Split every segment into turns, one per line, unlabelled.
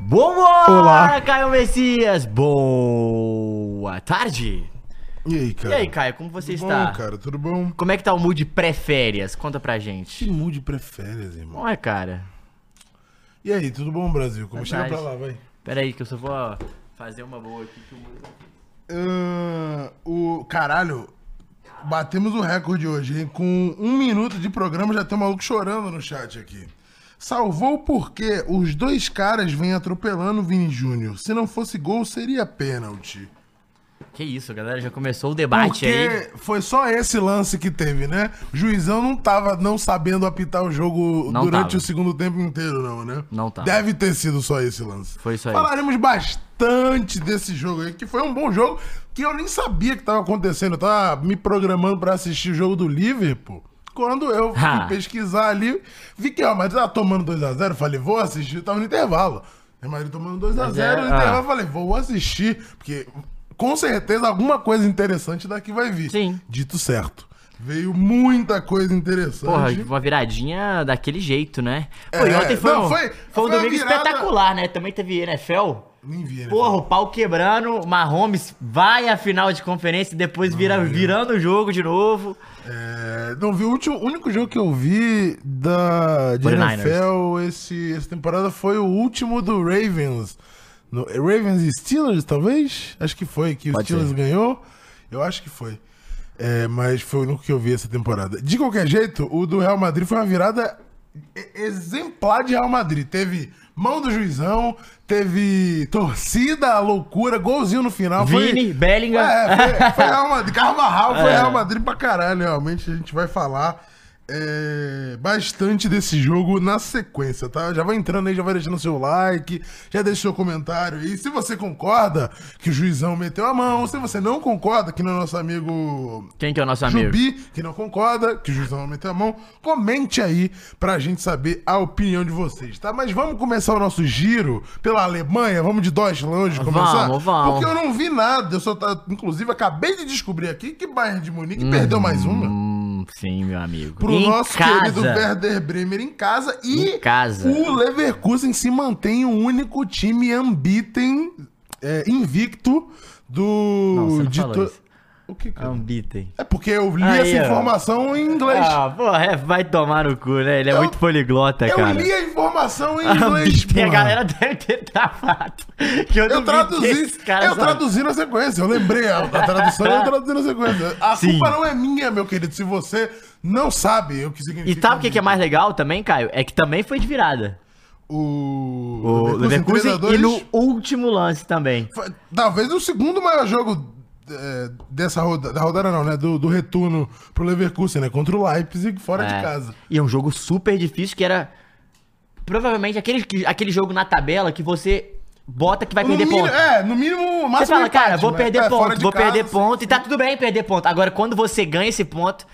Bom
Olá.
Olá, Caio Messias! Boa tarde!
E aí,
E
cara?
aí, Caio, como você
Tudo
está?
bom, cara? Tudo bom?
Como é que tá o mood pré-férias? Conta pra
Que
gente.
mood preférias, irmão?
Não é, cara?
E aí, tudo bom, Brasil? Como chega
Verdade.
pra lá, vai?
Pera aí que eu só vou fazer uma boa aqui que o mundo...
Ahn, o... Caralho, batemos o recorde hoje, hein? Com um minuto de programa já tem um maluco chorando no chat aqui. Salvou porque os dois caras vêm atropelando o Vini Júnior. Se não fosse gol, seria pênalti.
Que isso, galera, já começou o debate aí.
Porque foi só esse lance que teve, né? O juizão não tava não sabendo apitar o jogo
Não
durante
tava.
o segundo tempo inteiro, não, né?
Não tava.
Deve ter sido só esse lance.
Foi só
Falaremos bastante desse jogo aí, que foi um bom jogo, que eu nem sabia que tava acontecendo. Eu tava me programando pra assistir o jogo do Liverpool. Quando eu fui
Ha.
pesquisar ali, vi que, ó, mas tava tomando 2x0, falei, vou assistir, tava no intervalo. Real Madrid tomando 2x0, no
Zero, ah.
intervalo, eu falei, vou assistir, porque com certeza alguma coisa interessante daqui vai vir.
Sim.
Dito certo. Veio muita coisa interessante.
Porra, uma viradinha daquele jeito, né? Pô, e
É,
ontem foi,
não,
um,
foi-
foi,
foi
um
uma
domingo
virada-
espetacular, né? Também teve NFL.
Nem vi, né?
Porra, o pau quebrando, o Mahomes vai à final de conferência e depois vira, virando o jogo de novo.
É, não vi o último, o único jogo que eu vi da de
49ers.
NFL esse, essa temporada foi o último do Ravens. No- Ravens e Steelers, talvez? Acho que foi, que o
Pode
Steelers
ser.
ganhou. Eu acho que foi. É, mas foi o único que eu vi essa temporada. De qualquer jeito, o do Real Madrid foi uma virada e- exemplar de Real Madrid. Teve mão do juizão, teve torcida, loucura, golzinho no final. foi-
Vini, Bellingham. É.
É, foi, foi Real Madrid. Carvajal foi Real Madrid pra caralho, realmente. A gente vai falar é, bastante desse jogo na sequência, tá? Já vai entrando aí, já vai deixando seu like, já deixa seu comentário aí. Se você concorda que o juizão meteu a mão, se você não concorda, que não é nosso amigo
Quem que é o nosso amigo?
Jubi, que não concorda, que o juizão não meteu a mão, comente aí pra gente saber a opinião de vocês, tá? Mas vamos começar o nosso giro pela Alemanha, vamos de Deutschland hoje começar?
Vamos, vamos.
Porque eu não vi nada, eu só tá, inclusive acabei de descobrir aqui que Bayern de Munique perdeu mais uma.
Hum, sim, meu amigo.
Pro
Em
nosso
casa.
querido Werder Bremer em casa e
Em casa.
o Leverkusen se mantém o único time ambiten, é, invicto do...
Não, você não
de
falou
to-
isso.
O que que...
Ambitem.
É porque eu li
Aí,
essa
ó.
informação em inglês.
Ah, porra, é, vai tomar no cu, né? Ele é
Eu-
muito poliglota,
Eu
cara.
li a informação em inglês,
Ambitem, a
porra.
galera deve ter travado. Que
Eu
duvido que
traduzi,
esses caras
eu
são-
traduzi na sequência, eu lembrei a, a tradução e eu traduzi na sequência. A
Sim.
culpa não é minha, meu querido, se você não sabe o que significa.
E sabe o que, que é mais legal também, Caio? É que também foi de virada.
O,
O Leverkusen
3 a 2,
e no último lance também.
foi- Talvez o segundo maior jogo é, dessa rodada, da rodada não, né, do, do retorno pro Leverkusen, né, contra o Leipzig fora
É.
de casa.
E é um jogo super difícil que era provavelmente aquele, aquele jogo na tabela que você bota que vai
No
perder
mínimo,
ponto.
é, no mínimo, máximo
Você fala,
empate,
cara, vou
mas-
perder
é, fora
ponto,
de
vou
casa,
perder
sim.
ponto. E tá tudo bem perder ponto. Agora, quando você ganha esse ponto,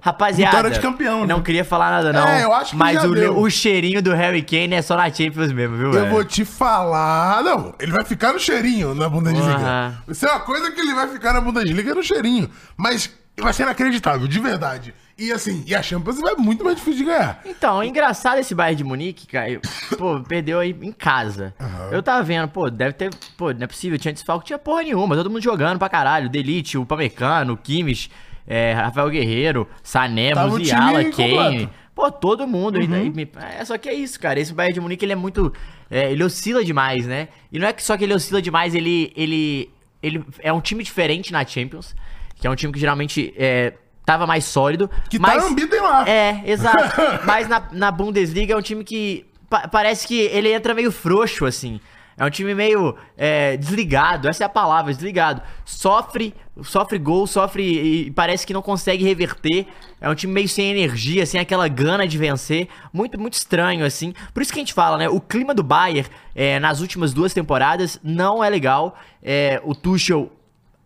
rapaziada.
Vitória de campeão, né?
Não queria falar nada, não.
É, eu acho que
Mas
já
o,
deu.
o cheirinho do Harry Kane é só na Champions mesmo, viu, é.
Eu
velho?
vou te falar. Não, ele vai ficar no cheirinho na Bundesliga.
Porra.
Isso é uma coisa que ele vai ficar na Bundesliga no cheirinho. Mas vai ser inacreditável, de verdade. E assim, e a Champions vai muito mais difícil de ganhar.
Então, é engraçado esse Bayern de Munique, cara. Pô, perdeu aí em casa. Eu tava vendo, pô, deve ter. Pô, não é possível, tinha desfalque, tinha porra nenhuma. Todo mundo jogando pra caralho. Delite, o Pamecano, o Kimmich, é, Rafael Guerreiro, Sané,
Tava o
Musiala,
time
Kane.
completo. Uhum.
Pô, todo mundo. ainda. E me- É, só que é isso, cara. Esse Bayern de Munique, ele é muito. é, ele oscila demais, né? E não é que só que ele oscila demais, ele. ele, ele é um time diferente na Champions, que é um time que geralmente. É, Tava mais sólido.
Que
mas...
tá ambidem lá.
É, exato. Mas na, na Bundesliga é um time que pa- parece que ele entra meio frouxo, assim. É um time meio é, desligado, essa é a palavra, desligado. Sofre, sofre gol, sofre e e parece que não consegue reverter. É um time meio sem energia, sem aquela gana de vencer. Muito, muito estranho, assim. Por isso que a gente fala, né? O clima do Bayern é, nas últimas duas temporadas não é legal. É, o Tuchel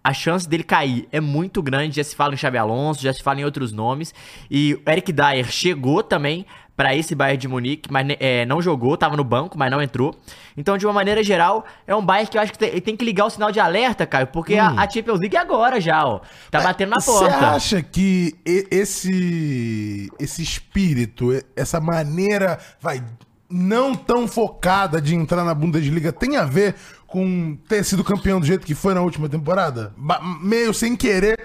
a chance dele cair é muito grande. Já se fala em Xabi Alonso, já se fala em outros nomes. E o Eric Dyer chegou também para esse Bayern de Munique, mas né, é, não jogou, tava no banco, mas não entrou. Então, de uma maneira geral, é um Bayern que eu acho que tem, tem que ligar o sinal de alerta, Caio, porque a, a Champions League é agora já, ó. Tá batendo na
Você
porta.
Hum. acha que e- esse esse espírito, e- essa maneira vai não tão focada de entrar na Bundesliga tem a ver com ter sido campeão do jeito que foi na última temporada? Ba- meio sem querer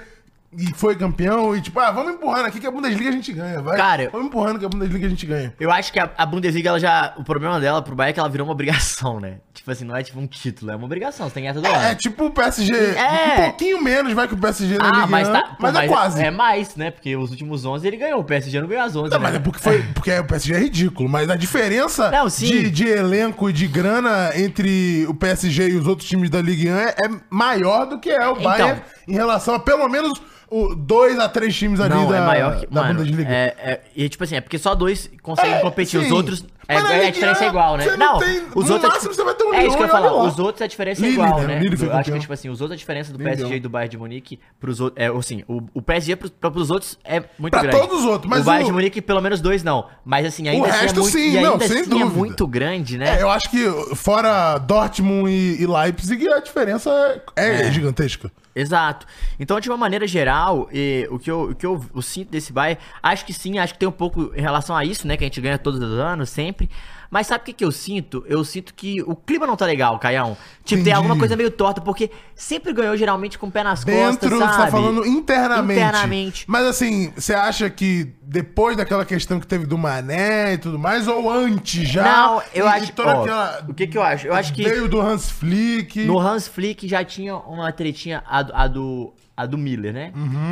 e foi campeão e tipo, ah, vamos empurrando aqui que a Bundesliga a gente ganha, vai.
Cara,
vamos empurrando que a Bundesliga a gente ganha.
Eu acho que a, a Bundesliga, ela já. O problema dela pro Bayern é que ela virou uma obrigação, né? Tipo assim, não é tipo um título, é uma obrigação. Você tem que ganhar toda hora.
É, tipo o PSG,
É.
um pouquinho menos vai que o PSG na
ah,
Ligue
mas
1,
tá. pô,
mas, é quase.
É mais, né? Porque os últimos 11 ele ganhou. O PSG não ganhou as 11.
Não,
né?
mas é porque foi. Porque o PSG é ridículo, mas a diferença
Não, sim.
De, de elenco e de grana entre o PSG e os outros times da Ligue 1 é, é maior do que é o
Então.
Bayern em relação a pelo menos o dois a três times ali
Não,
da,
é maior que.
da
mano,
Bundesliga.
É, é- e tipo assim, é porque só dois conseguem
É,
competir. Os
sim.
outros. É,
Mas na
é, a
Ligue
diferença é
A,
igual, né?
você não
Não,
tem-
os
no
outros.
máximo você vai ter um
É isso que eu ia
Lyon e olha
falar.
lá.
Os outros a diferença é
Lille,
igual,
né?
né?
O Lille foi
Eu acho que,
campeão.
tipo assim, os outros a diferença do
Lille
PSG
deu.
e do Bayern de Munique pros outros. É, assim, o, o PSG pros, pra- pros outros é muito
Pra
grande.
todos os outros, mas
o Bayern
o-
de Munique, pelo menos dois, não. Mas assim, ainda assim
resto,
é muito.
sim,
e
não,
ainda
sem
assim é
dúvida.
muito grande, né?
É, eu acho que fora Dortmund e, e Leipzig, a diferença é, é gigantesca.
Exato. Então, de uma maneira geral, e o que eu, o que eu eu sinto desse Bayern, acho que sim, acho que tem um pouco em relação a isso, né? Que a gente ganha todos os anos, sempre. Mas sabe o que, que eu sinto? Eu sinto que o clima não tá legal, Caião. Tipo, tem
Entendi.
alguma coisa meio torta, porque sempre ganhou geralmente com o pé nas costas,
Dentro, você
sabe?
tá falando internamente.
Internamente.
Mas assim, você acha que depois daquela questão que teve do Mané e tudo mais, ou antes já?
Não, eu
E- e
acho-
toda
ó,
aquela-
o que que eu acho? Eu acho que-
Veio do Hans Flick.
No Hans Flick já tinha uma tretinha, a, do- a do. A do Miller, né?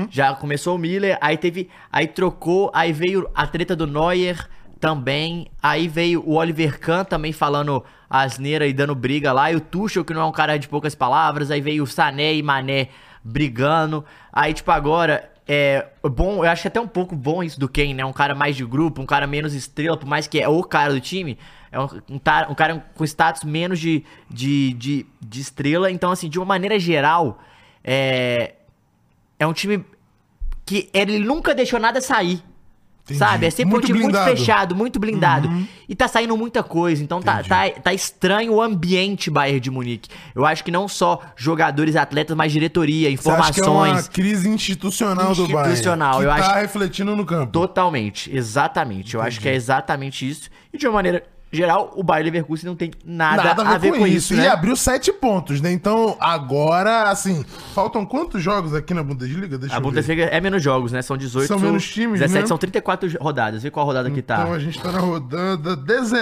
Já começou o Miller, aí teve. Aí trocou, aí veio a treta do Neuer também. Aí veio o Oliver Kahn também falando asneira e dando briga lá. E o Tuchel, que não é um cara de poucas palavras. Aí veio o Sané e Mané brigando. Aí, tipo, agora. É bom, eu acho até um pouco bom isso do Kane, né? Um cara mais de grupo, um cara menos estrela, por mais que é o cara do time. É um, um tar- um cara com status menos de, de, de, de estrela. Então, assim, de uma maneira geral, é, é um time que ele nunca deixou nada sair.
Entendi.
Sabe? É sempre
Muito
um time
blindado.
muito fechado, muito blindado.
Uhum.
E tá saindo muita coisa. Então tá, tá, tá estranho o ambiente Bayern de Munique. Eu acho que não só jogadores, atletas, mas diretoria,
Você acha que é uma
informações.
crise institucional, do Bayern?
Institucional,
que
eu
tá
acho-
refletindo no campo.
Totalmente, exatamente. Eu acho que é exatamente isso. E de uma maneira geral, o Bayern Leverkusen não tem nada, a ver com, isso,
E
né?
abriu sete pontos, né? Então, agora, assim, faltam quantos jogos aqui na Bundesliga? Deixa
A
eu ver.
Bundesliga é menos jogos, né? São 18,
São menos times,
17
né?
são 34 jo- rodadas. Vê qual rodada que tá.
Então a gente tá na rodada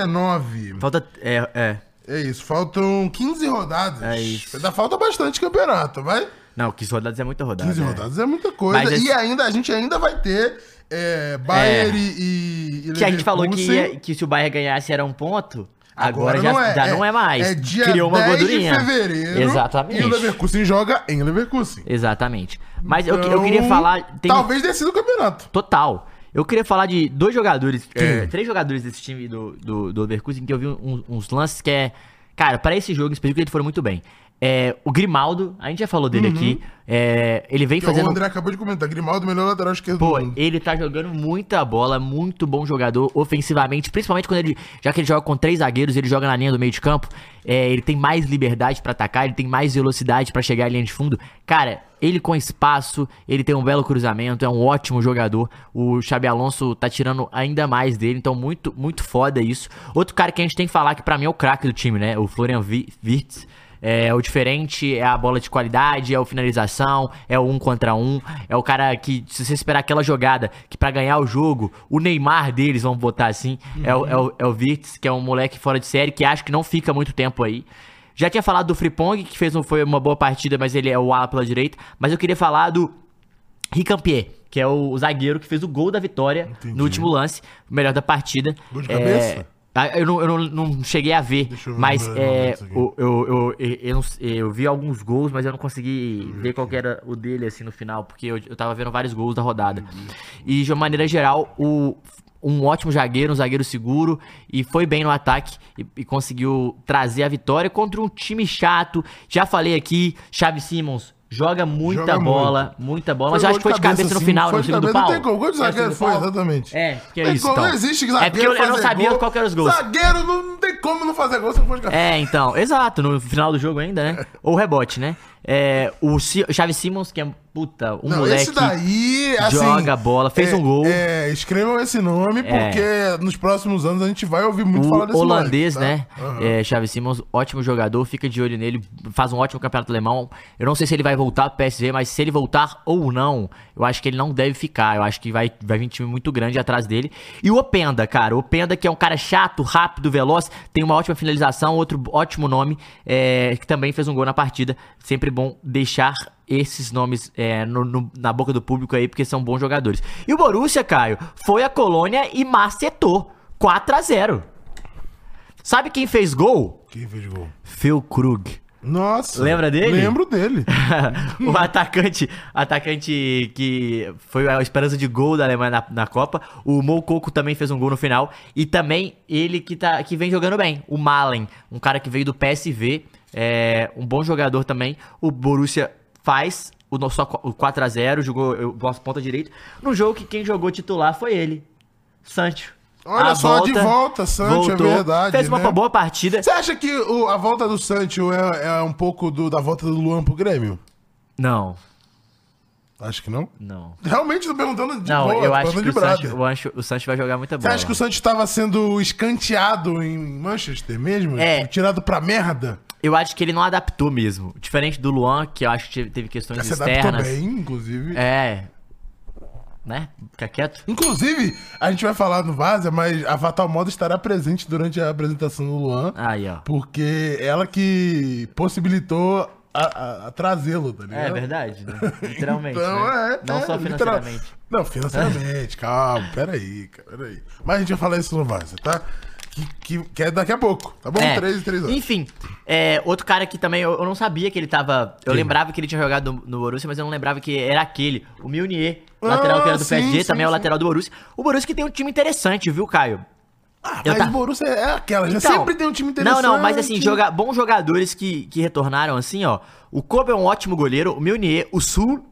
19.
Falta é, é.
É isso, faltam 15 rodadas.
É isso.
Ainda falta bastante campeonato, vai?
Não, 15 rodadas é muita rodada.
15
né?
rodadas é muita coisa.
Mas
E
esse-
ainda a gente ainda vai ter é, Bayern e, e
Que a gente falou que,
Leverkusen.
ia- que se o Bayern ganhasse era um ponto, agora, já,
não é,
já não é mais.
É dia
Criou uma
10
gordurinha.
de fevereiro.
Exatamente.
E o tá Leverkusen joga em Leverkusen.
Exatamente. Mas eu, que- eu
Então,
queria falar. Tem
Talvez decida o campeonato.
Total. Eu queria falar de dois jogadores, é, três jogadores desse time do, do, do Leverkusen, que eu vi um- uns lances que é. Cara, para esse jogo em específico, ele foram muito bem. É, o Grimaldo, a gente já falou dele aqui. é, ele vem
Uhum. Que
fazendo.
O André acabou de comentar. Grimaldo, melhor lateral esquerdo
Pô,
do mundo.
ele tá jogando muita bola, muito bom jogador ofensivamente, principalmente quando ele, já que ele joga com três zagueiros, ele joga na linha do meio de campo, é, ele tem mais liberdade pra atacar, ele tem mais velocidade pra chegar à linha de fundo. Cara, ele com espaço, ele tem um belo cruzamento, é um ótimo jogador. O Xabi Alonso tá tirando ainda mais dele, então muito, muito foda isso. Outro cara que a gente tem que falar que pra mim é o craque do time, né? O Florian Vi- Wirtz. É o diferente, é a bola de qualidade, é o finalização, é o um contra um, é o cara que, se você esperar aquela jogada, que pra ganhar o jogo, o Neymar deles, vamos botar assim, é, o, é, o, é o Virtus, que é um moleque fora de série, que acho que não fica muito tempo aí. Já tinha falado do Fripong, que fez um, foi uma boa partida, mas ele é o ala pela direita, mas eu queria falar do Ricampier, que é o zagueiro que fez o gol da vitória no último lance, o melhor da partida.
Gol de
É,
cabeça?
ah, Eu, não, eu não, não cheguei a ver,
Deixa eu ver
mas
o nome
é,
disso aqui.
o- eu, eu, eu, eu não sei- eu vi alguns gols, mas eu não consegui ver qual que era o dele assim no final, porque eu, eu tava vendo vários gols da rodada.
Uhum.
E de uma maneira geral, o, um ótimo zagueiro, um zagueiro seguro, e foi bem no ataque e, e conseguiu trazer a vitória contra um time chato. Já falei aqui, Xavi Simons. Joga muita
Joga muito.
bola, muita bola. Mas eu
Foi
acho que foi de cabeça, no
sim,
final,
foi
no
de
segundo
cabeça,
pau.
Não tem gol, gol de
Foi no
zagueiro
segundo
foi,
pau?
exatamente.
É, que é
Tem
isso,
gol,
então.
Não existe
É porque eu, eu não
fazer
sabia
gol.
qual que eram os gols.
Zagueiro não, não tem como não fazer gol se não for de cabeça.
É, então, exato, no final do jogo ainda, né? Ou rebote, né? É, o Si- Xavi Simmons, que é puta, um
Não,
moleque.
esse daí, assim,
joga bola, fez
é,
um gol. É.
É, escrevam esse nome, porque nos próximos anos a gente vai ouvir muito falar
O
desse
holandês,
moleque,
né?
tá? Aham.
É, Xavi Simons, ótimo jogador, fica de olho nele, faz um ótimo campeonato alemão. Eu não sei se ele vai voltar pro PSV, mas se ele voltar ou não, eu acho que ele não deve ficar. Eu acho que vai, vai vir um time muito grande atrás dele. E o Openda, cara. O Openda, que é um cara chato, rápido, veloz, tem uma ótima finalização, outro ótimo nome, é, que também fez um gol na partida. Sempre bom deixar esses nomes é, no- no- na boca do público aí, porque são bons jogadores. E o Borussia, Caio, foi a colônia e macetou. 4 a 0 Sabe quem fez gol?
Quem fez gol?
Phil Krug.
Nossa.
Lembra dele?
Lembro dele.
o atacante, atacante que foi a esperança de gol da Alemanha na, na Copa. O Moukoko também fez um gol no final. E também ele que, tá, que vem jogando bem, o Malen, um cara que veio do PSV, é, um bom jogador também. O Borussia faz o nosso 4x0, jogou eu, nosso ponta direito. No jogo que quem jogou titular foi ele, Sancho.
Olha
A
só, de volta, Sancho, é verdade,
Fez uma
né?
boa partida.
Você acha que o- a volta do Sancho é, é um pouco do- da volta do Luan pro Grêmio?
Não,
Acho que não.
não.
Realmente tô perguntando de
Não,
boa,
eu
tô
acho
perguntando
que o
de brother.
Sancho, o, Ancho- o Sancho vai jogar muita
Você
bola.
acha que o Sancho estava sendo escanteado em Manchester mesmo? Tipo,
É.
Tirado pra merda?
Eu acho que ele não adaptou mesmo. Diferente do Luan, que eu acho que teve- teve questões
Já se adaptou
externas.
bem, inclusive.
É. Né? Fica quieto.
Inclusive, a gente vai falar no Vaza, mas a Fatal Moda estará presente durante a apresentação do Luan,
Aí, ó.
porque ela que possibilitou a, a- a trazê-lo, tá ligado?
É verdade, né? Literalmente.
Então,
né?
é,
não
é,
só
literal-
financeiramente.
Não, financeiramente, calma, peraí, cara, peraí. Mas a gente vai falar isso no Vaza, tá? Que, que, que é daqui a pouco, tá bom?
É.
Três e três horas.
Enfim, é, outro cara que também eu, eu não sabia que ele tava. Eu lembrava que ele tinha jogado no, no Borussia, mas eu não lembrava que era aquele. O Milnier, lateral que era do
Ah, sim,
PSG,
sim,
também é o
sim.
lateral do Borussia. O Borussia que tem um time interessante, viu, Caio?
Ah,
eu
mas
tá-
o Borussia é aquela, já
Então,
sempre tem um time interessante.
Não, não, mas assim, joga, bons jogadores que, que retornaram, assim, ó. O Kobe é um ótimo goleiro, o Meunier, o Sul,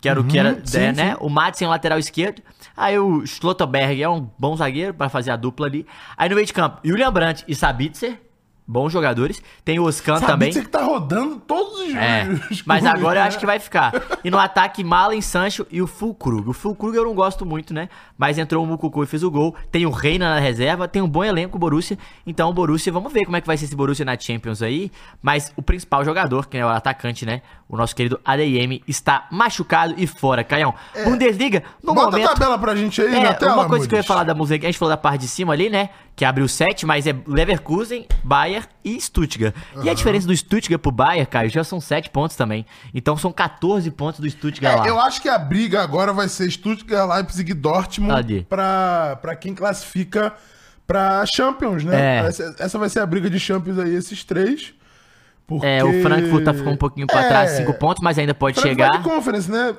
que era o que era,
Uhum, sim,
é, né? O Madsen, lateral esquerdo. Aí o Schlotterberg é um bom zagueiro pra fazer a dupla ali. Aí no meio de campo, Julian Brandt e Sabitzer, bons jogadores. Tem o Oscan
Sabia
também.
que Você que tá rodando todos os
É,
jogos.
mas agora eu acho que vai ficar. E no ataque, Malen, Sancho e o Fulkrug. O Fulkrug eu não gosto muito, né? Mas entrou o Mucucu e fez o gol. Tem o Reina na reserva, tem um bom elenco o Borussia. Então o Borussia, vamos ver como é que vai ser esse Borussia na Champions aí. Mas o principal jogador, que é o atacante, né? O nosso querido ADM está machucado e fora. Caião, Bundesliga, no
É. Bota
um momento...
a tabela pra gente aí na
É,
tela,
uma coisa que eu ia
Mudes.
falar da música, a gente falou da parte de cima ali, né? Que abriu 7, mas é Leverkusen, Bayern e Stuttgart. E a diferença do Stuttgart pro Bayern, Caio, já são 7 pontos também. Então são 14 pontos do Stuttgart lá.
É, eu acho que a briga agora vai ser Stuttgart, Leipzig e
Tá Ali.
Dortmund pra, pra quem classifica pra Champions, né?
É.
Essa, essa vai ser a briga de Champions aí, esses três. Porque...
É, o Frankfurt tá ficando um pouquinho pra
É,
trás, 5 pontos, mas ainda pode
Frankfurt vai
chegar.
de conference, né?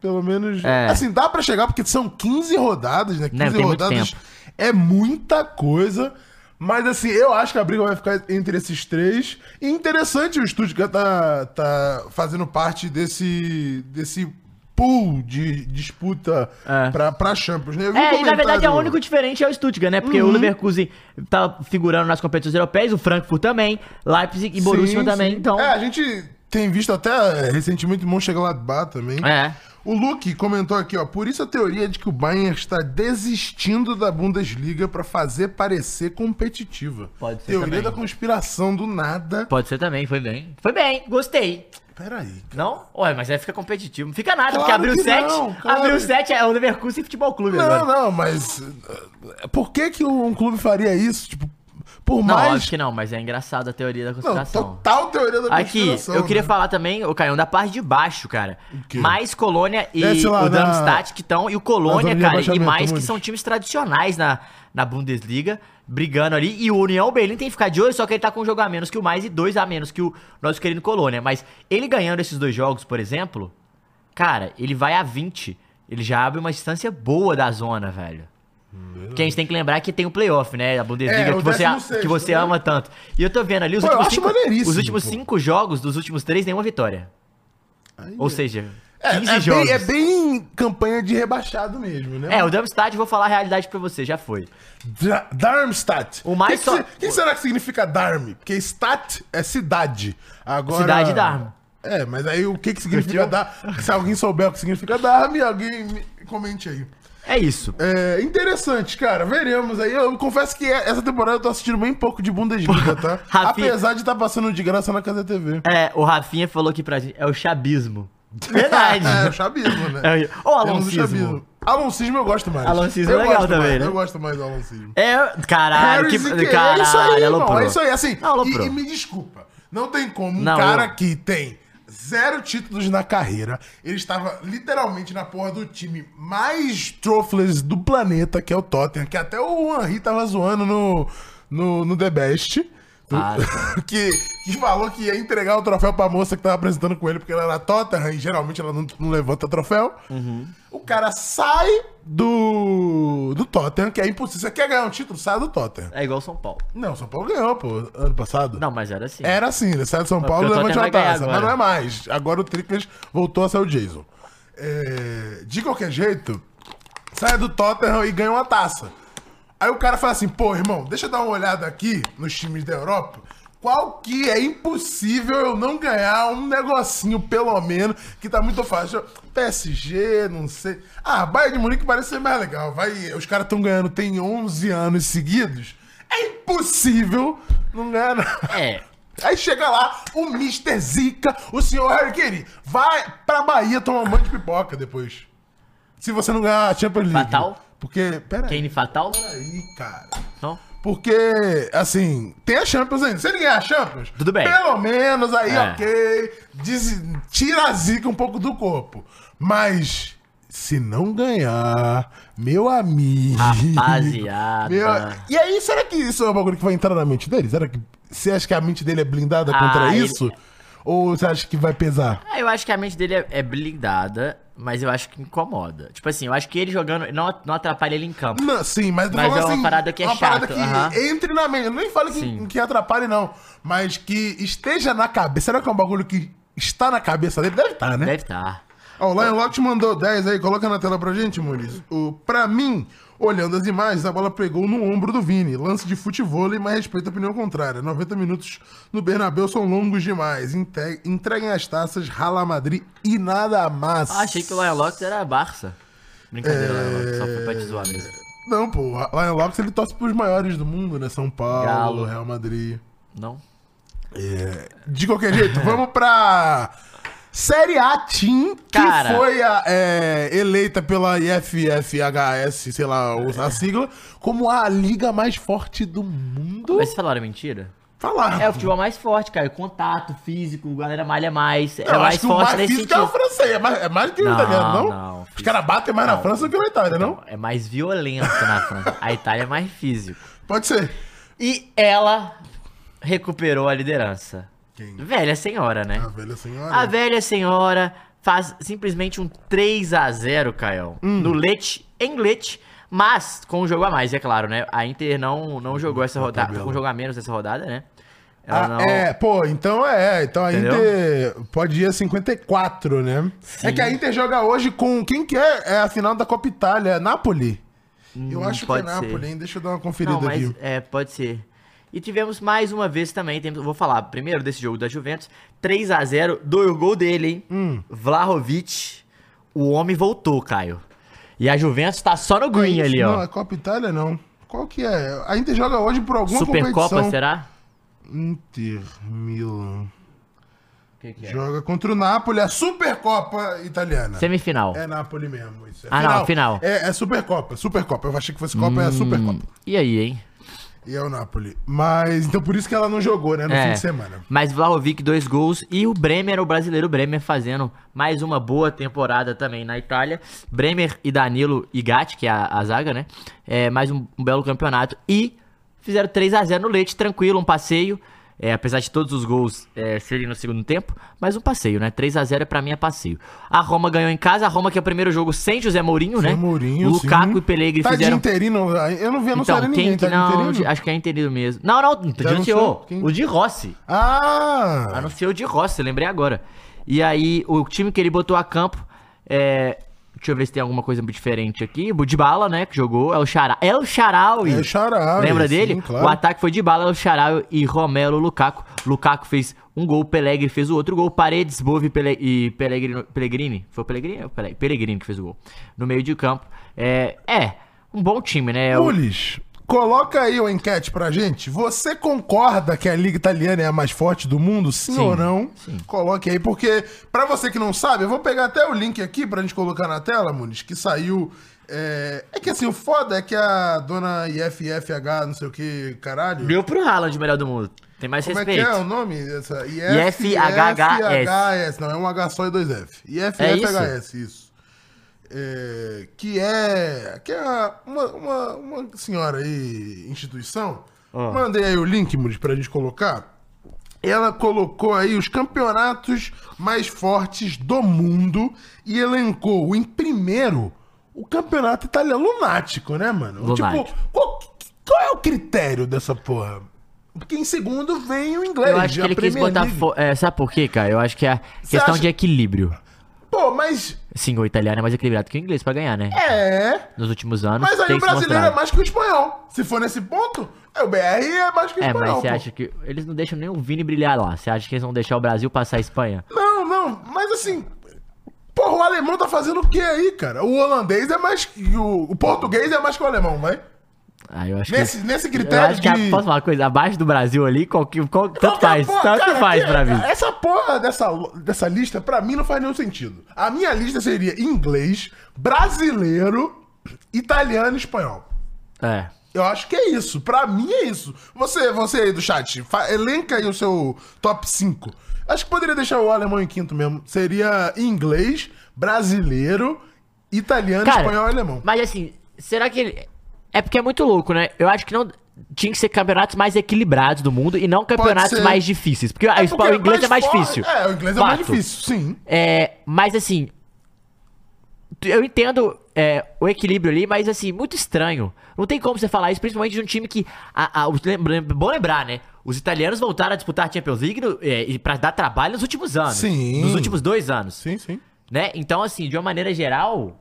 Pelo menos.
É.
Assim, dá pra chegar, porque são 15 rodadas, né? 15
Né, tem muito
rodadas
tempo.
é muita coisa. Mas assim, eu acho que a briga vai ficar entre esses três. E interessante o Stuttgart tá, tá fazendo parte desse, desse pool de disputa
É.
pra, pra Champions, né? Eu vi um
É, e na verdade é o
comentário- Uhum.
único diferente é o Stuttgart, né? Porque o Leverkusen tá figurando nas competições europeias, o Frankfurt também, Leipzig e Borussia
Sim,
também,
sim.
então...
É, a gente tem visto até é, recentemente o Mönchengladbach também.
é.
O Luke comentou aqui, ó. Por isso a teoria de que o Bayern está desistindo da Bundesliga pra fazer parecer competitiva.
Pode ser
Teoria
também.
da conspiração do nada.
Pode ser também, foi bem. Foi bem, gostei.
Peraí. cara.
Não? Ué, mas aí fica competitivo. Não fica nada,
Claro
porque abriu
que
7.
não, claro.
Abriu 7 é o Leverkusen Futebol Clube agora.
Não, não, mas. uh, Por que, que um clube faria isso? Tipo, por
Não,
mais.
acho que não, mas é engraçado a teoria da
Não, tá
conspiração.
total teoria da
Aqui,
conspiração.
eu queria
né?
falar também, o Caião, da parte de baixo, cara.
quê?
Mais Colônia e
Desce lá
o
na-
Darmstadt que estão, e o Colônia,
zona de
cara, e
rebaixamento,
mais que
Muniz.
são times tradicionais na, na Bundesliga, brigando ali. E o União Berlim tem que ficar de olho, só que ele tá com um jogo a menos que o mais e dois a menos que o nosso querido Colônia. Mas ele ganhando esses dois jogos, por exemplo, cara, ele vai a 20. Ele já abre uma distância boa da zona, velho. Porque a gente tem que lembrar que tem o playoff, né? A Bundesliga
Hum, É, o
que, você,
16º,
que você
né?
ama é tanto. E eu tô vendo ali os
Pô, eu
últimos,
acho
cinco,
maneiríssimo,
os últimos
pô.
cinco jogos, dos últimos três, nenhuma vitória.
Aí,
Ou seja,
é,
15
é
jogos.
Bem, é bem campanha de rebaixado mesmo, né?
É, o Darmstadt, vou falar a realidade pra você, já foi.
Dra- Darmstadt.
O mais
que
só-
que, se- que será que significa Darm? Porque Stat é cidade. Agora,
Cidade Darm.
É, É, mas aí o que que significa dar? Se alguém souber o que significa dar, me alguém me- comente aí.
É isso.
É interessante, cara. Veremos aí. Eu confesso que é, essa temporada eu tô assistindo bem pouco de Bundesliga, tá?
Rafi-
Apesar de estar passando de graça na Casa TV.
É, o Rafinha falou aqui pra gente, é o chabismo. Verdade.
é, o chabismo, né?
É, ou
Temos o
aloncismo.
chabismo. Aloncismo eu gosto mais.
Aloncismo é
eu
legal
gosto
também,
mais,
né?
Eu gosto mais do aloncismo.
É, caralho,
Harris e
que,
Kane.
caralho,
é isso aí, irmão.
aloprou.
É isso aí, assim.
Aloprou.
E, e me desculpa, não tem como um
Não,
cara
eu-
que tem zero títulos na carreira, ele estava literalmente na porra do time mais trophless do planeta, que é o Tottenham, que até o Henry tava zoando no, no, no The Best.
Ah,
que, que falou que ia entregar o troféu pra moça que tava apresentando com ele, porque ela era Tottenham e geralmente ela não, não levanta troféu. O cara sai do, do Tottenham, que é impossível. Você quer ganhar um título? Sai do Tottenham.
É igual São Paulo.
Não, São Paulo ganhou, pô, ano passado.
Não, mas era assim.
Era assim, ele sai do São
Porque
Paulo e
o
levante
Tottenham
uma
vai ganhar
taça, mas
agora.
não é mais. Agora o Tricas voltou a ser o Jason. É, de qualquer jeito, sai do Tottenham e ganha uma taça. Aí o cara fala assim, pô, irmão, deixa eu dar uma olhada aqui nos times da Europa. Qual que é impossível eu não ganhar um negocinho, pelo menos, que tá muito fácil. PSG, não sei. Ah, Bayern de Munique parece ser mais legal. Vai, os caras estão ganhando, tem 11 anos seguidos. É impossível não ganhar nada.
É.
Aí chega lá o Mr. Zica, o senhor Harry Kane, vai pra Bahia tomar um banho de pipoca depois. Se você não ganhar a Champions League.
Fatal?
Porque, pera aí,
Kane fatal? né?
aí, cara.
Não?
Porque, assim, tem a Champions ainda. Se ele ganhar a Champions,
Tudo bem.
pelo menos aí,
É.
ok. Des- tira a zica um pouco do corpo. Mas, se não ganhar, meu amigo.
Rapaziada.
Meu- E aí, será que isso é um bagulho que vai entrar na mente dele? Será que. Você acha que a mente dele é blindada contra
Ah, ele-
isso? Ou você acha que vai pesar?
Ah, eu acho que a mente dele é, é blindada, mas eu acho que incomoda. Tipo assim, eu acho que ele jogando não, não atrapalha ele em campo.
Não, sim, mas, eu tô
Mas
falando assim,
é uma parada que é
uma parada
chato,
que
aham.
entre na mente. Eu nem falo que,
Sim.
que atrapalhe, não. Mas que esteja na cabeça. Será que é um bagulho que está na cabeça dele? Deve estar, né?
Deve tá. estar.
Ó, o Lion Lock mandou 10 aí, coloca na tela pra gente, Muniz. O, pra mim, olhando as imagens, a bola pegou no ombro do Vini. Lance de futebol, mas respeito a opinião contrária. 90 minutos no Bernabéu são longos demais. Inte- Entreguem as taças, rala Madrid e nada mais.
Ah, achei que o Lion Locks era a Barça. Brincadeira,
É.
Lion Locks, só foi pra te zoar mesmo.
Não, pô, o Lion Locks ele torce pros maiores do mundo, né? São Paulo,
Galo.
Real Madrid.
Não?
De qualquer jeito, vamos pra Série A Team, que
Cara.
foi a, é, eleita pela IFFHS, sei lá a sigla, como a liga mais forte do mundo.
Mas vocês falaram mentira?
Falaram.
É o futebol mais forte, cara. Contato físico, galera malha mais.
Não,
é mais forte nesse
físico é o
sentido.
francês, é mais, é mais que o
Não,
italiano, não?
não,
Os caras batem mais na
não.
França do que na Itália, não?
Não, é mais violento na França. A Itália é mais físico.
Pode ser.
E ela recuperou a liderança.
Quem?
Velha senhora, né?
A Ah, velha senhora.
A velha senhora faz simplesmente um 3 a 0 Caio.
Hum.
No Leite, em Leite, mas com um jogo a mais, é claro, né? A Inter não, não jogou essa rodada,
tabela.
tá com um jogo a menos essa rodada, né? Ela
Ah,
não...
É, pô, então é. Então a
Entendeu?
Inter pode ir a 54, né? É que a Inter joga hoje com quem que é? É a final da Copa Itália, é Napoli. Eu
Hum,
acho que é
pode ser.
Napoli, hein? Deixa eu dar uma conferida
Não, mas
aqui.
é, pode ser. E tivemos mais uma vez também, temos- vou falar primeiro desse jogo da Juventus, 3 a 0 do gol dele, hein?
Hum.
Vlahovic, o homem voltou, Caio. E a Juventus tá só no green ali,
não,
ó.
é Copa Itália não. Qual que é? A Inter joga hoje por alguma
Supercopa,
competição.
será?
Inter Milan.
Que que é?
Joga contra o Napoli, a Supercopa italiana.
Semifinal.
É Napoli mesmo, isso. É
Ah, não, final. Hum.
É, é Supercopa, Supercopa. Eu achei que fosse Copa, é a Supercopa.
E aí, hein?
E é o Napoli. Mas, então por isso que ela não jogou, né, no
É.
fim de semana.
Mas Vlahovic, dois gols. E o Bremer, o brasileiro Bremer, fazendo mais uma boa temporada também na Itália. Bremer e Danilo e Gatti, que é a, a zaga, né? É, mais um, um belo campeonato. E fizeram 3 a 0 no Leite, tranquilo, um passeio. É, apesar de todos os gols é, serem no segundo tempo, mas um passeio, né? 3 a 0 é pra mim é passeio. A Roma ganhou em casa, a Roma que é o primeiro jogo sem José Mourinho, né?
Tem Mourinho,
o
sim.
Lukaku e Pelegri
tá
fizeram
de interino, eu não vi anunciar
então,
ninguém,
quem que
tá de
não,
interino?
acho que é entendido mesmo. Não, não, tu
Já anunciou?
anunciou.
Quem?
O de Rossi.
Ah!
Anunciou o de Rossi, lembrei agora. E aí, o time que ele botou a campo é, Deixa eu ver se tem alguma coisa diferente aqui. O Dybala, né, que jogou, é o Xará. É o Xaraui.
É o Shaarawy,
Lembra
sim,
dele?
claro.
O ataque foi Dybala, El Xarau e Romelo Lukaku. Lukaku fez um gol, Pelegri fez o outro gol, Paredes, Bove Pele- e Pellegrini, Pellegrini. Foi o Pellegrini? ou Pele- Pellegrini que fez o gol. No meio de campo. É, é um bom time, né? O-
Ulis, coloca aí uma enquete pra gente. Você concorda que a Liga Italiana é a mais forte do mundo? Sim,
Sim,
ou não?
sim.
Coloque aí, porque pra você que não sabe, eu vou pegar até o link aqui pra gente colocar na tela, Muniz, que saiu. É, é que assim, o foda é que a dona IFFH, não sei o que, caralho.
Deu pro Haaland o melhor do mundo. Tem mais
Como
respeito.
é que é o nome? Essa? IF,
IFHHS.
IFHHS. Não, é um H só e dois F.
É isso?
IFFHS, isso. É, que é, que é uma, uma, uma senhora aí, instituição.
Ó.
Mandei aí o link, Muris, pra gente colocar. Ela colocou aí os campeonatos mais fortes do mundo e elencou em primeiro o campeonato italiano lunático, né, mano?
Lunático.
Tipo, qual, qual é o critério dessa porra? Porque em segundo vem o inglês.
Eu acho que
a
ele quis
Premier
botar.
League.
fo- é, sabe por quê, cara? Eu acho que é a questão
acha-
de equilíbrio.
Pô, mas.
Sim, o italiano é mais equilibrado que o inglês pra ganhar, né?
É.
Nos últimos anos.
Mas aí
tem
o
se
brasileiro é
mostrado.
mais que o espanhol. Se for nesse ponto, é o BR é mais que o
É,
espanhol.
mas você
pô.
acha que. Eles não deixam nem o Vini brilhar lá. Você acha que eles vão deixar o Brasil passar a Espanha?
Não, não, mas assim. Porra, o alemão tá fazendo o quê aí, cara? O holandês é mais. que O, o português é mais que o alemão, vai?
Ah, eu acho
Nesse,
que.
nesse
Eu
critério
acho que. a-
de.
Posso falar uma coisa? Abaixo do Brasil ali, qual, que- qual, tanto
Qualquer
faz.
porra,
tanto
cara,
faz
que- é?
pra mim.
Essa porra dessa, dessa lista, pra mim, não faz nenhum sentido. A minha lista seria inglês, brasileiro, italiano e espanhol.
É.
Eu acho que é isso. Pra mim é isso. Você, você aí do chat, fa- elenca aí o seu top 5. Acho que poderia deixar o alemão em quinto mesmo. Seria inglês, brasileiro, italiano,
Cara,
espanhol e alemão.
Mas assim, será que ele. É porque é muito louco, né? Eu acho que não. Tinha que ser campeonatos mais equilibrados do mundo e não campeonatos
ser.
mais difíceis. Porque, a
É
Espa-
porque
o inglês é mais
forte-
difícil.
É, o inglês é mais
Fato.
difícil, sim.
É, mas assim. Eu entendo é, o equilíbrio ali, mas assim, muito estranho. Não tem como você falar isso, principalmente de um time que. A, a- os- lembra- bom lembrar, né? Os italianos voltaram a disputar a Champions League no, é, e pra dar trabalho nos últimos anos.
Sim.
Nos últimos dois anos.
Sim, sim.
Né? Então, assim, de uma maneira geral,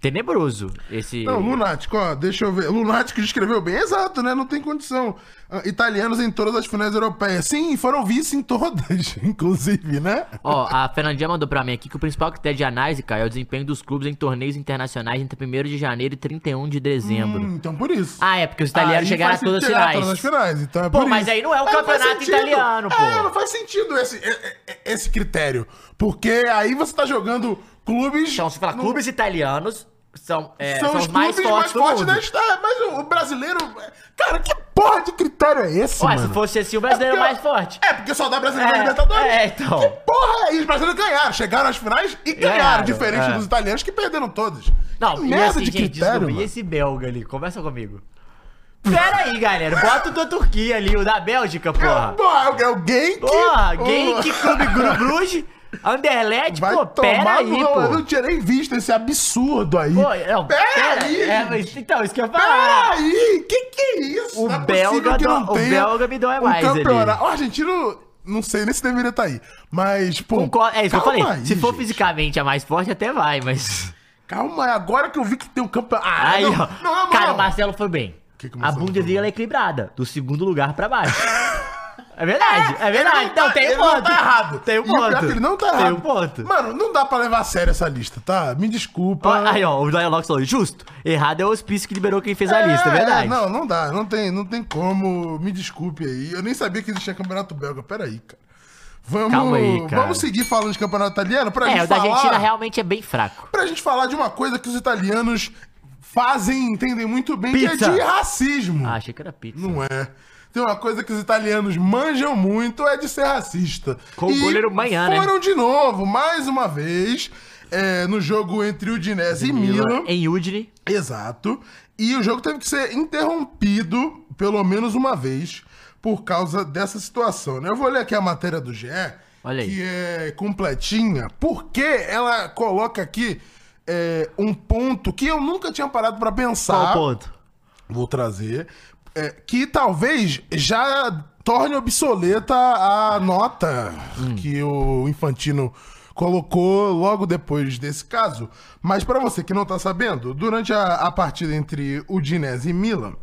tenebroso esse.
Não, Lunático, ó, deixa eu ver. Lunático escreveu bem exato, né? Não tem condição. Ah, Italianos em todas as finais europeias. Sim, foram vice em todas, inclusive, né?
Ó, a Fernandinha mandou pra mim aqui que o principal critério de análise, cara, é o desempenho dos clubes em torneios internacionais entre 1 de janeiro e 31 de dezembro.
Hum, então por isso.
Ah, é, porque os italianos
Aí
chegaram a
faz
todas as
sentido, chegar a
finais.
todas as finais, então é
Pô,
por
mas
isso.
aí não é o
Aí não faz
campeonato
sentido.
italiano, pô.
É, não faz sentido esse, é- é- esse critério. Porque aí você tá jogando clubes.
Então, se falar
no-
clubes italianos, são, é,
são, os
os mais
clubes
fortes
mais
do
fortes
mundo.
da história. Mas o, o brasileiro. é, Cara, que porra de critério é esse,
Ué,
mano?
se fosse assim, o brasileiro
É
é
porque-
mais forte.
É, porque só dá brasileiro na
É,
Libertadores.
é, então.
Que porra é isso? Os brasileiros ganharam. Chegaram às finais e ganharam.
Ganharam,
diferente
é.
dos italianos que perderam todos.
Não,
que
e
merda
assim,
de
gente,
critério.
desculpa, e
mano.
esse belga ali? Conversa comigo. Pera aí, galera, bota o da Turquia ali, o da Bélgica, porra.
Porra, é o gay que.
Porra, gay,
Porra.
que clube Gru Bruges, Anderlecht,
Vai
pô, pera
tomar
aí,
no... Eu
pô.
não tinha nem visto esse absurdo aí.
Pô, não,
pera,
pera
aí,
é,
gente.
mas, então, isso que eu ia
Pera
falar.
aí, que que é isso?
O
Não é possível
belga
que
dó-
não
o
tenha um
belga me dói mais ali.
campeonato. O argentino, não sei nem se deveria estar aí. Mas, pô.
Concordo, é isso que eu
calma
falei.
aí,
Se for
gente.
fisicamente a mais forte, até vai, mas...
Calma aí, agora que eu vi que tem um campeonato. Ah,
Aí,
não,
ó.
não, é
cara,
moral.
o Marcelo foi bem.
Que que o
a
Marcelo foi
Bundesliga
bem?
ela é equilibrada, do segundo lugar pra baixo. é verdade, é, verdade.
Ele não
Então
tá-
tem um
ele não
ponto.
tá errado.
Tem um
E o pior é
ponto.
que Ele não tá errado.
Tem um ponto.
Mano, não dá pra levar a sério essa lista, tá? Me desculpa.
Ó, Aí, ó, o Dialox falou, justo. Errado é o hospício que liberou quem fez a lista, é verdade.
não, não dá, não tem, não tem como. Me desculpe aí. Eu nem sabia que existia campeonato belga. Peraí, cara. Vamos,
Calma aí, cara.
vamos seguir falando de campeonato italiano pra
é,
gente
o da
falar.
Argentina realmente é bem fraco.
Pra gente falar de uma coisa que os italianos fazem, entendem muito bem, que
Pizza.
é de racismo.
Ah, achei que era pizza.
Não é. Tem uma coisa que os italianos manjam muito é de ser racista.
Com o goleiro Manhã, né?
foram de novo, mais uma vez, é, no jogo entre o Udinese e Milan.
Em Udine.
Exato. E o jogo teve que ser interrompido pelo menos uma vez por causa dessa situação. Né? Eu vou ler aqui a matéria do GE,
Olha aí.
que é completinha, porque ela coloca aqui é, um ponto que eu nunca tinha parado pra pensar
Qual o ponto?
vou trazer, é, que talvez já torne obsoleta a nota que o Infantino colocou logo depois desse caso. Mas pra você que não tá sabendo, durante a, a partida entre Udinese e Milan,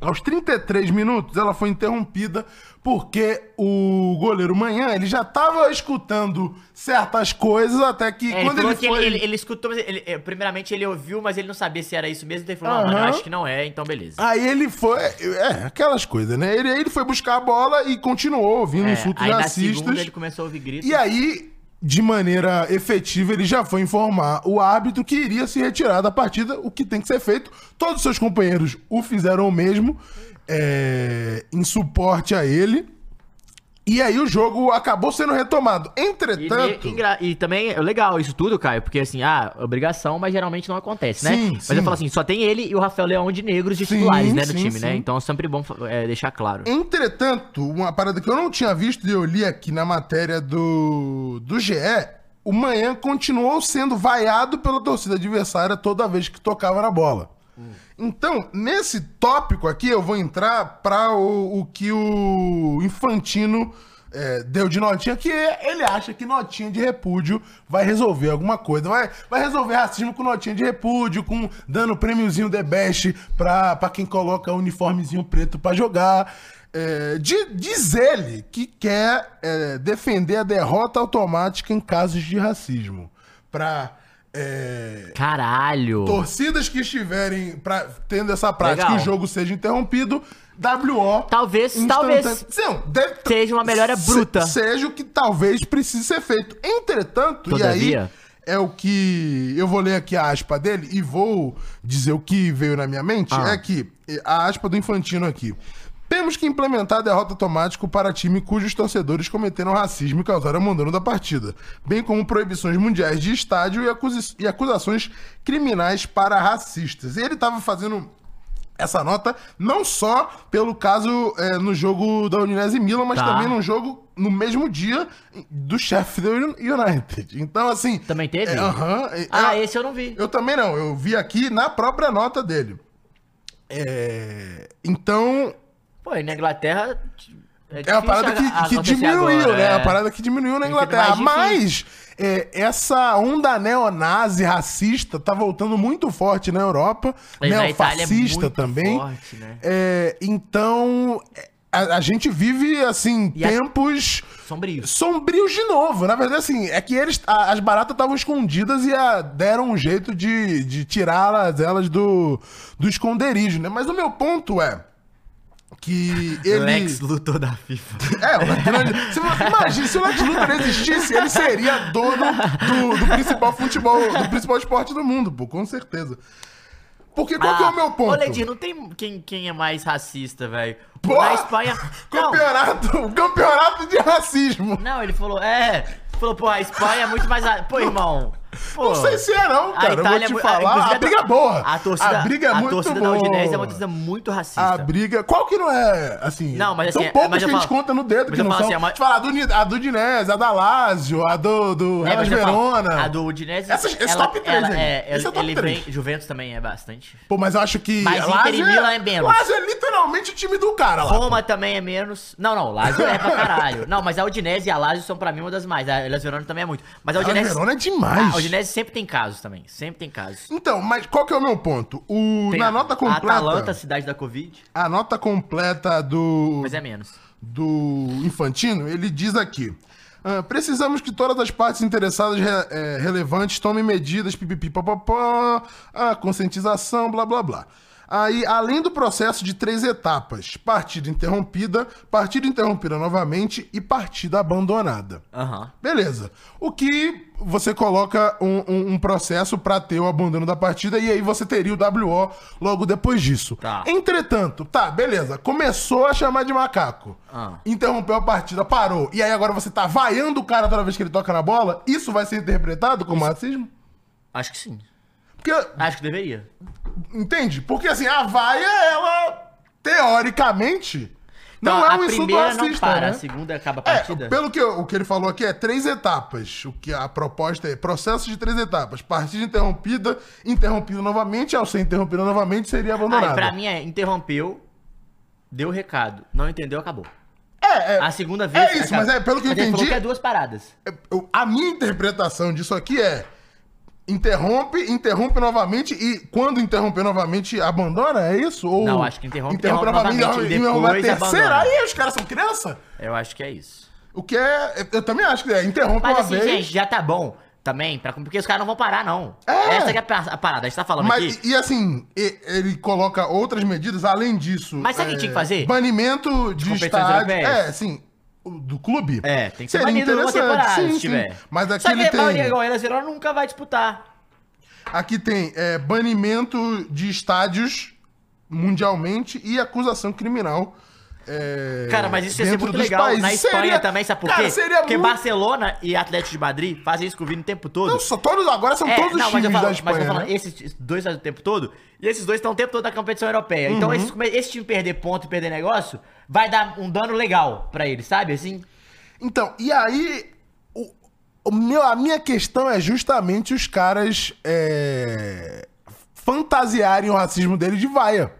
aos 33 minutos, ela foi interrompida porque o goleiro Manhã, ele já tava escutando certas coisas até que
É, ele
quando
falou
ele
que
foi...
ele, ele escutou, mas ele- eh, primeiramente ele ouviu, mas ele não sabia se era isso mesmo. Então ele falou, não,
Aham. Ah,
mano, eu acho que não é, então beleza.
Aí ele foi... É, aquelas coisas, né? Ele, ele foi buscar a bola e continuou ouvindo
É,
insultos
aí na segunda
racistas.
ele começou a ouvir gritos.
um E aí, de maneira efetiva, ele já foi informar o árbitro que iria se retirar da partida, o que tem que ser feito. Todos os seus companheiros o fizeram o mesmo, é, em suporte a ele. E aí o jogo acabou sendo retomado.
E,
Entretanto.
e- engra- e também é legal isso tudo, Caio, porque assim, ah, obrigação, mas geralmente não acontece, né?
Sim,
mas
sim.
eu falo assim, só tem ele e o Rafael Leão de negros de
Sim,
titulares, né, do
sim,
time, né?
sim.
Então é sempre bom fa- é, deixar claro.
Entretanto, uma parada que eu não tinha visto e eu li aqui na matéria do, do GE, o Manhã continuou sendo vaiado pela torcida adversária toda vez que tocava na bola. Então, nesse tópico aqui, eu vou entrar para o, o que o Infantino é, deu de notinha, que ele acha que notinha de repúdio vai resolver alguma coisa. Vai, vai resolver racismo com notinha de repúdio, com dando prêmiozinho The Best pra, pra quem coloca uniformezinho preto pra jogar. É, di- diz ele que quer é, defender a derrota automática em casos de racismo. Pra. é,
Caralho!
Torcidas que estiverem pra, tendo essa prática
Legal. Tá
e o jogo seja interrompido, WO.
Talvez-
instantane-
talvez
tá Não, deve- tá-
seja uma melhora
se-
bruta.
seja o que talvez precise ser feito. Entretanto, e aí
Todavia.
é o que. Eu vou ler aqui a aspa dele e vou dizer o que veio na minha mente.
Ah.
É que a aspa do Infantino aqui. Temos que implementar a derrota automática para time cujos torcedores cometeram racismo e causaram mandando da partida, bem como proibições mundiais de estádio e, acusi- e acusações criminais para racistas. E ele estava fazendo essa nota não só pelo caso é, no jogo da Udinese e Milan, mas
Tá.
também num jogo no mesmo dia do Sheffield United. Então, assim...
Também teve?
é, Aham. é,
Ah,
é,
esse eu não vi.
eu também não, eu vi aqui na própria nota dele. É, Então,
Pô, e na Inglaterra.
é uma
difícil
parada que,
a-
que
acontecer
diminuiu,
agora,
né?
é.
A parada que diminuiu na
Tem sido
Inglaterra.
mais
Mas é, essa onda neonazi racista tá voltando muito forte na Europa.
E na Itália é
Neofascista
muito
também.
forte, né?
É, então, é, a, a gente vive, assim,
E a-
tempos
Sombrio.
sombrios de novo. Na verdade, assim, é que eles. a- as baratas estavam escondidas e a- deram um jeito de, de tirá-las elas do, do esconderijo, né? Mas o meu ponto é. Que ele.
Lex lutou da FIFA.
É, o grande. Se, você- imagina, se o Lex Luthor existisse, ele seria dono do, do principal futebol, do principal esporte do mundo, pô, com certeza. Porque qual que é o meu ponto?
Ah, Ô, Ledir, não tem quem, quem é mais racista, velho.
Porra!
Na Espanha. Não,
é? campeonato, um campeonato de racismo.
não, ele falou, é. Falou, pô, a Espanha é muito mais. ra- Pô, irmão. Pô,
Não sei se é não,
a
cara. Eu vou
Itália é
te
mu-
falar,
inclusive
a, briga é boa.
A torcida,
a briga é
a
muito
torcida
boa.
da Udinese é uma torcida muito racista.
A briga. Qual que não é, assim.
Não, mas assim,
São
é-
poucas
mas eu
que a gente
falo-
conta no dedo
mas
que
eu
não
falo
são.
assim, é uma-
a, gente fala a do, Ni- a do Dinés, a da Lazio, a do, do
É,
Hellas
mas eu falo,
Verona.
A do Udinese.
Essas- esse top três
ela,
aí.
é,
Esse é o top
ele
três.
vem. Juventus também é bastante.
Pô, mas eu acho que.
Mas Inter e Milan é menos.
Lazio é literalmente o time do cara lá.
Roma também é menos. Não, não, Lazio é pra caralho. Não, mas a Udinese e a Lazio são pra mim uma das mais. A Elas Verona também é muito. Mas a
A
Udinese.
Verona é demais.
Ah, a Udinese sempre tem casos também. Sempre tem casos.
Então, mas qual que é o meu ponto? O,
Tem
na
a-
nota completa.
A Atalanta, cidade da Covid,
A nota completa do.
mas é menos.
do Infantino, ele diz aqui. ah, precisamos que todas as partes interessadas re- eh, relevantes tomem medidas, pipipi, papapá, a conscientização, blá blá blá. Aí, além do processo de três etapas: partida interrompida, partida interrompida novamente e partida abandonada.
Aham.
Beleza. O que você coloca um, um- um processo pra ter o abandono da partida e aí você teria o WO logo depois disso.
Tá.
Entretanto, tá, beleza. Começou a chamar de macaco.
Ah.
Interrompeu a partida, parou. E aí agora você tá vaiando o cara toda vez que ele toca na bola? Isso vai ser interpretado como racismo?
Acho que sim.
Porque,
Acho que deveria.
entende? Porque assim, a vaia, ela, teoricamente, não
Então,
é um
a
insulto
primeira
racista,
não para,
né?
a segunda acaba a
É,
partida.
pelo que eu- o que ele falou aqui é três etapas. O que a proposta é processo de três etapas. Partida interrompida, interrompida novamente, ao ser interrompida novamente seria
Ah, e
abandonada.
pra mim é, interrompeu, deu o recado, não entendeu, acabou.
É, É, é.
A segunda vez.
É isso, mas é, pelo que eu
Mas ele
entendi,
falou que é duas paradas.
é, eu- a minha interpretação disso aqui é. Interrompe, interrompe novamente e quando interromper novamente, abandona? É isso? Ou
Não, acho que interrompe,
interrompe
interrompe
novamente,
novamente,
e interrompe
depois
a terceira?
abandona.
Aí os caras são criança?
Eu acho que é isso.
O que é. Eu também acho que é. Interrompe
Mas
uma
assim,
vez.
gente, já tá bom também, pra, porque os caras não vão parar, não.
É.
Essa que é a pa- a parada, a gente tá falando
Mas,
aqui.
e assim, e- ele coloca outras medidas além disso. É,
Mas sabe o que tinha que fazer?
Banimento de,
competições
estádio.
europeias.
É, assim, o- do clube.
É, tem que ser
Seria
banido uma
interessante,
temporada,
sim,
se
sim.
tiver.
Mas aqui
Só que
ele
a maioria
tem-
igual elas viram, nunca vai disputar.
Aqui tem é, banimento de estádios mundialmente e acusação criminal. é,
Cara, mas isso ia ser
dentro
muito
dos
legal. Na
países.
Espanha
Seria-
também, sabe por
Cara,
quê?
seria
Porque
muito...
Barcelona e Atlético de Madrid fazem isso com o Vini o tempo todo.
Não, só todos, agora são
É,
todos os
mas eu
times
falo-
da Espanha.
Mas eu falo,
né?
esses dois fazem o tempo todo, e esses dois estão o tempo todo na competição europeia. Então,
Uhum.
esses, come- esse time perder ponto e perder negócio, vai dar um dano legal pra eles, sabe? Assim,
Então, e aí, o, o meu, a minha questão é justamente os caras é, fantasiarem o racismo dele de vaia.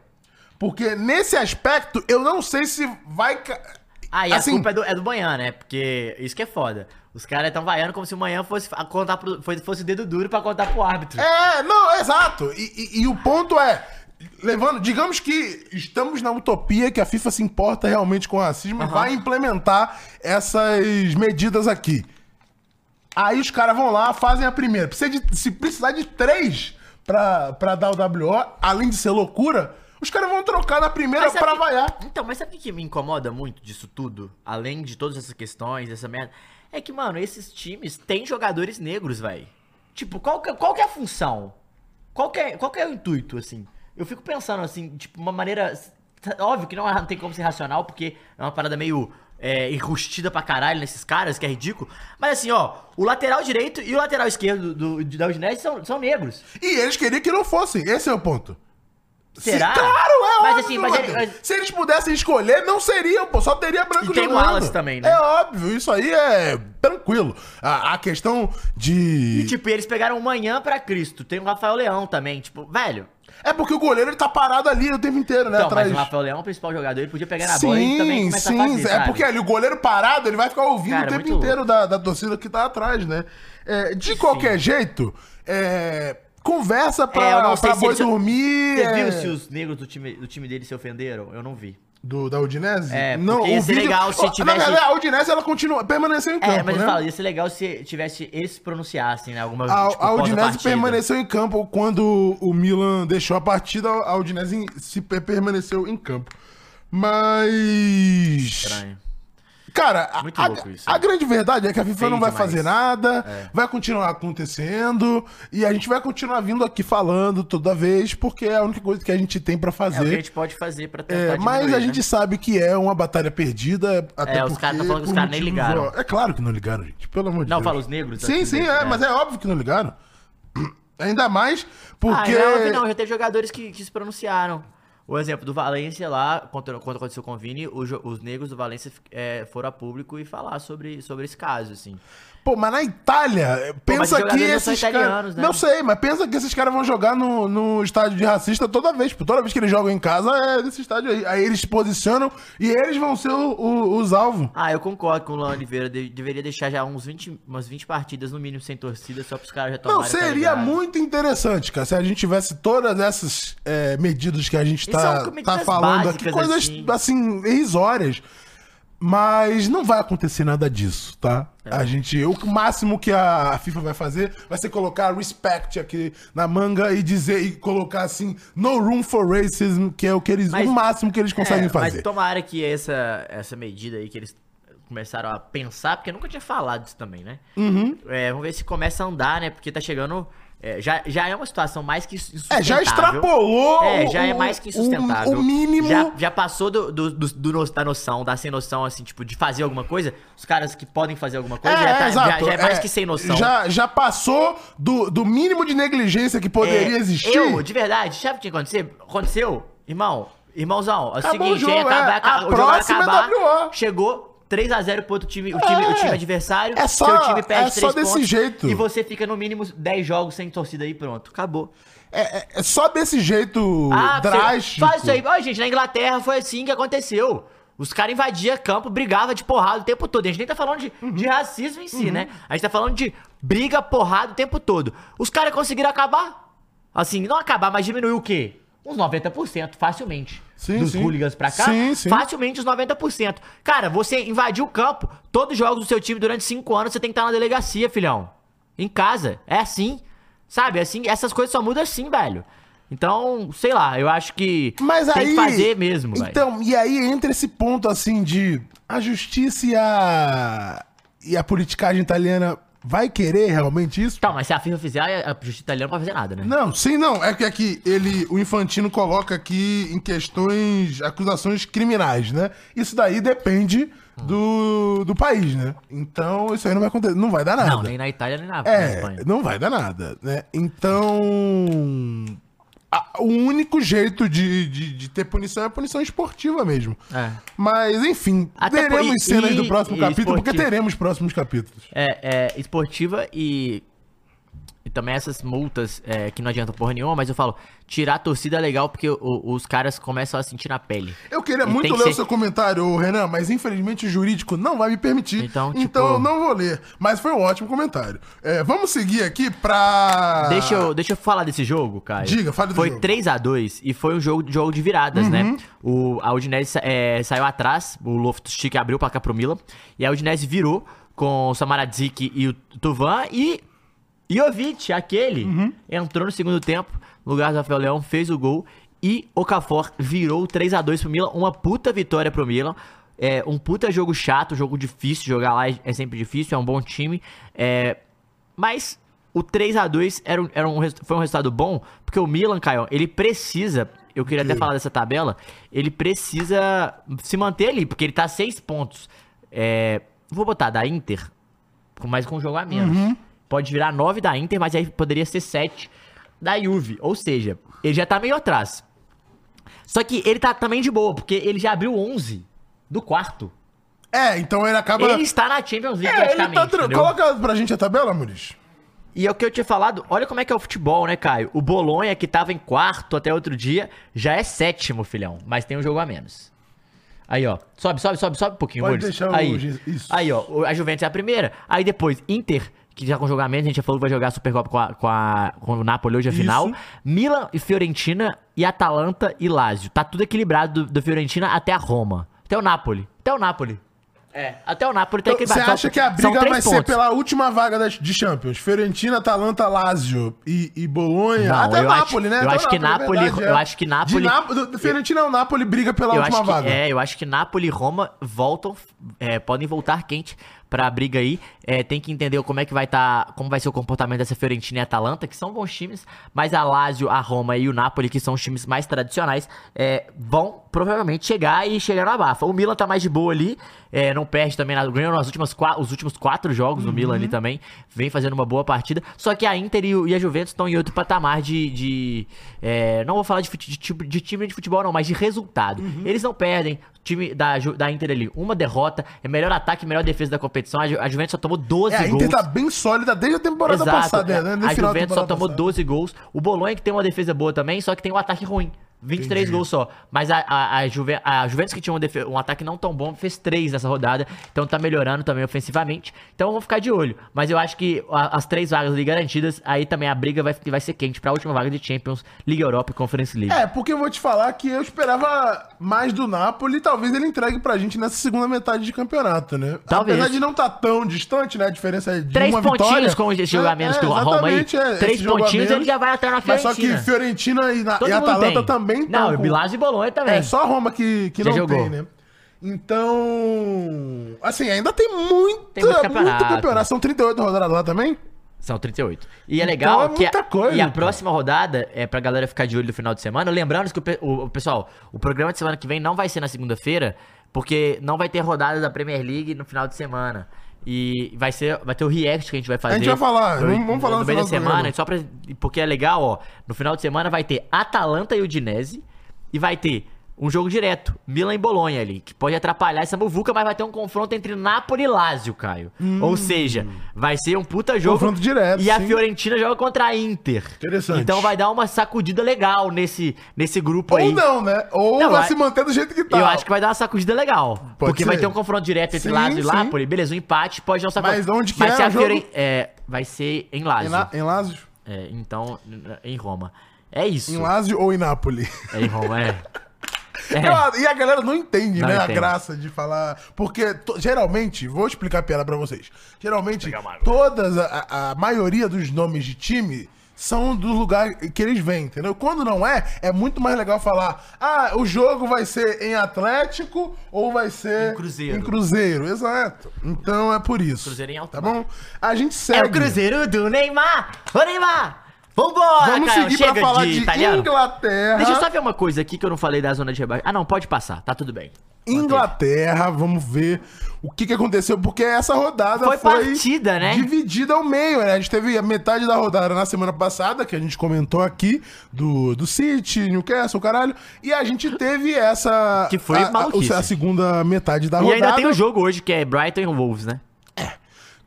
Porque nesse aspecto, eu não sei se vai. ca- Assim,
Ah, e a culpa é do, é do Manhã, né? Porque isso que é foda. Os caras estão vaiando como se o Manhã fosse, a contar pro, fosse, fosse dedo duro pra contar pro árbitro.
É, não, exato. E, e- e o ponto é. Levando, digamos que estamos na utopia que a FIFA se importa realmente com o racismo e vai implementar essas medidas aqui. Aí os caras vão lá, fazem a primeira. Precisa de- se precisar de três pra, pra dar o WO, além de ser loucura, os caras vão trocar na primeira
Mas sabe
pra
que-
vaiar.
Então, mas sabe o que que me incomoda muito disso tudo? Além de todas essas questões, essa merda. É que, mano, esses times têm jogadores negros, velho. Tipo, qual que, qual que é a função? Qual que, é, qual que é o intuito, assim? Eu fico pensando, assim, tipo, uma maneira. Óbvio que não, é- não tem como ser racional, porque é uma parada meio é, enrustida pra caralho nesses caras, que é ridículo. Mas assim, ó, o lateral direito e o lateral esquerdo do, do, da Udinese são, são negros.
E eles queriam que não fossem. Esse é o ponto.
Será?
Se, claro, é
Mas,
óbvio,
assim, mas ele-
Matheus.
mas-
Se eles pudessem escolher, não seriam, pô. Só teria branco
E tem o
jogando.
Wallace também, né?
É óbvio, isso aí é tranquilo. A, a questão de...
E, tipo, eles pegaram manhã pra Cristo. Tem o Rafael Leão também. Tipo, velho.
É porque o goleiro ele tá parado ali o tempo inteiro, né?
Então,
atrás.
mas o Rafael Leão é o principal jogador. Ele podia pegar na bola e também
Sim,
começar a fazer,
sim. É
sabe?
porque ali o goleiro parado, ele vai ficar ouvindo
Cara,
o tempo
muito louco.
inteiro da, da torcida que tá atrás, né? É, de qualquer jeito, é, conversa pra,
É, eu não sei
pra
se
boi
eles-
dormir.
Você
é,
viu se os negros do time, do time dele se ofenderam? Eu não vi.
Do, da Udinese?
É, porque ia ser legal se
Ó,
tivesse-
Na verdade, a Udinese, ela continua, permaneceu em campo,
é, mas
né?
eu falo, ia ser legal se tivesse. Eles se pronunciassem, né? Alguma
A,
tipo,
a
pós da
Udinese
partida.
permaneceu em campo quando o Milan deixou a partida, a Udinese em- se per- permaneceu em campo. Mas.
Estranho.
Cara, a-
Muito
a,
louco isso,
a
né?
grande verdade é que a FIFA
Feio
não vai
demais. É.
fazer nada, vai continuar acontecendo e a gente vai continuar vindo aqui falando toda vez, porque é a única coisa que a gente tem pra
É o que a
fazer.
gente pode fazer pra tentar.
É, mas
diminuir,
a
né?
gente sabe que é uma batalha perdida. Até
É, os
porque,
caras tá falando que os
por
caras nem
motivos
ligaram.
ó- É claro que não ligaram, gente. Pelo amor de
Não,
Deus.
fala os negros,
Sim,
assim,
sim,
deles,
é,
né?
mas é óbvio que não ligaram. Ainda mais porque.
Ah, não, que não, já teve jogadores que, que se pronunciaram. O exemplo do Valência lá, quando, quando aconteceu com o Vini, o jo- os negros do Valência é, foram a público e falar sobre, sobre esse caso, assim.
Pô, mas na Itália,
mas
pensa
os
que
jogadores não são
esses caras.
italianos, né?
Não sei, mas pensa que esses caras vão jogar no, no estádio de racista toda vez. Pô, toda vez que eles jogam em casa, é nesse estádio aí. Aí eles se posicionam e eles vão ser o- o- os alvos.
Ah, eu concordo com o Luan Oliveira, de- deveria deixar já uns 20, umas 20 partidas no mínimo sem torcida, só pros caras já
Não,
tomarem.
seria
tá ligado?
muito interessante, cara, se a gente tivesse todas essas é, medidas que a gente
E
tá,
são é um medidas
tá falando aqui,
básicas,
coisas assim.
assim.
irrisórias. Mas não vai acontecer nada disso, tá?
É.
A gente, o máximo que a FIFA vai fazer vai ser colocar respect aqui na manga e dizer e colocar assim no room for racism, que é o que eles,
Mas-
o máximo que eles conseguem
É,
fazer.
Mas tomara que essa, essa medida aí que eles começaram a pensar, porque eu nunca tinha falado isso também, né?
Uhum.
É, vamos ver se começa a andar, né? Porque tá chegando. é, já, já é uma situação mais que
É, já
insustentável.
extrapolou.
É,
o-
já é mais que insustentável.
O, o mínimo.
Já, já passou do, do, do- do no- da noção, da sem noção, assim, tipo, de fazer alguma coisa. Os caras que podem fazer alguma coisa já, tá- já- já é mais que sem noção.
Já, já passou do, do mínimo de negligência que poderia
É,
existir.
Eu, de verdade, sabe o que aconteceu? Aconteceu, irmão, irmãozão, é o
Acabou o
seguinte,
jogo,
ia acabar-
é.
vai acabar-
A
o jogo vai
próxima é
acabar,
WO.
chegou 3x0 pro outro time, o time,
É.
o time adversário,
É só-
seu time perde
é só
3
desse
pontos,
jeito.
e você fica no mínimo 10 jogos sem torcida aí, pronto, acabou.
É, é- é só desse jeito
Ah, você-
drástico.
faz isso aí. Ó, gente, na Inglaterra foi assim que aconteceu. Os caras invadiam campo, brigava de porrada o tempo todo. E a gente nem tá falando de, de racismo em si, né? A gente tá falando de briga, porrada o tempo todo. Os caras conseguiram acabar. Assim, não acabar, mas diminuiu o quê? Uns 90% facilmente.
Sim,
dos
sim.
hooligans pra cá.
Sim, sim.
Facilmente os 90%. Cara, você invadiu o campo, todos os jogos do seu time durante 5 anos, você tem que estar na delegacia, filhão. Em casa. É assim. Sabe? Assim, essas coisas só mudam assim, velho. Então, sei lá, eu acho que
Mas
tem
aí.
que fazer mesmo, velho.
Então, e aí entra esse ponto assim de a justiça e a. e a politicagem italiana vai querer realmente isso?
Tá, mas se a FIFA fizer, a justiça italiana não pode fazer nada, né?
Não, sim, não. É que aqui ele, o Infantino coloca aqui em questões, acusações criminais, né? Isso daí depende do, do país, né? Então isso aí não vai acontecer, não vai dar nada.
Não, nem na Itália, nem na, na
É,
Espanha.
não vai dar nada, né? Então. a- o único jeito de, de, de ter punição é punição esportiva mesmo.
É.
Mas, enfim,
Até por-
teremos
e-
cenas do
e-
próximo
e
capítulo, porque
esportivo.
teremos próximos capítulos.
É, é, esportiva e. E também essas multas é, que não adianta porra nenhuma, mas eu falo, tirar a torcida é legal porque o- os caras começam a sentir na pele.
Eu queria
E
muito
tem que
ler o
ser-
seu comentário, Renan, mas infelizmente o jurídico não vai me permitir. Então,
Então, tipo-
eu não vou ler. Mas foi um ótimo comentário. É, vamos seguir aqui pra.
Deixa, eu, deixa eu falar desse jogo, Caio.
Diga, fale do
Foi
jogo. Uhum.
3 a 2 e foi um jogo, jogo de viradas, né? O, a Udinese sa- é, saiu atrás, o Loftus-Cheek abriu pra cá pro Milan, e a Udinese virou com o Samaradzik e o Tuvan, e Jovic, aquele,
Uhum.
entrou no segundo tempo, no lugar do Rafael Leão, fez o gol, e Okafor virou 3 a 2 pro Milan, uma puta vitória pro Milan. É um puta jogo chato, jogo difícil, jogar lá é é sempre difícil, é um bom time. É, mas o 3 a 2 era um, era um resu- foi um resultado bom, porque o Milan, Caio, ele precisa. Eu queria até falar dessa tabela. Ele precisa se manter ali, porque ele tá a 6 pontos. É, vou botar da Inter, com- mas com um jogo a menos.
Uhum.
Pode virar 9 da Inter, mas aí poderia ser 7 da Juve. Ou seja, ele já tá meio atrás. Só que ele tá também de boa, porque ele já abriu 11 do quarto.
É, então ele acaba.
Ele está na Champions League
É, ele
praticamente.
tá. tran-
entendeu?
Coloca pra gente a tabela, Muniz.
E é o que eu tinha falado, olha como é que é o futebol, né, Caio? O Bolonha, que tava em quarto até outro dia, já é sétimo, filhão, mas tem um jogo a menos. Aí, ó, sobe, sobe, sobe, sobe um pouquinho,
Pode
Mules.
deixar o
aí,
Gis- isso.
Aí, ó, o- a Juventus é a primeira. Aí depois, Inter, que já com jogo a menos, a gente já falou que vai jogar a Supercopa com, a- com, a- com o Napoli hoje a
Isso.
final. Milan e Fiorentina, e Atalanta e Lazio. Tá tudo equilibrado do, do Fiorentina até a Roma. Até o Napoli. Até o Napoli. É, até o Napoli tá
Então, Você
equilibrado. Só-
acha que a
são
briga
três
vai ser
pontos.
pela última vaga das- de Champions? Fiorentina, Atalanta, Lazio e, e Bolonha.
Não,
Até
eu
Nápoles,
acho-
né?
eu
Até
acho que
é
Nápoles- eu acho que
De
Nápoles-
Nápoles- do- Fiorentina ou Nápoles briga pela
Eu
última
acho que,
vaga.
É, eu acho que Napoli e Roma voltam, é, podem voltar quente pra briga aí. É, tem que entender como é que vai estar, como vai ser o comportamento dessa Fiorentina e Atalanta, que são bons times, mas a Lazio, a Roma e o Napoli, que são os times mais tradicionais, é, vão provavelmente chegar e chegar na bafa. O Milan tá mais de boa ali, é, não perde também, na- ganhou nas últimas, qua- os últimos quatro jogos do Milan
Uhum.
ali também, vem fazendo uma boa partida, só que a Inter e, o- e a Juventus estão em outro patamar de, de, é, não vou falar de, fute- de tipo- de time de futebol não, mas de resultado.
Uhum.
Eles não perdem, o time da, Ju- da Inter ali, uma derrota, é melhor ataque, melhor defesa da competição, a, Ju- a Juventus só tomou 12
É, a
gols.
Inter tá bem sólida desde a temporada
Exato.
passada, né? No
a
final da
Juventus só
temporada
tomou
passada.
12 gols. O Bolonha que tem uma defesa boa também, só que tem um ataque ruim. 23
Entendi.
gols só. Mas a, a, a, Juve- a Juventus que tinha um, defe- um ataque não tão bom, fez 3 nessa rodada. Então tá melhorando também ofensivamente. Então vamos ficar de olho. Mas eu acho que a- as três vagas ali garantidas, aí também a briga vai, vai ser quente pra última vaga de Champions, Liga Europa e Conference League.
É, porque eu vou te falar que eu esperava mais do Napoli, talvez ele entregue pra gente nessa segunda metade de campeonato, né?
Talvez.
Apesar de não estar tão distante, né? A diferença é de
Três
uma
pontinhos
vitória.
com esse jogo a menos que o Roma aí.
exatamente, é,
Três
esse jogo a
pontinhos,
menos.
ele já vai até na
Mas só que
Fiorentina.
Fiorentina e, na-
Todo
e
mundo
Atalanta
tem.
também
Não,
tão
e
com-
Bilazzo e Bolonha também.
É, só a Roma que, que
Já
não
jogou.
tem, né? Então, assim, ainda tem muito,
Tem muito
muito
campeonato.
campeonato. São 38 rodadas lá também?
São 38. E é
Então
legal
é
que a-
muita coisa,
e a
cara.
próxima rodada é pra galera ficar de olho no final de semana. Lembrando que o, pe- o- o pessoal, o programa de semana que vem não vai ser na segunda-feira, porque não vai ter rodada da Premier League no final de semana. E vai ser, vai ter o react que a gente vai fazer.
gente vai falar,
no-
vamos- vamos falar
no,
no
meio da
final do
semana,
programa.
só pra, porque é legal, ó. No final de semana vai ter Atalanta e Udinese e vai ter um jogo direto, Milan e Bolonha ali, que pode atrapalhar essa muvuca, mas vai ter um confronto entre Napoli e Lazio, Caio. Ou seja, vai ser um puta jogo.
Hum. Confronto direto,
E a
sim.
Fiorentina joga contra a Inter.
Interessante.
Então vai dar uma sacudida legal nesse, nesse grupo aí.
Ou não, né? Ou
Não,
vai
a-
se manter do jeito que tá.
Eu acho que vai dar uma sacudida legal. porque
ser.
vai ter um confronto direto entre
Sim,
Lazio e
sim.
Napoli. Beleza, um empate pode dar um sacudida.
Mas onde que
Mas
é
se
o
a
jogo?
Fiorentina. É, vai ser em
Em,
Lazio.
La... em Lazio?
É, então, em Roma. É isso.
Em Lazio ou em Nápoles?
É em Roma, é. É.
Eu- e a galera não entende,
Não
né? A
entende.
graça de falar. Porque to- geralmente, vou explicar a piada pra vocês. Geralmente, todas, a, a- a maioria dos nomes de time são do lugar que eles vêm, entendeu? Quando não é, é muito mais legal falar: ah, o jogo vai ser em Atlético ou vai ser.
Em Cruzeiro.
Em Cruzeiro, exato. Então é por isso.
Cruzeiro em alto
Tá bom? A gente segue.
É o Cruzeiro do Neymar! Ô Neymar! Vambora,
Vamos
Caio!
seguir
Chega
pra falar
de,
de,
italiano!
Inglaterra.
Deixa eu só ver uma coisa aqui que eu não falei da zona de rebaixamento. Ah não, pode passar, tá tudo bem.
Inglaterra, vamos ver o que, que aconteceu, porque essa rodada foi,
Foi partida, né?
dividida ao meio, né? A gente teve a metade da rodada na semana passada, que a gente comentou aqui, do, do City, Newcastle, caralho, e a gente teve essa...
Que foi
a,
maluquice.
a, a segunda metade da
E
rodada,
ainda tem o jogo hoje, que é Brighton e Wolves, né?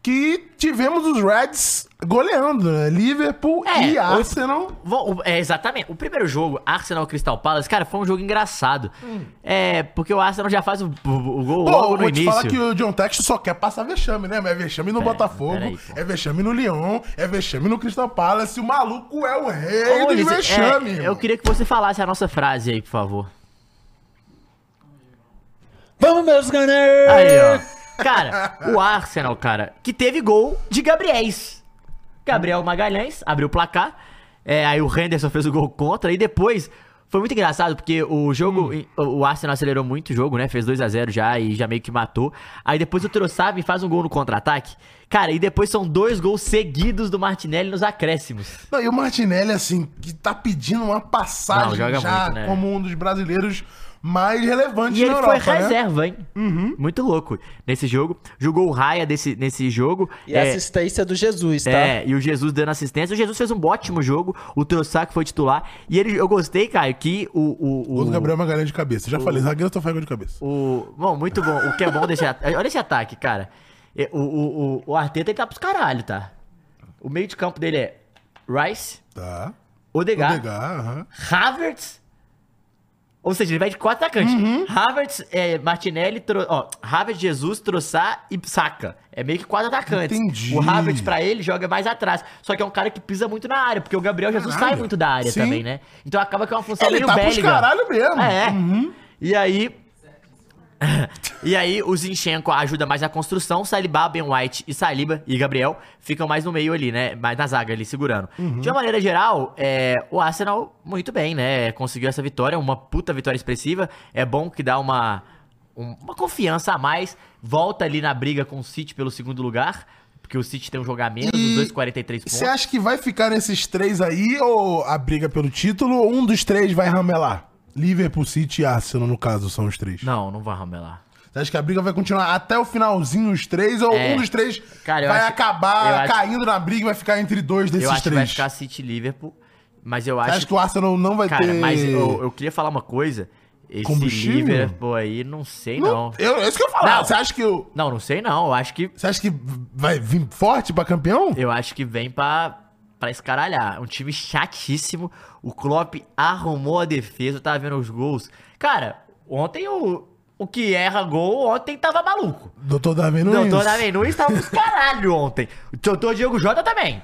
que tivemos os Reds goleando, né? Liverpool
É,
e
o-
Arsenal...
Vo- o- É, exatamente. O primeiro jogo, Arsenal Crystal Palace, cara, foi um jogo engraçado. É, porque o Arsenal já faz o, o- o gol
Pô,
logo no
eu vou te
início.
falar que o John Texton só quer passar vexame, né? Mas é vexame no
Pera-
Botafogo,
peraí, pô.
é vexame no Lyon, é vexame no Crystal Palace. O maluco é o rei
Ô,
do
Ulisses,
vexame.
é,
irmão.
eu queria que você falasse a nossa frase aí, por favor.
Vamos, meus ganheiros!
Aí,
É.
ó. Cara, o Arsenal, cara, que teve gol de Gabriéis. Gabriel Magalhães abriu o placar. é, aí o Henderson fez o gol contra. E depois foi muito engraçado, porque o jogo.
Hum.
O o Arsenal acelerou muito o jogo, né? Fez 2 a 0 já e já meio que matou. Aí depois o Trossard faz um gol no contra-ataque. Cara, e depois são dois gols seguidos do Martinelli nos acréscimos.
Não, e o Martinelli, assim, que tá pedindo uma passagem
Não, joga
já
muito, né?
como um dos brasileiros mais relevantes
E
na
ele
Europa,
foi
né?
reserva, hein? Muito louco nesse jogo. Jogou o Raia desse, nesse jogo.
E a assistência do Jesus, tá?
É, e o Jesus dando assistência. O Jesus fez um ótimo jogo. O Trossac foi titular. E ele, eu gostei, Caio, que o. O,
Gol do
o,
Gabriel Magalhães de cabeça. Já falei, zagueiro só faz gol de cabeça.
o- Bom, muito bom. O que é bom desse. at- Olha esse ataque, cara. E- O, o, o, o Arteta ele tá pros caralho, tá? O meio de campo dele é Rice,
Tá.
Odegaard,
Pegar, aham.
Havertz. Ou seja, ele vai de quatro atacantes.
Uhum.
Havertz, é, Martinelli, Tro- ó, Havertz, Jesus, Troçar e Saka. É meio que quatro atacantes.
Entendi.
O Havertz, pra ele, joga mais atrás. Só que é um cara que pisa muito na área, porque o Gabriel Jesus
Caralho.
sai muito da área
Sim.
também, né? Então acaba que é uma função
Ele
meio
tá pros
Bellingham.
caralho mesmo.
É.
Uhum.
E aí... e aí, o Zinchenko ajuda mais na construção. Salibá, Ben White e Saliba e Gabriel ficam mais no meio ali, né? Mais na zaga ali, segurando.
Uhum.
De uma maneira geral, é, o Arsenal muito bem, né? Conseguiu essa vitória, uma puta vitória expressiva. É bom que dá uma, um- uma confiança a mais. Volta ali na briga com o City pelo segundo lugar. Porque o City tem um jogo a menos,
E
os dois 43 pontos.
Você acha que vai ficar nesses três aí, ou a briga pelo título, ou um dos três vai ramelar? Liverpool, City e Arsenal, no caso, são os três.
Não, não vai ramelar.
Você acha que a briga vai continuar até o finalzinho, os três, ou
É.
um dos três
Cara, eu
vai
acho- eu
acabar
acho-
caindo na briga e vai ficar entre dois desses
Eu acho que vai
três?
ficar City e Liverpool. Mas eu
Você
acho
acha que o Arsenal não vai
Cara,
ter...
mas eu, eu queria falar uma coisa. Esse
Combustível?
Liverpool aí, não sei não.
não... Eu, é isso que eu ia falar.
Não.
Você acha que o...
Não, não sei não. Eu acho que,
Você acha que vai vir forte pra campeão?
eu acho que vem pra, pra escaralhar. Um time chatíssimo. O Klopp arrumou a defesa, eu tava vendo os gols. Cara, ontem o, o que erra gol, ontem tava maluco.
Doutor Darwin
O
Nunes.
doutor Davi Nunes tava pros caralho ontem. O doutor Diego Jota também.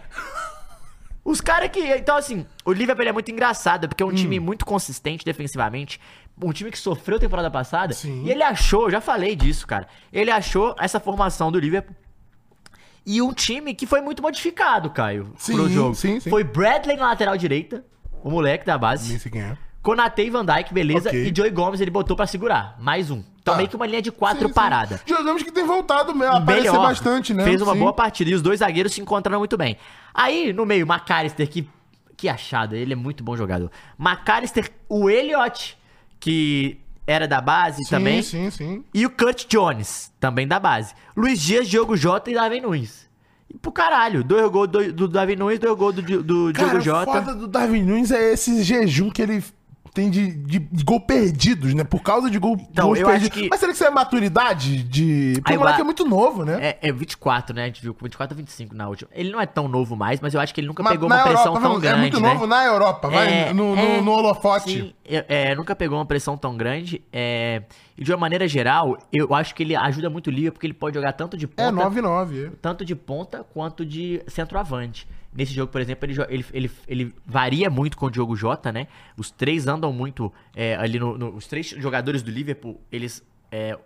Os caras que. Então, assim, o Liverpool ele é muito engraçado,
Hum.
porque é um time muito consistente defensivamente. Um time que sofreu temporada passada.
Sim.
E ele achou, eu já falei disso, cara. Ele achou essa formação do Liverpool. E um time que foi muito modificado, Caio,
Sim,
pro jogo.
sim, sim.
Foi Bradley na lateral direita, o moleque da base.
Nem sei quem é.
Konate e Van Dyke, beleza.
Ok.
E Joey Gomes ele botou pra segurar. Mais um. Então,
Tá.
meio que uma linha de quatro
Sim, sim.
parada
Jogamos que tem voltado mesmo, aparecer
melhor.
bastante, né?
Fez uma
Sim.
boa partida e os dois zagueiros se encontraram muito bem. Aí, no meio, McAllister, que, que achada, ele é muito bom jogador. McAllister, o Elliot, que era da base
Sim,
também.
sim, sim.
E o Kurt Jones, também da base. Luiz Dias, Diogo Jota e Davi Nunes. E pro caralho, dois gols do, do Davi Nunes, dois gols do, Di- do
Cara,
Diogo
o
Jota.
foda do Darwin Nunes é esse jejum que ele tem de, de, de gol perdidos, né? Por causa de gol,
Então,
gols
eu acho que-
Mas será que isso é maturidade de. Porque
Aí
o moleque
vai-
é muito novo, né?
É, é 24, né? A gente viu com 24 a 25 na última. Ele não é tão novo mais, mas eu acho que ele nunca
Ma-
pegou
na
uma pressão
Europa,
tão
vamos-
grande.
É muito
né?
novo na Europa, vai,
É,
no, no-
é,
no holofote.
Sim, é, é, nunca pegou uma pressão tão grande. é, e de uma maneira geral, eu acho que ele ajuda muito o Liga, porque ele pode jogar tanto de
É
ponta,
9-9.
tanto de ponta quanto de centroavante. Nesse jogo, por exemplo, ele, jo- ele, ele, ele varia muito com o Diogo Jota, né? Os três andam muito é, ali no, no- Os três jogadores do Liverpool, eles é,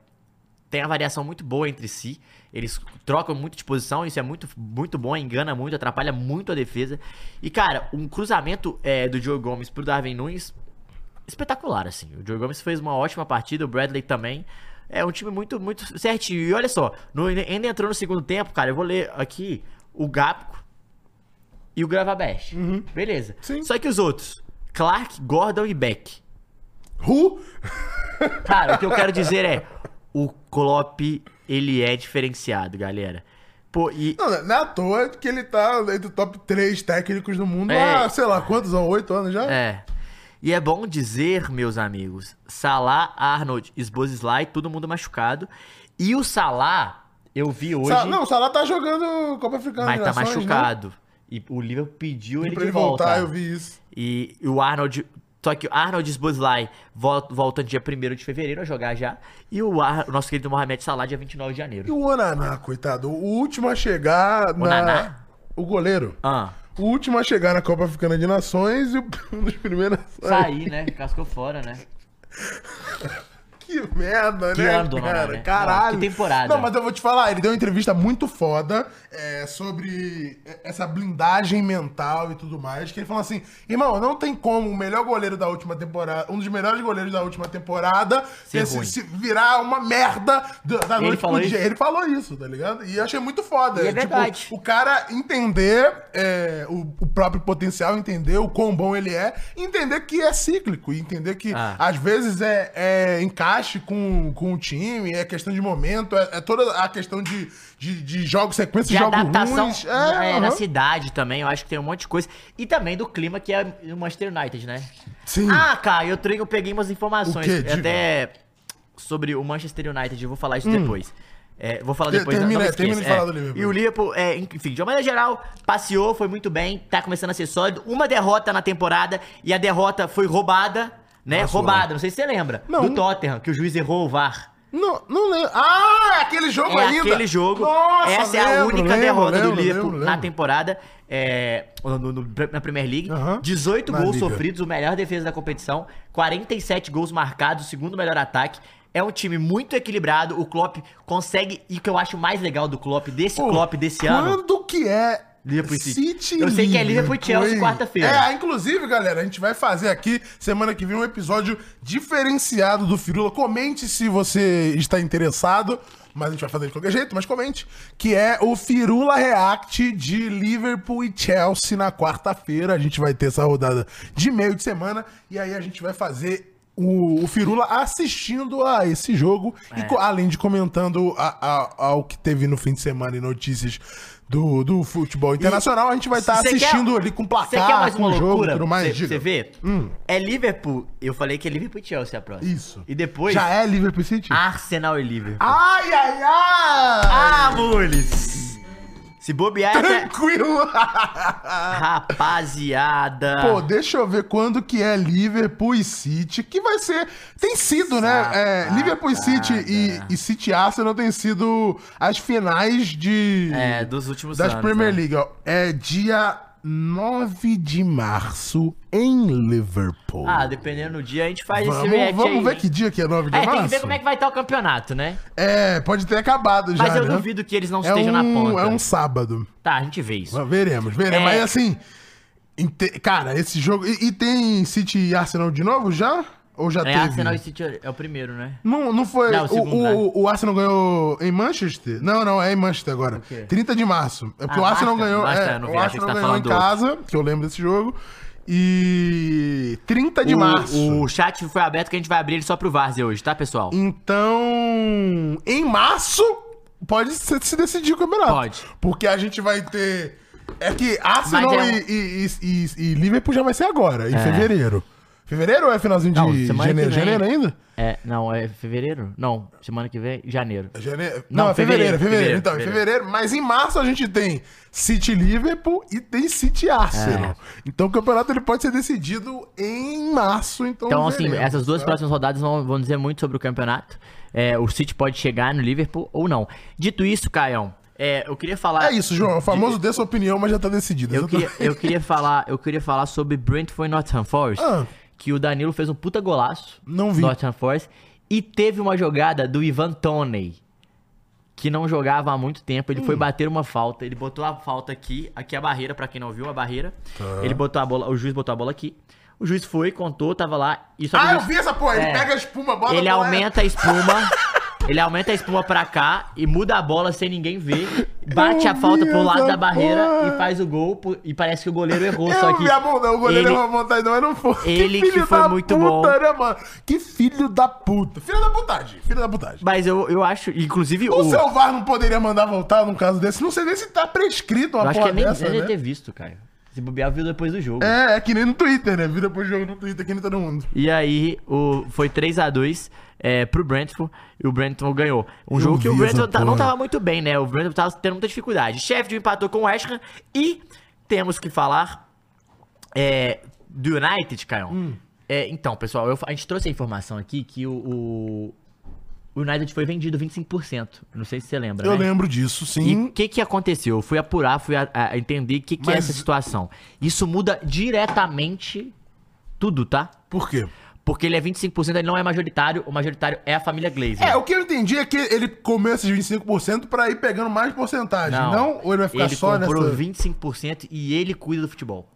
têm a variação muito boa entre si. Eles trocam muito de posição, isso é muito, muito bom, engana muito, atrapalha muito a defesa. E, cara, um cruzamento é, do Diogo Gomes pro Darwin Nunes espetacular, assim. O Joe Gomes fez uma ótima partida, o Bradley também. É um time muito, muito certinho. E olha só, no, ainda entrou no segundo tempo, cara, eu vou ler aqui o Gapco e o Gravabest. Beleza.
Sim.
Só que os outros, Clark, Gordon e Beck.
Who?
Cara, o que eu quero dizer é, o Klopp, ele é diferenciado, galera. Pô, e...
Não, não é à toa que ele tá entre o top 3 técnicos do mundo
É.
há, sei lá, quantos? Há 8 anos já?
É. E é bom dizer, meus amigos, Salah, Arnold, Sbozislai, todo mundo machucado. E o Salah, eu vi hoje...
Sa- não, o Salah tá jogando Copa Africana.
Mas tá
de Nações, né?
machucado. E o Liverpool pediu
E
ele
pra
de
ele
volta.
voltar, eu vi isso.
E o Arnold. Só que o Arnold Sboslai volta, volta dia 1 de fevereiro a jogar já. E o, Ar- o nosso querido Mohamed Salah dia 29 de
E
janeiro.
o Onaná, coitado, o último a chegar na...
Onaná?
O goleiro.
Ah,
O último a chegar na Copa Africana de Nações e o- um dos primeiros a sair.
sair, né? Cascou fora, né?
Que merda,
Que
né,
ano do Onaná,
cara?
né?
Caralho.
Não, que temporada.
Não, mas eu vou te falar, ele deu uma entrevista muito foda é, sobre é, essa blindagem mental e tudo mais, que ele falou assim, irmão, não tem como o melhor goleiro da última temporada, um dos melhores goleiros da última temporada
Ser
ter
ruim.
se, se virar uma merda da, da
Ele
noite pro
falou
dia.
isso?
Ele falou isso, tá ligado? E eu achei muito foda.
E é
Tipo,
verdade.
o cara entender é, o, o próprio potencial, entender o quão bom ele é, entender que é cíclico, e entender que
Ah.
às vezes é, é encaixe com, com o time, é questão de momento, é, é toda a questão de, de, de jogos, sequência
De
de jogos
adaptação
ruins.
é, na
aham.
cidade também, eu acho que tem um monte de coisa. E também do clima que é o Manchester United, né?
Sim.
Ah, cara, eu, tre- eu peguei umas informações É
O quê? Diga.
até sobre o Manchester United, eu vou falar isso depois. É, vou falar
Hum. Te-
depois,
termina-
não, não
termina de
esqueça,
falar
é.
do Liverpool.
E o Liverpool, é, enfim, de uma maneira geral, passeou, foi muito bem, tá começando a ser sólido. Uma derrota na temporada e a derrota foi roubada, né? roubada, não sei se você lembra.
Não.
Do Tottenham, que o juiz errou o VAR.
Não, não lembro. Ah, é aquele jogo
É
ainda.
aquele jogo.
Nossa,
Essa é a
lembro,
única
lembro,
derrota
lembro,
do Liverpool
lembro,
na
lembro.
temporada. é, no- no- no- na Premier League.
Aham.
18
Na
gols
Liga.
sofridos, o melhor defesa da competição. 47 gols marcados, o segundo melhor ataque. É um time muito equilibrado. O Klopp consegue. E o que eu acho mais legal do Klopp, desse
Pô,
Klopp desse ano.
Quando que é
Liverpool e
City?
City. Eu sei que é Liverpool e Chelsea
hein?
quarta-feira.
É, inclusive, galera, a gente vai fazer aqui semana que vem um episódio diferenciado do Firula. Comente se você está interessado. Mas a gente vai fazer de qualquer jeito, mas comente. Que é o Firula React de Liverpool e Chelsea na quarta-feira. A gente vai ter essa rodada de meio de semana. E aí a gente vai fazer o, o Firula assistindo a esse jogo e co- além de comentando a- a- ao que teve no fim de semana e notícias do, do futebol internacional, a gente vai estar
Cê quer-
assistindo ali com
Você quer
placar,
mais
tá com
uma
o jogo e
loucura?
tudo mais.
Você
Diga. Hum.
vê? É Liverpool. Eu falei que é Liverpool e Chelsea a próxima.
Isso.
E depois,
Já é Liverpool City?
Arsenal e Liverpool.
Ai, ai, ai!
Ah, Mules! Se bobear, é até- Ah.
Tranquilo!
Rapaziada!
Pô, deixa eu ver quando que é Liverpool e City, que vai ser. Tem sido, né? É,
Safada.
Liverpool e City e, e City e Arsenal tem sido as finais de.
é, dos últimos
das
anos.
Premier
né?
League, ó. É dia 9 de março em Liverpool.
Ah, dependendo do dia, a gente faz esse
vamos
react
vamos
aí,
ver
hein?
que dia que é 9 de
É,
março.
tem que ver como é que vai estar o campeonato, né?
É, pode ter acabado já.
Mas eu
né?
duvido que eles não
é
estejam
um,
na ponta.
É um sábado.
Tá, a gente vê isso.
Mas Veremos, veremos.
É.
Aí assim. inte- Cara, esse jogo. E, e tem City e Arsenal de novo já? Ou já
É,
teve?
Arsenal e City é o primeiro, né?
Não, não foi.
Não, o
o,
segundo,
o-
né?
o Arsenal ganhou em Manchester? Não, não, é em Manchester agora.
quê?
30 de março. É porque
Ah,
o Arsenal
Manchester,
ganhou.
Manchester,
é,
eu não vi,
o
achei que você
Arsenal
tá
ganhou em
falando do outro.
casa, que eu lembro desse jogo. E 30 de
o,
março.
o chat foi aberto que a gente vai abrir ele só pro Várzea hoje, tá, pessoal?
Então, em março, pode se se decidir o campeonato.
Pode.
Porque a gente vai ter. É que Arsenal
Mas é um-
e, e- e- e- e Liverpool já vai ser agora, em fevereiro. Fevereiro ou é finalzinho de
É. Não, semana
janeiro?
que vem.
Janeiro ainda?
É, não, é fevereiro? Não, semana que vem, janeiro.
É Janeiro? Não,
Não,
é fevereiro,
fevereiro,
fevereiro.
fevereiro,
então, é fevereiro. Mas em março a gente tem City Liverpool e tem City
É.
Arsenal. Então o campeonato ele pode ser decidido em março. Então,
Então, assim,
veremos,
essas duas
tá?
próximas rodadas vão, vão dizer muito sobre o campeonato. É, o City pode chegar no Liverpool ou não. Dito isso, Caião, é, eu queria falar.
É isso, João. O famoso dê sua opinião, mas já tá decidido.
Eu queria, eu queria falar, eu queria falar sobre Brentford e Nottingham Forest,
Ah.
que o Danilo fez um puta golaço
Não vi.
Nottingham Forest e teve uma jogada do Ivan Toney que não jogava há muito tempo, ele foi
Hum.
bater uma falta, ele botou a falta aqui, aqui a barreira pra quem não viu a barreira.
Tá.
Ele botou a bola, o juiz botou a bola aqui. O juiz foi, contou, tava lá e só que o
Ah, eu
juiz-
vi essa porra. Ele
É.
pega a espuma, bota
ele
a bola-
aumenta a espuma. ele aumenta a espuma pra cá e muda a bola sem ninguém ver. Bate
Eu
a falta
vi
pro lado
essa
da barreira
porra.
e faz o gol. pô, E parece que o goleiro errou,
é. Eu
só que.
vi a mão, não. O goleiro
ele-
errou a vontade, não, mas não foi.
ele que foi muito bom.
puta, né, mano? Que filho da puta. Filho da putagem. Filho da putagem.
Mas eu, eu acho, inclusive,
O
o.
seu VAR não poderia mandar voltar num caso desse? Não sei nem se tá prescrito
Eu
uma
acho que
porra
é nem
dessa,
deve
né?
ter visto, cara. Se bobear, viu depois do jogo.
É, é que nem no Twitter, né? Vira pro jogo no Twitter, que nem todo mundo.
E aí, o, foi 3 a 2 é, pro Brentford e o Brentford ganhou. Um
Eu
jogo que o
vi essa
Brentford tá- não
porra.
tava muito bem, né? O Brentford tava tendo muita dificuldade. Sheffield empatou com o West Ham e temos que falar é, do United, Caio.
Hum.
É, então, pessoal, eu- a gente trouxe a informação aqui que o, o- o United foi vendido 25%. Não sei se você lembra,
Eu
né?
lembro disso,
E
sim.
o que, que aconteceu? Eu fui apurar, fui a- a entender o que, que é
Mas-
essa situação. Isso muda diretamente tudo, tá?
Por quê?
Porque ele é 25%, ele não é majoritário, o majoritário é a família Glazer.
É, o que eu entendi é que ele comeu esses 25% pra ir pegando mais porcentagem, não? Ou ele vai ficar
ele
só
comprou
nessa...
25% e ele cuida do futebol.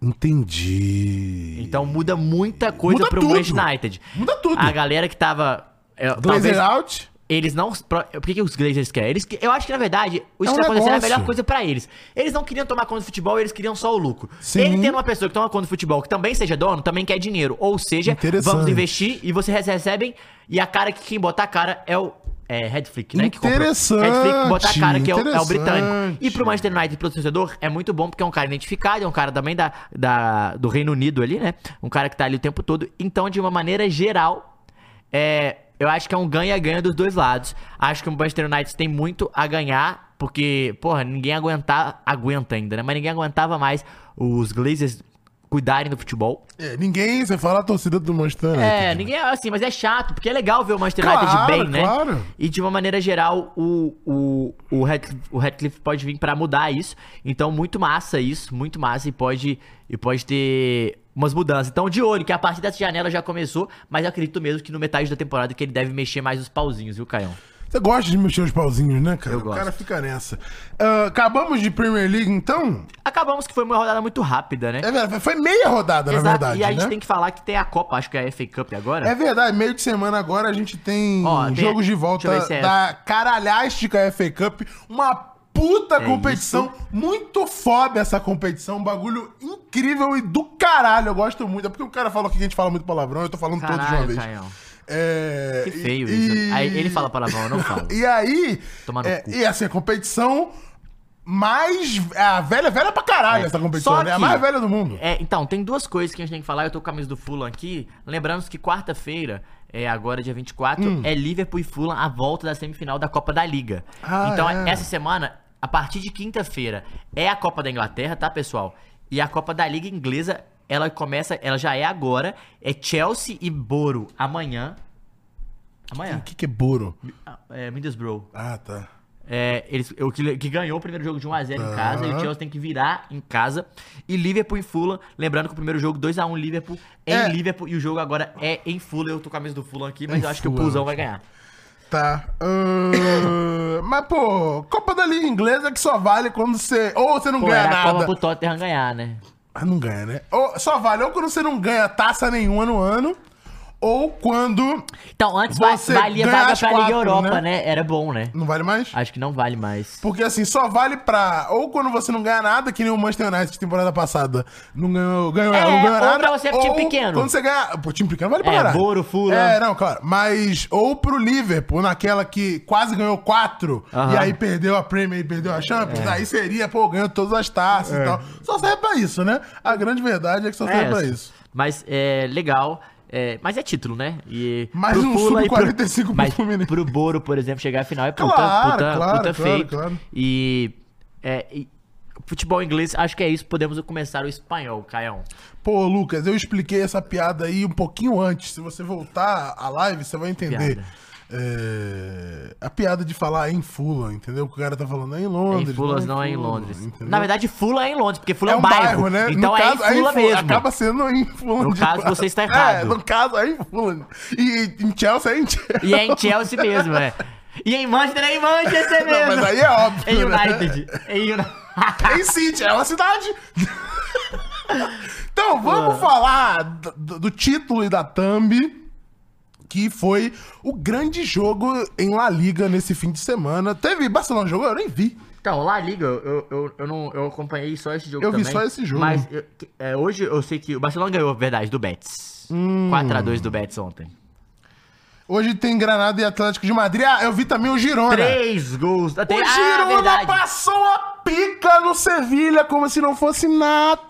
Entendi.
Então muda muita coisa
Muda
pro
tudo.
West United.
Muda tudo.
A galera que tava. é,
Glazer
talvez
out?
eles não. pro- Por que, que os Glazers querem? Eles, que- eu acho que, na verdade, o
É
isso
um
que tá acontecendo é a
negócio.
melhor coisa pra eles. Eles não queriam tomar conta do futebol, eles queriam só o lucro.
Sim.
Ele tendo uma pessoa que toma conta do futebol que também seja dono, também quer dinheiro. Ou seja,
Interessante.
vamos investir e vocês recebem. E a cara que quem botar a cara é o. É, Redflick, né? que comprou.
Interessante,
Redflick que bota a cara, que é o, é o britânico.
interessante.
E pro Manchester United, pro torcedor, é muito bom, porque é um cara identificado, é um cara também da, da, do Reino Unido ali, né? Um cara que tá ali o tempo todo. Então, de uma maneira geral, é, eu acho que é um ganha-ganha dos dois lados. Acho que o Manchester United tem muito a ganhar, porque, porra, ninguém aguentar, aguenta ainda, né? Mas ninguém aguentava mais os Glazers cuidarem do futebol.
É, ninguém, você fala a torcida do né, Manchester United.
É, ninguém é assim, mas é chato, porque é legal ver o Manchester
Claro,
United bem, né?
claro.
E de uma maneira geral, o, o, o, Radcliffe, o Radcliffe pode vir pra mudar isso. Então, muito massa isso, muito massa, e pode, e pode ter umas mudanças. Então, de olho, que a partir dessa janela já começou, mas eu acredito mesmo que no metade da temporada que ele deve mexer mais os pauzinhos, viu, Caião?
Você gosta de mexer os pauzinhos, né, cara?
Eu
o
gosto.
cara fica nessa. Ah, acabamos de Premier League, então?
Acabamos que foi uma rodada muito rápida, né?
É verdade, foi meia rodada, na verdade,
e a gente
né?
tem que falar que tem a Copa, acho que é a FA Cup agora.
É verdade, meio de semana agora a gente tem
Ó, tem-
jogos de
deixa eu
volta
ver se é-
da Caralhástica FA Cup, uma puta
É
competição, muito foda essa competição, um bagulho incrível e do caralho, eu gosto muito, é porque o cara falou aqui que a gente fala muito palavrão, eu tô falando todos de uma
Caralho,
vez.
Caião.
É,
Que feio
e-
isso. Aí ele fala palavrão, eu não falo.
E aí,
Tomar no
é,
cu.
e assim, a competição mais... é A velha, velha pra caralho
É.
essa competição,
Só
né? A
que-
mais velha do mundo.
É, então, tem duas coisas que a gente tem que falar. Eu tô com a camisa do Fulham aqui. Lembrando que quarta-feira, é agora dia 24,
Hum.
é Liverpool e Fulham a volta da semifinal da Copa da Liga.
Ah,
então,
é.
essa semana, a partir de quinta-feira, é a Copa da Inglaterra, tá, pessoal? E a Copa da Liga Inglesa, ela começa, ela já é agora. É Chelsea e Boro amanhã.
O
Amanhã?
que que é Boro?
Ah, É, Middlesbrough.
Ah, tá.
É, eles, o que, que ganhou o primeiro jogo de 1x0
Tá.
em casa, e o Chelsea tem que virar em casa. E Liverpool e Fulham, lembrando que o primeiro jogo 2x1 Liverpool em
É.
Liverpool, e o jogo agora é em Fulham. Eu tô com a camisa do Fulham aqui, mas
Em
eu acho que
Fulham.
o Pulsão vai ganhar.
Tá. ahn, mas, pô, Copa da Liga Inglesa é que só vale quando você. Ou você não
Pô,
ganha
era a Copa
nada.
pro Tottenham ganhar, né?
Ah, não ganha, né? Ou, só vale ou quando você não ganha taça nenhuma no ano. Ou quando.
Então, antes va-
Você
valia
ganha
vaga
as
pra
quatro,
Liga Europa,
né?
né? Era bom, né?
Não vale mais?
Acho que não vale mais.
Porque assim, só vale pra. Ou quando você não ganha nada, que nem o Manchester United temporada passada. Não ganhou, ganhou,
É,
não ganhou
ou
nada.
pra você pro time pequeno.
Quando você ganha. Pô, time pequeno vale pra
É,
caralho.
Boro, Fulham.
É, não, claro. Mas. Ou pro Liverpool, naquela que quase ganhou quatro.
Aham.
E aí perdeu a Premier e perdeu a Champions. Aí seria, pô, ganhou todas as taças e tal. Só serve pra isso, né? A grande verdade é que só serve
É,
pra isso.
Mas é legal. é, mas é título, né? E
Mais
pro
um
Fula e
sub-45 pro
mas
Fluminense.
Pro Boro, por exemplo, chegar à final é puta,
Claro,
puta,
claro,
puta
claro,
feito.
claro.
E, é, e futebol inglês, acho que é isso. Podemos começar o espanhol, Caião.
Pô, Lucas, eu expliquei essa piada aí um pouquinho antes. Se você voltar à live, você vai entender.
Piada.
É, A piada de falar em Fula, entendeu? O que o cara tá falando é em Londres.
em Fulas não é em Londres.
entendeu?
Na verdade, Fula é em Londres, porque Fula é um, bairro, né? Então
No
é
caso,
em Fula
Fulham,
mesmo.
Acaba sendo em Fula.
No caso, você está errado.
É, no caso, é em Fula. E em Chelsea é em Chelsea.
E é em Chelsea mesmo, é. E em Manchester é em Manchester mesmo.
Não, mas aí é óbvio,
Em
né?
United. Em United.
Tem City, é uma cidade. então, vamos falar do, do título e da thumb, que foi o grande jogo em La Liga nesse fim de semana. Teve Barcelona jogo? Eu nem vi.
Então, lá liga, eu, eu, eu, não, eu acompanhei só esse jogo
Eu vi
também,
só esse jogo.
Mas eu- que- é, hoje eu sei que o Barcelona ganhou, verdade, do Betis.
Hum.
4x2 do Betis ontem.
Hoje tem Granada e Atlético de Madrid. Ah, eu vi também o Girona.
Três gols. Ah,
O
Até... é
Girona passou a pica no Sevilha como se não fosse nada.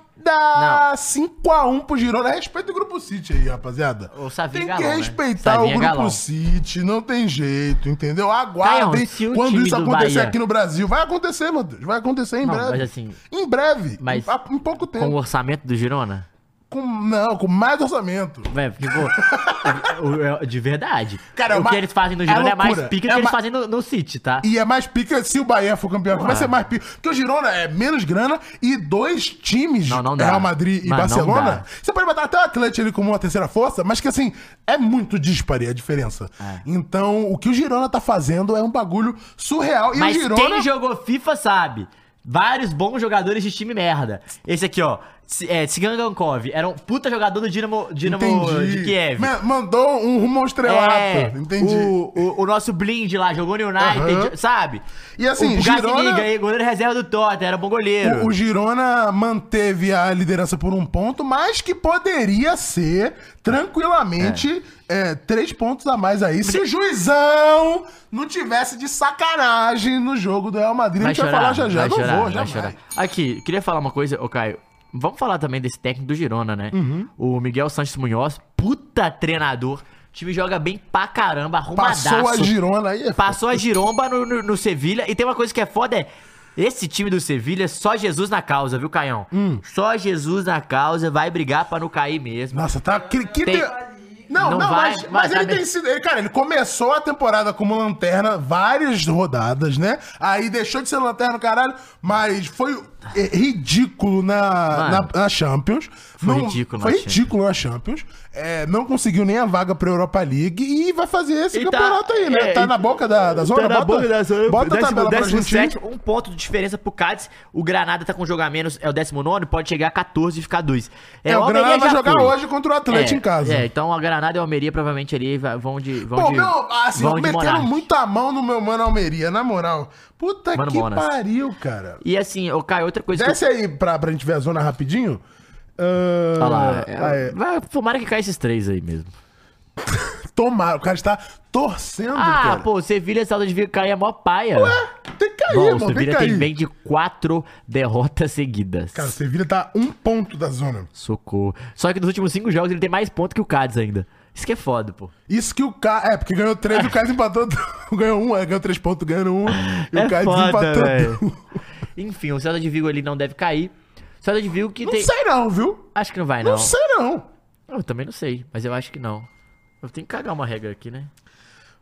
5x1 pro Girona. Respeita o Grupo City aí, rapaziada.
O Savinha
tem que
Galão, né?
respeitar o
Savinha
Grupo
Galão.
City, não tem jeito, entendeu? Aguardem
Caião, se o
quando
time
isso
do
acontecer
Bahia-
aqui no Brasil. Vai acontecer, meu Deus. Vai acontecer em
Não,
breve.
mas assim-
Em breve.
Mas
em, em pouco tempo.
Com o orçamento do Girona?
Com- não, com mais orçamento.
Véi, porque, pô, o- o- de verdade.
Cara, é
o
uma-
que eles fazem no
é
Girona é, mais
loucura.
pica
É
que
uma-
eles fazem no, no City, tá?
E é mais pica se o Bahia for campeão.
Ah.
Vai ser mais pica. Porque o Girona é menos grana e dois times,
Não, não dá.
Real Madrid e
Mas não
Barcelona,
dá.
você pode botar até o Atlético ali como uma terceira força, mas que assim, é muito dispare a diferença.
É.
Então, o que o Girona tá fazendo é um bagulho surreal. E
Mas
o Girona.
quem jogou FIFA sabe. Vários bons jogadores de time merda. Esse aqui, ó. S- É, Tsigankov. Era um puta jogador do Dinamo, Dinamo de Kiev.
Ma- Mandou um rumo ao estrelato.
É,
entendi.
O, o, o nosso Blind lá jogou no United,
Aham.
sabe?
E assim,
o
Girona-
Girona... aí, goleiro reserva do Tottenham, era bom goleiro.
O, o Girona manteve a liderança por um ponto, mas que poderia ser tranquilamente é, três pontos a mais aí. Se o juizão não tivesse de sacanagem no jogo do Real Madrid, a gente vai falar já já.
vai
não
chorar,
vou,
vai
jamais.
chorar. Aqui, queria falar uma coisa, ô Caio. Vamos falar também desse técnico do Girona, né?
Uhum.
O Miguel Sanches Munhoz, puta treinador. O time joga bem pra caramba, arrumadaço.
Passou a Girona aí. é
Passou a giromba no, no, no Sevilha. E tem uma coisa que é foda, é... Esse time do Sevilha, só Jesus na causa, viu, Caião?
Hum.
Só Jesus na causa, vai brigar pra não cair mesmo.
Nossa, tá. Que, que
Tem-
te- Não, não,
Não vai,
mas,
vai,
mas ele
sabe?
tem sido. ele- cara, ele começou a temporada como lanterna várias rodadas, né? Aí deixou de ser lanterna, caralho, mas foi é, ridículo na,
Mano,
na, na Champions.
foi
Não-
ridículo
Foi
na
ridículo na Champions. É, não conseguiu nem a vaga pra Europa League e vai fazer esse
E tá-
campeonato aí, né?
é,
tá
e-
na boca da, da zona.
Tá na
bota,
boca da zona.
Bota a
décimo,
tabela pra
décimo
gente.
sétimo, um ponto de diferença pro Cádiz. O Granada tá com um jogo a menos, é o 19, pode chegar a 14 e ficar 2.
É, o Granada vai jogar hoje contra o
É,
Atlético em casa.
é, então a Granada e o Almeria provavelmente ali vai- vão de. Vão
Pô,
de,
meu, assim,
vão de
meteram
monarca.
muito a mão no meu mano Almeria, na moral. Puta
Mano
que
Monas.
pariu, cara.
E assim, ô Caio, outra coisa
Desce aí pra, pra gente ver a zona rapidinho. Ah,
que. Olha lá.
ah,
é,
é.
vai- Tomara que caia esses três aí mesmo.
Tomara, o cara está torcendo,
Ah,
cara.
pô, Sevilha salda de vir cair é mó paia.
Tem que cair,
Bom, o
irmão, tem que
Sevilha tem
cair.
bem de quatro derrotas seguidas.
Cara, o Sevilha tá um ponto da zona.
Socorro. Só que nos últimos cinco jogos ele tem mais pontos que o Cádiz ainda. Isso que é foda, pô.
Isso que o Cádiz... É, porque ganhou três, o Cádiz empatou... tudo. ganhou um, é, ganhou três pontos, ganhou um. E o
é
Cádiz
foda,
empatou... tudo.
velho. Enfim, o Celta de Vigo ali não deve cair. O Celta de Vigo que
Não
tem...
sei não, viu?
Acho que não vai,
Não,
não.
sei não.
Eu também não sei, mas eu acho que não. Eu tenho que cagar uma regra aqui, né?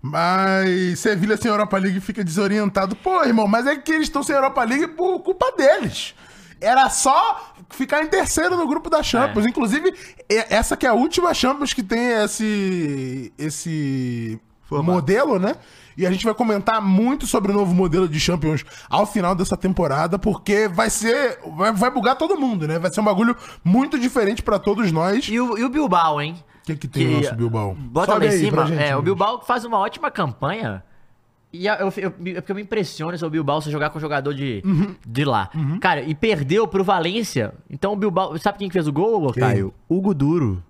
Mas Sevilha sem Europa League fica desorientado. Pô, irmão, mas é que eles estão sem Europa League por culpa deles. Era só ficar em terceiro no grupo da Champions.
É.
Inclusive, e- essa que é a última Champions que tem esse esse modelo, né? E a gente vai comentar muito sobre o novo modelo de Champions ao final dessa temporada, porque vai ser vai, vai bugar todo mundo, né? Vai ser um bagulho muito diferente pra todos nós.
E o, e o Bilbao, hein?
O que, que tem o nosso Bilbao?
Bota
Sobe
lá em
aí pra
cima.
gente,
é, o
Luiz.
Bilbao faz uma ótima campanha. E eu, eu, eu, é porque eu me impressiono sobre o Bilbao se jogar com jogador de,
Uhum.
de lá. Cara, e perdeu pro Valência. Então o Bilbao. Sabe quem que fez o gol, Caio? Hugo Duro.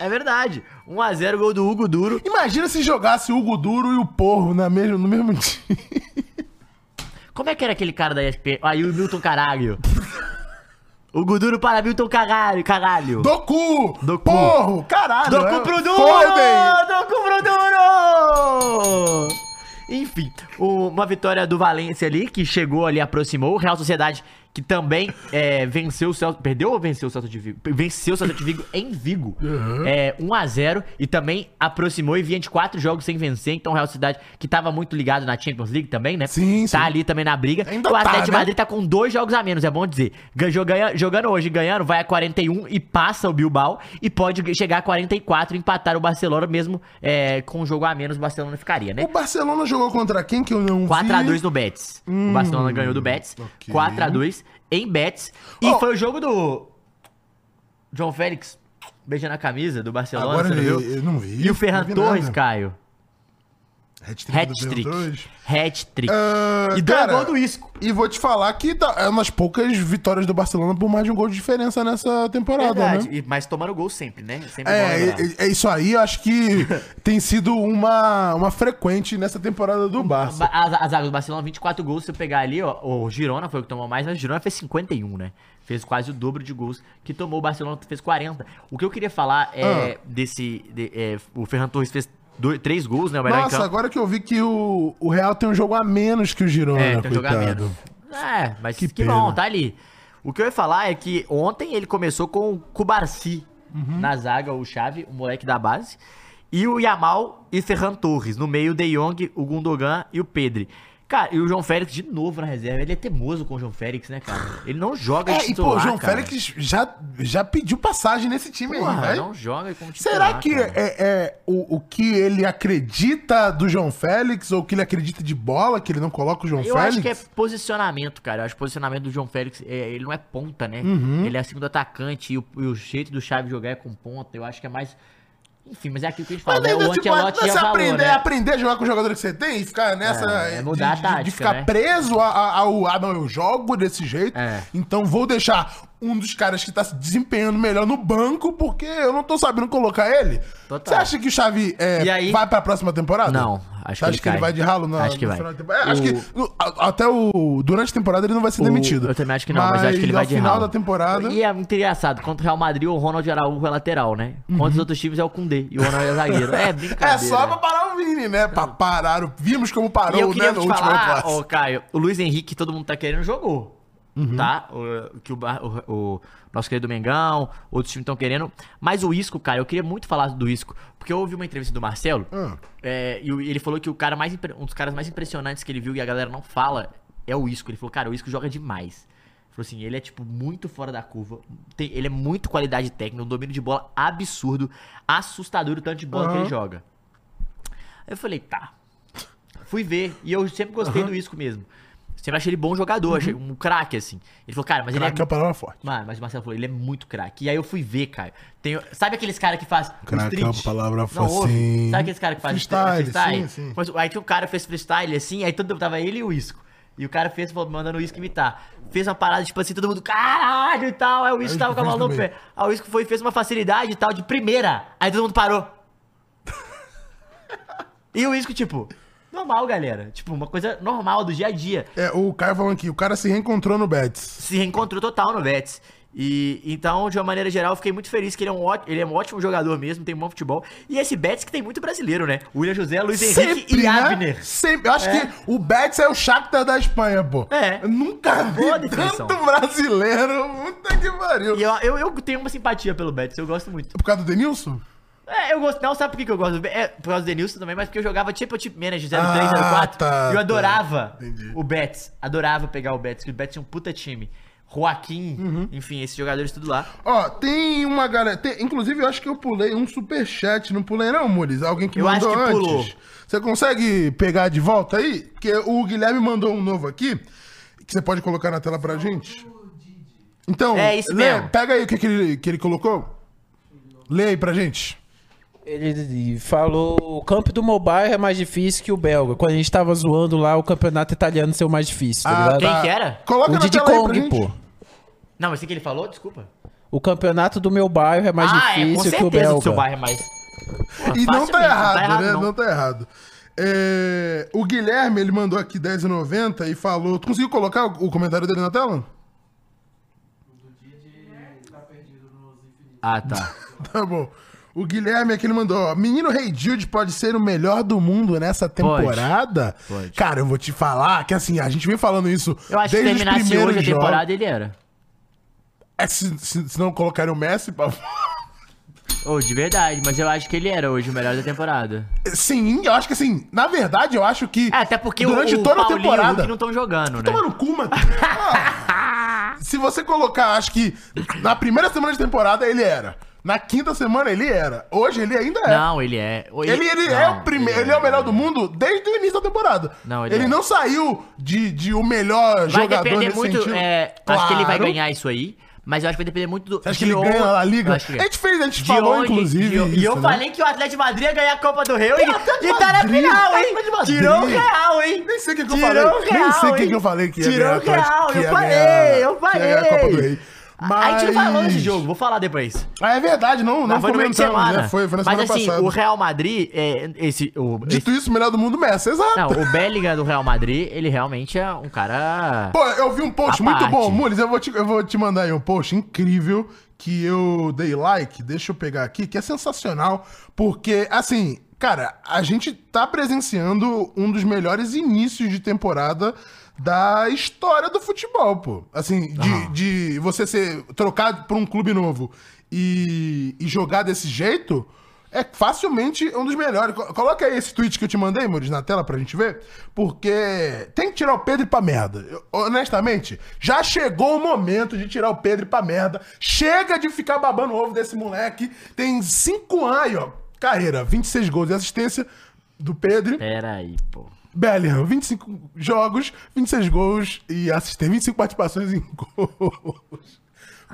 É verdade. 1x0 gol do Hugo Duro.
Imagina se jogasse o Hugo Duro e o Porro na mesmo, no mesmo time.
Como é que era aquele cara da ESPN? Aí o Milton Caralho. O Guduro para Milton Cagalho. Cagalho.
Do cu!
Do cu.
Porro! Caralho!
Do
é-
cu Ah, pro duro!
Foda-se.
Do cu pro duro! Enfim, o- uma vitória do Valência ali, que chegou ali, aproximou. O Real Sociedade, que também é, venceu o Celso... Perdeu ou venceu o Celso de Vigo? Venceu o Celso de Vigo em Vigo.
Uhum.
É, 1x0. E também aproximou e vinha de quatro jogos sem vencer. Então o Real Sociedade, que tava muito ligado na Champions League também, né?
Sim,
Tá
sim.
ali também na briga.
Ainda
o
tá,
Atlético de
né?
Madrid tá com dois jogos a menos, é bom dizer. Gan- joga- jogando hoje, e ganhando, vai a 41 e passa o Bilbao. E pode chegar a 44 e empatar o Barcelona, mesmo é, com um jogo a menos, o Barcelona ficaria, né?
O Barcelona jogou contra quem que eu não vi?
4x2 no Betis. o Barcelona ganhou do Betis.
Hum, ok.
4x2 em Betis. E
Oh.
foi o jogo do. João Félix beijando a camisa do Barcelona,
Agora
você não
ele,
viu?
eu não vi.
E o
não
Ferran
vi
Torres,
nada.
Caio.
Hat-trick do Ferran
Hat-trick.
Torres.
Hat-trick.
Ah,
e dois
cara,
gol do Isco.
E vou te falar que tá- é umas poucas vitórias do Barcelona por mais de um gol de diferença nessa temporada, né?
E- Mas tomaram gol sempre, né? Sempre bom
É,
lembrar.
é, é isso aí, eu acho que tem sido uma, uma frequente nessa temporada do Barça.
Ba- A, a zaga do Barcelona, 24 gols. Se eu pegar ali, ó, o Girona foi o que tomou mais, mas o Girona fez 51, né? Fez quase o dobro de gols que tomou. O Barcelona fez 40. O que eu queria falar
Ah.
é desse. de- é, o Ferran Torres fez dois, três gols, né? O melhor em
Nossa,
campo.
agora que eu vi que o, o Real tem um jogo a menos que o Girona,
É, tem um
coitado.
jogo a menos. É, mas que,
Que
bom,
pena.
tá ali. O que eu ia falar é que ontem ele começou com o Kubarsi
Uhum.
na zaga, o Chave, o moleque da base. E o Yamal e Ferran Torres. No meio, o De Jong, o Gundogan e o Pedri. Cara, e o João Félix de novo na reserva. Ele é teimoso com o João Félix, né, cara? Ele não joga
É, e pô, o
titular,
João
cara.
Félix já, já pediu passagem nesse time aí,
Porra,
velho.
não joga como titular,
Será que
cara.
é, é o, o que ele acredita do João Félix ou o que ele acredita de bola, que ele não coloca o João
Eu
Félix?
acho que é posicionamento, cara. Eu acho que o posicionamento do João Félix, é, ele não é ponta, né?
Uhum.
Ele é segundo atacante e o, e o jeito do Xavi jogar é com ponta. Eu acho que é mais... Enfim, mas é aquilo que a gente fala,
Mas
né?
ainda
O
se pode-
Ancelotti
se
já falou,
aprender,
né?
aprender a jogar com o jogador que você tem e ficar nessa.
É, é mudar
de,
a
de-
tática,
De ficar
né?
preso a- a- ao. Ah, não, eu jogo desse jeito.
É.
Então vou deixar um dos caras que tá se desempenhando melhor no banco, porque eu não tô sabendo colocar ele.
Total.
Você acha que o Xavi é,
E aí-
vai pra próxima temporada?
Não, acho
Você
que
acha
ele
que, ele
cai.
vai de ralo na,
Acho que
no
vai.
final da temporada? Acho
O-
que no- a- até o. Durante a temporada ele não vai ser
O-
demitido.
Eu também acho que não, mas, eu acho que ele vai
ao
de
final
ralo.
da temporada.
E é muito engraçado, contra o Real Madrid, o Ronald Araújo é lateral, né? Contra os outros times é o Koundé e o Ronald é zagueiro. É brincadeira.
Uhum. É só pra parar o Vini, né? Pra parar o... Vimos como
E eu
parou, né?
queria
No
te
último
falar,
clássico.
ô Caio, o Luiz Henrique, que todo mundo tá querendo, jogou.
Uhum.
Tá? O, que o, Bar- o- o nosso querido Mengão, outros times estão querendo. Mas o Isco, cara, eu queria muito falar do Isco. Porque eu ouvi uma entrevista do Marcelo.
Ah.
é, e o- ele falou que o cara mais, impre- um dos caras mais impressionantes que ele viu e a galera não fala é o Isco. Ele falou, cara, o Isco joga demais. Ele Falou assim, ele é, tipo, muito fora da curva. Tem- ele é muito qualidade técnica, um domínio de bola absurdo, assustador o tanto de bola que
Aham.
ele joga. Aí eu falei, tá, Fui ver. E eu sempre gostei do Isco mesmo. Sempre achei ele bom jogador, achei um craque, assim. Ele falou, cara, mas ele é.
Uhum. Craque é uma palavra forte.
Mano, mas o Marcelo falou, ele é muito craque. E aí eu fui ver, cara. Tem... Sabe aqueles cara que faz. o
Craque é uma
street?
palavra
Não, ouve.
assim.
Sabe aqueles cara que faz
Freestyle, sim, sim.
Mas aí tinha um cara que fez freestyle, assim, aí todo tava ele e o Isco. E o cara fez, falou, mandando o Isco imitar. Fez uma parada, tipo assim, todo mundo, caralho e tal. Aí o Isco
Aí
tava com a
fez
mão no
também.
pé. Aí o Isco foi e fez uma facilidade e tal, de primeira. Aí todo mundo parou. E o Isco, tipo, normal, galera. Tipo, uma coisa normal do dia a dia.
É, o Caio falando aqui, o cara se reencontrou no Betis.
Se reencontrou total no Betis. E então, de uma maneira geral, eu fiquei muito feliz que ele é um, ótimo, ele é um ótimo jogador mesmo, tem um bom futebol. E esse Betis que tem muito brasileiro, né? William José, Luiz Henrique
né?
e Abner.
né? Sempre. Eu acho que o Betis é o Shakhtar da Espanha, pô.
É.
Eu nunca vi
Boa definição.
tanto brasileiro. Puta que pariu.
E eu, eu, eu tenho uma simpatia pelo Betis, eu gosto muito.
Por causa do Denilson?
É, eu gosto. Não, sabe por que que eu gosto? do Be- É, por causa do Denilson também, mas porque eu jogava Championship Manager 03,
Ah,
04.
tá,
e eu
tá.
adorava
Entendi.
o Betis. Adorava pegar o Betis, porque o Betis tinha um puta time. Joaquim,
Uhum.
enfim, esses jogadores tudo lá.
Ó, tem uma galera. tem- inclusive, eu acho que eu pulei um superchat. Não pulei, não, Muris? Alguém que
Eu
mandou
acho que
antes.
pulou.
Você consegue pegar de volta aí? Porque o Guilherme mandou um novo aqui. Que você pode colocar na tela pra gente. Então,
É isso
lê,
mesmo.
pega aí o que, que, ele, que ele colocou. Lê aí pra gente.
Ele falou: o campo do mobile é mais difícil que o belga. Quando a gente tava zoando lá, o campeonato italiano ser o mais difícil, tá
Ah,
ligado?
Quem que era?
Coloca
O
na
Didi
tela aí pra
Kong,
gente.
pô.
Não, mas o que ele falou? Desculpa. Ah,
O campeonato do meu bairro é
Ah,
mais difícil que o belga.
do seu bairro é mais.
E
Pô,
não
facilmente,
tá errado, né?
não.
Não. tá errado. É, o Guilherme, ele mandou aqui 10,90 e falou... Tu conseguiu colocar o o comentário dele na tela?
Ah, tá.
Tá bom. O Guilherme aqui ele mandou, ó, menino Rei Jude pode ser o melhor do mundo nessa
Pode.
temporada?
Pode.
Cara, eu vou te falar que assim, a gente vem falando isso
Eu acho que
desde os
terminasse
primeiros
hoje a
jogos.
temporada, ele era.
É, se, se- se não colocarem o Messi pra...
Ô, de verdade, mas eu acho que ele era hoje o melhor da temporada.
Sim, eu acho que assim, na verdade, eu acho que
É, até porque
durante
o, o
toda
Paulinho
a
e o
temporada...
Hulk não estão jogando, né?
Toma no cu, mano. Ah, Se você colocar, acho que na primeira semana de temporada ele era. Na quinta semana ele era. Hoje ele ainda é.
Não, ele é. Ou
Ele, ele é
não,
o primeiro, ele é o melhor do mundo desde o início da temporada.
Não, ele
ele
é.
não saiu de, de o melhor
Vai
jogador
depender
nesse
muito.
sentido.
é, Acho que ele vai
Claro.
ganhar isso aí, mas eu acho que vai depender muito do.
Você acha que
de
ele ganha
onde-
a liga?
Eu
A
acho que ganha.
gente fez, a gente
De
falou
onde-
inclusive.
de- E eu
isso, né?
falei que o Atlético de Madrid ia ganhar a Copa do Rei e, e tá na
Madrid,
final, hein?
Atlético de Madrid.
Tirou o real, hein?
Nem sei o que, que eu
Tirou
falei.
o real,
Nem sei o que,
hein?
que eu falei que ia
Tirou
ganhar
o
a Atlético,
real,
que
eu
ia ganhar-
falei, eu
que ia ganhar a Copa do
falei.
Rei.
A gente não falou desse
Mas-
jogo, vou falar depois.
Ah, é verdade, não, não,
Mas foi no meio de
comentamos,
semana.
né? Foi, foi
Mas
na semana
assim,
passada.
o Real Madrid, é, esse, o,
Dito isso, o melhor do mundo, Messi, exato.
Não, o Bellingham do Real Madrid, ele realmente é um cara.
Pô, eu vi um post
A
muito
parte.
bom, Mules, eu vou, te, eu vou te mandar aí um post incrível que eu dei like, deixa eu pegar aqui, que é sensacional, porque, assim, cara, a gente tá presenciando um dos melhores inícios de temporada da história do futebol, pô. Assim, de, de você ser trocado por um clube novo e, e jogar desse jeito... É facilmente um dos melhores. Co- Coloca aí esse tweet que eu te mandei, Muris, na tela pra gente ver. Porque tem que tirar o Pedro pra merda. Eu- honestamente, já chegou o momento de tirar o Pedro pra merda. Chega de ficar babando o ovo desse moleque. Tem 5 anos, aí, ó. Carreira, 26 gols de assistência do Pedro.
Pera aí, pô.
Bellingham, 25 jogos, 26 gols e assistência, 25 participações em gols.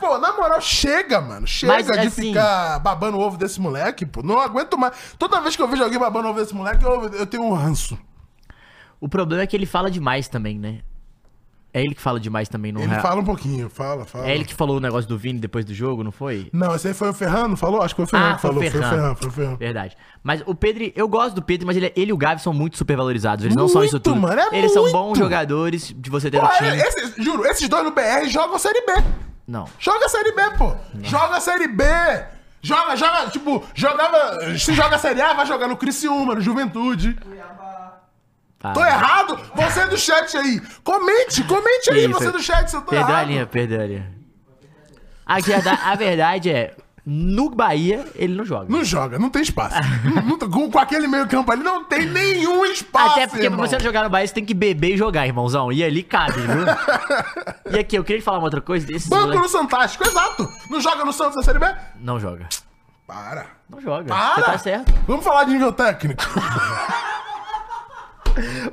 Pô, na moral, chega, mano. Chega
Mas,
de
assim-
ficar babando o ovo desse moleque, pô. Não aguento mais. Toda vez que eu vejo alguém babando o ovo desse moleque, eu, eu tenho um ranço.
O problema é que ele fala demais também, né? É ele que fala demais também no
Ele
Real.
fala um pouquinho, fala, fala.
É ele que falou o negócio do Vini depois do jogo, não foi?
Não, esse aí foi o Ferrando, falou? Acho que foi o Ferrando
Ah,
que
foi o
falou. Foi o
Ferran.
Ferrando, foi o Ferrando.
Verdade. Mas o Pedro, eu gosto do Pedro, mas ele, é, ele e o Gavi são muito supervalorizados. Eles não são isso
Muito,
tudo.
mano, é
Eles são
muito.
bons jogadores de você ter
Pô,
no time.
esse- juro, esses dois no BR jogam Série B.
Não.
Joga a Série B, pô. Joga a Série B. Joga, joga, tipo, jogava. Se joga a Série A, vai jogar no Criciúma, no Juventude.
Tá.
Tô errado? Você é do chat aí. Comente, comente aí,
Ele
você é
foi-
do chat, se eu tô
perdeu a
errado.
linha, perdeu a linha. A verdade, a verdade é, no Bahia, ele não joga.
Não joga, não tem espaço.
Ah.
Não- não tem- com, com aquele meio campo ali, não tem nenhum espaço.
Até porque
irmão.
pra você jogar no Bahia, você tem que beber e jogar, irmãozão. E ali cabe, viu? e aqui, eu queria te falar uma outra coisa. Esse
Banco no Santástico, exato. Não joga no Santos na Série B?
Não joga.
Para.
Não joga. Você
Para.
tá certo.
Vamos falar de nível técnico.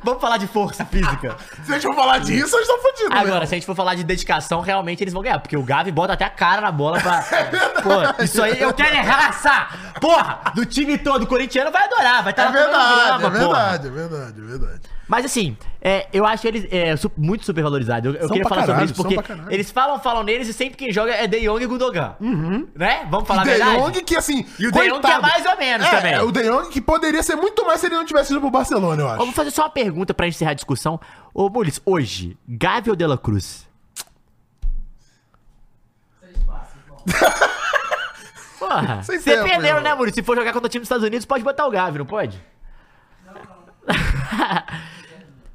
Vamos falar de força física.
se a gente for falar disso, eu estou fodido.
Agora, se a gente for falar de dedicação, realmente eles vão ganhar. Porque o Gavi bota até a cara na bola pra.
É
Pô, isso aí eu quero é raça! Porra! Do time todo, o corintiano vai adorar, vai tá estar
É verdade,
porra.
é verdade, é verdade, é verdade.
Mas assim, é, eu acho eles é, su- muito supervalorizados. Eu, eu
São
queria
pra
falar sobre
caralho,
isso
são
porque
pra caralho.
eles falam, falam neles e sempre quem joga é De Jong e Gundogan. Né? Vamos falar a
Uhum. De
verdade?
Jong que, assim...
E o De Jong que é
coitado.
mais ou menos
É,
também.
é, o De Jong que poderia ser muito mais se ele não tivesse ido pro Barcelona, eu acho.
Eu vou fazer só uma pergunta pra encerrar a discussão. Ô, Mules, hoje, Gavi ou Dela Cruz? Porra,
Sem
você
tempo,
perdeu,
irmão.
né, Mules? Se for jogar contra o time dos Estados Unidos, pode botar o Gavi, não pode?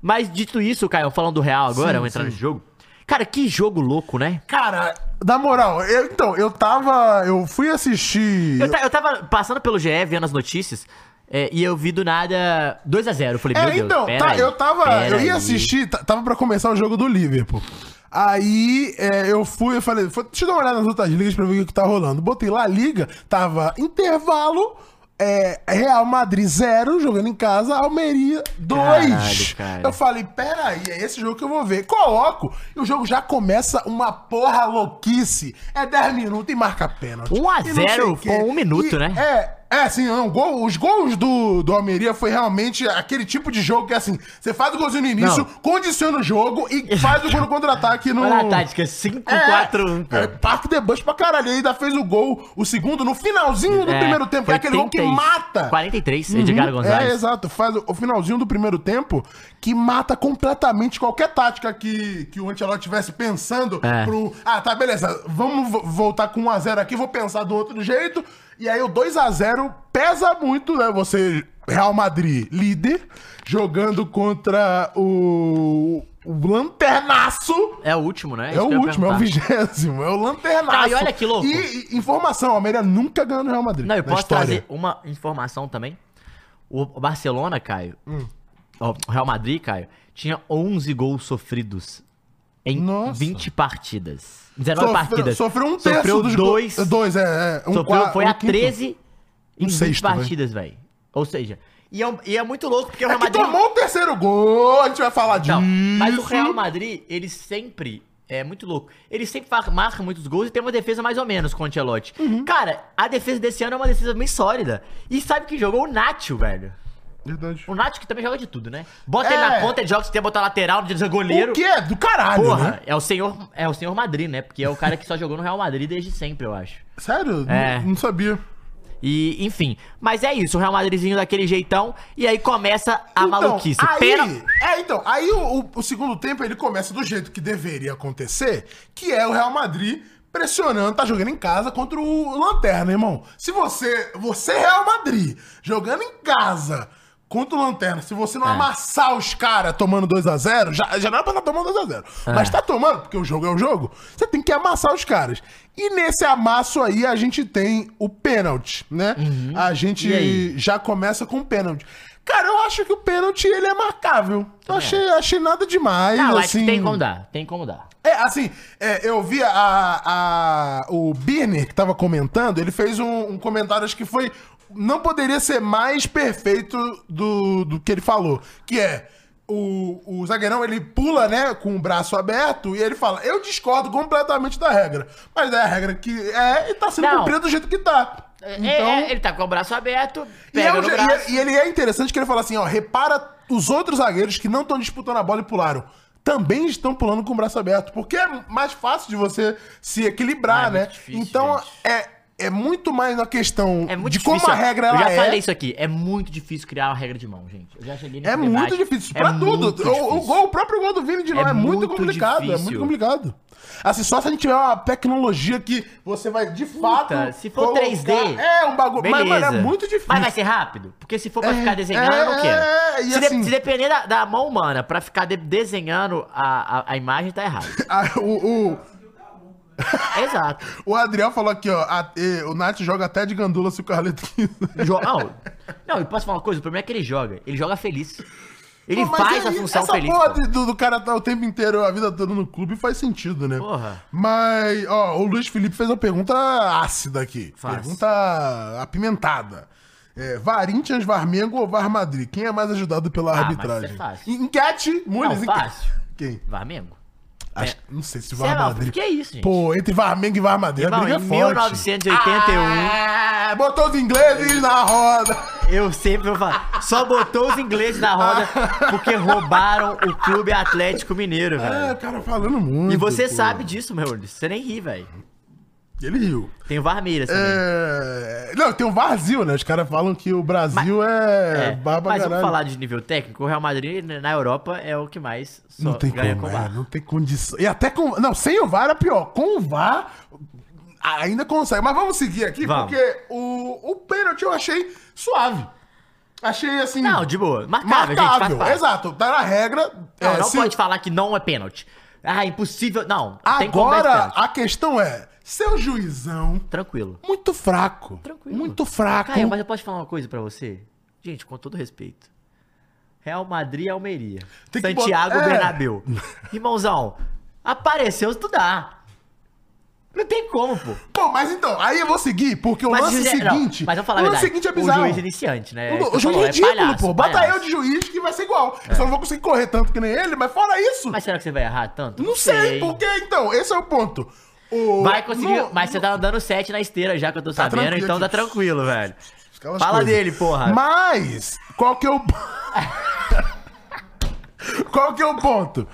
Mas dito isso, Caio, falando do Real agora, vamos entrar nesse jogo. Cara, que jogo louco, né?
Cara, na moral, eu- então, eu tava... Eu fui assistir...
Eu, ta- eu tava passando pelo GE, vendo as notícias, é, e eu vi do nada 2x0. Eu falei, meu
É,
Deus,
então,
pera
tá,
aí,
eu tava.
pera
Eu ia
aí.
assistir, ta- tava pra começar o jogo do Liverpool. Aí é, eu fui, eu falei, "Fo- deixa eu dar uma olhada nas outras ligas pra ver o que tá rolando. Botei lá a liga, tava intervalo, é, Real Madrid 0, jogando em casa, Almeria 2.
Caralho, cara.
Eu falei, peraí, é esse jogo que eu vou ver. Coloco, e o jogo já começa uma porra louquice. É 10 minutos e marca pênalti.
1 a
E não
0
sei o quê.
com um minuto,
E-
né?
É, É, assim, não, gol- os gols do, do Almeria foi realmente aquele tipo de jogo que é assim, você faz o golzinho no início,
Não.
condiciona o jogo e faz o gol no contra-ataque no...
Olha a tática, 5-4-1,
É,
cara.
Parque de Bush pra caralho. Ele ainda fez o gol, o segundo, no finalzinho do
É,
primeiro tempo, que
foi
é aquele gol que
33,
mata.
43, Uhum. Edgar Gonzalez.
É, exato. Faz o o finalzinho do primeiro tempo que mata completamente qualquer tática que, que o Antelote tivesse pensando
É.
pro. Ah, tá, beleza. Vamos vo- voltar com 1x0 aqui, vou pensar do outro jeito. E aí o 2x0 pesa muito, né? Você, Real Madrid, líder, jogando contra o. O Lanternaço.
É o último, né?
É
Isso
o
que eu ia
último, é o
perguntar.
vigésimo, é o lanternaço.
Tá, e olha que louco.
E, e informação, o Almeida nunca ganhou no Real Madrid.
Não, eu
na
posso
história.
trazer uma informação também. O Barcelona, Caio.
Hum.
ó, O Real Madrid, Caio, tinha 11 gols sofridos em
Nossa.
20 partidas. 19
Sofreu,
partidas.
sofreu um terço
É Sofreu
dos go-
dois.
Dois, é. é, um
sofreu,
qua-
foi
um
a
quinto.
13 em 20
sexto, velho.
partidas, velho. Ou seja, e é, um- e é muito louco porque o
É
Real
que
Madrid.
tomou o terceiro gol, a gente vai falar disso.
Não, mas o Real Madrid, ele sempre. É muito louco. Ele sempre fa- marca muitos gols e tem uma defesa mais ou menos com o Ancelotti.
Uhum.
Cara, a defesa desse ano é uma defesa bem sólida. E sabe quem jogou? O Nacho, velho.
Verdade.
O Nacho que também joga de tudo, né? Bota
É.
ele na ponta, ele joga, se tem que botar lateral, ele joga goleiro.
O que é do caralho,
Porra,
né?
é o senhor, é o senhor Madrid, né? Porque é o cara que só jogou no Real Madrid desde sempre, eu acho.
Sério?
É.
N- Não, sabia.
E, enfim, mas é isso, o Real Madridzinho daquele jeitão e aí começa a
Então,
maluquice.
Aí,
Pena-
É, então, aí o, o- o segundo tempo ele começa do jeito que deveria acontecer, que é o Real Madrid pressionando, tá jogando em casa contra o Lanterna, irmão. Se você, você é Real Madrid, jogando em casa contra o Lanterna, se você
É.
não amassar os caras tomando 2 a 0 já, já não era pra estar tomando 2 a 0 Mas tá tomando, porque o jogo é o jogo, você tem que amassar os caras. E nesse amasso aí a gente tem o pênalti, né? A gente
Uhum. E aí?
já começa com o pênalti. Cara, eu acho que o pênalti ele é marcável. Eu achei, achei nada demais.
Ah, eu acho
assim.
que tem como dar, tem como dar.
É, assim, é, eu vi a, a- o Birner que tava comentando, ele fez um, um comentário, acho que foi. Não poderia ser mais perfeito do, do que ele falou. Que é. O, o zagueirão ele pula, né, com o braço aberto e ele fala: Eu discordo completamente da regra. Mas é a regra que é e tá sendo
Não.
cumprida do jeito que tá.
É, é, ele tá com o braço aberto,
E, é
pega
um
no
je-
braço.
e- e ele é interessante que ele fala assim, ó, repara os outros zagueiros que não estão disputando a bola e pularam. Também estão pulando com o braço aberto, porque é mais fácil de você se equilibrar,
Ah, é
né?
muito difícil,
então
gente.
é, é muito mais na questão
É muito
de
difícil.
como a regra
Eu
ela
já
é.
falei isso aqui. É muito difícil criar uma regra de mão, gente. Eu já cheguei nesse
é
debate.
muito difícil pra
É
tudo.
muito
O- O,
difícil.
gol, o próprio gol do Vini de lá é,
É
muito,
muito
complicado, é
difícil.
muito complicado. Assim, só se a gente tiver uma tecnologia que você vai de fato.
se for 3D,
É, um bagulho. Mas,
Beleza.
mano, é muito difícil.
Mas vai ser rápido? Porque se for pra
É,
ficar desenhando, eu
é,
não quero.
é, e
se, de-
assim-
se depender da, da mão humana pra ficar de- desenhando a, a, a imagem, tá errado.
Ah, o- o,
Exato.
O Adriel falou aqui, ó. a- eh, o Nath joga até de gandula se o Carleto quiser.
Jo- não, não, e posso falar uma coisa? O problema é que ele joga. Ele joga feliz. Ele
Pô, mas
faz
aí,
a função
essa
feliz.
porra
pô.
de- do, do cara tá o tempo inteiro, a vida toda no clube, faz sentido, né?
Porra.
Mas, ó, o Luiz Felipe fez uma pergunta ácida aqui.
Faz.
Pergunta apimentada. É, Varinthians, Varmengo ou Var Madrid? Quem é mais ajudado pela
Ah, mas
arbitragem?
isso é fácil.
Enquete, Muniz,
Não,
enquete.
fácil.
Quem?
Varmengo?
Acho- não sei se
Sei
Var
lá,
Madrid.
que é isso, gente?
Pô, entre Varmengo e Var Madrid, a
Irmão,
briga
em
é forte.
1981,
Ah, botou os ingleses na roda.
eu sempre vou falar. Só botou os ingleses na roda porque roubaram o Clube Atlético Mineiro,
É,
velho.
o cara falando muito.
E você
pô.
sabe disso, meu Deus. Você nem ri, velho.
Ele riu.
Tem o Varmeiras também.
É... Não, tem um vazio, né? Os caras falam que o Brasil é...
É,
barba
mas vamos
caralho.
falar de nível técnico, o Real Madrid na Europa é o que mais só
Não tem
ganha
como,
com o
é,
VAR.
não tem condição. E até com... Não, sem o VAR era pior. Com o VAR, ainda consegue. Mas vamos seguir aqui,
Vamos.
porque o, o pênalti eu achei suave. Achei, assim...
Não, de boa. Marcável,
marcável.
gente, faz parte.
Exato. Tá na regra.
Não,
é,
não
se-
pode falar que não é pênalti. Ah, impossível. Não, tem como dar esse
Agora,
pênalti.
a questão é, seu juizão...
Tranquilo.
Muito fraco.
Tranquilo.
Muito fraco.
Caio, mas eu posso falar uma coisa pra você? Gente, com todo respeito. Real Madrid e Almeria.
Tem que
Santiago
botar- é.
Bernabéu. Irmãozão, apareceu estudar. Não tem como, pô.
Pô, mas então, aí eu vou seguir, porque o
Mas,
lance
José- não,
seguinte.
mas eu vou falar a
o lance
verdade.
seguinte é bizarro.
O juiz iniciante, né?
O-
Isso que
o
eu
juiz
falo, é
ridículo,
palhaço,
pô. Bota
palhaço.
eu de juiz que vai ser igual. Eu só não vou conseguir correr tanto que nem ele, mas fora isso.
Mas será que você vai errar tanto?
não sei, por quê, então. Esse é o ponto. O-
Vai conseguir,
não-
mas você tá andando 7 na esteira já que eu tô sabendo,
tranquilo
então tá
aqui.
tranquilo, velho.
Os aquelas
Fala
coisas.
dele, porra.
Mas, qual que é o. qual que é o ponto?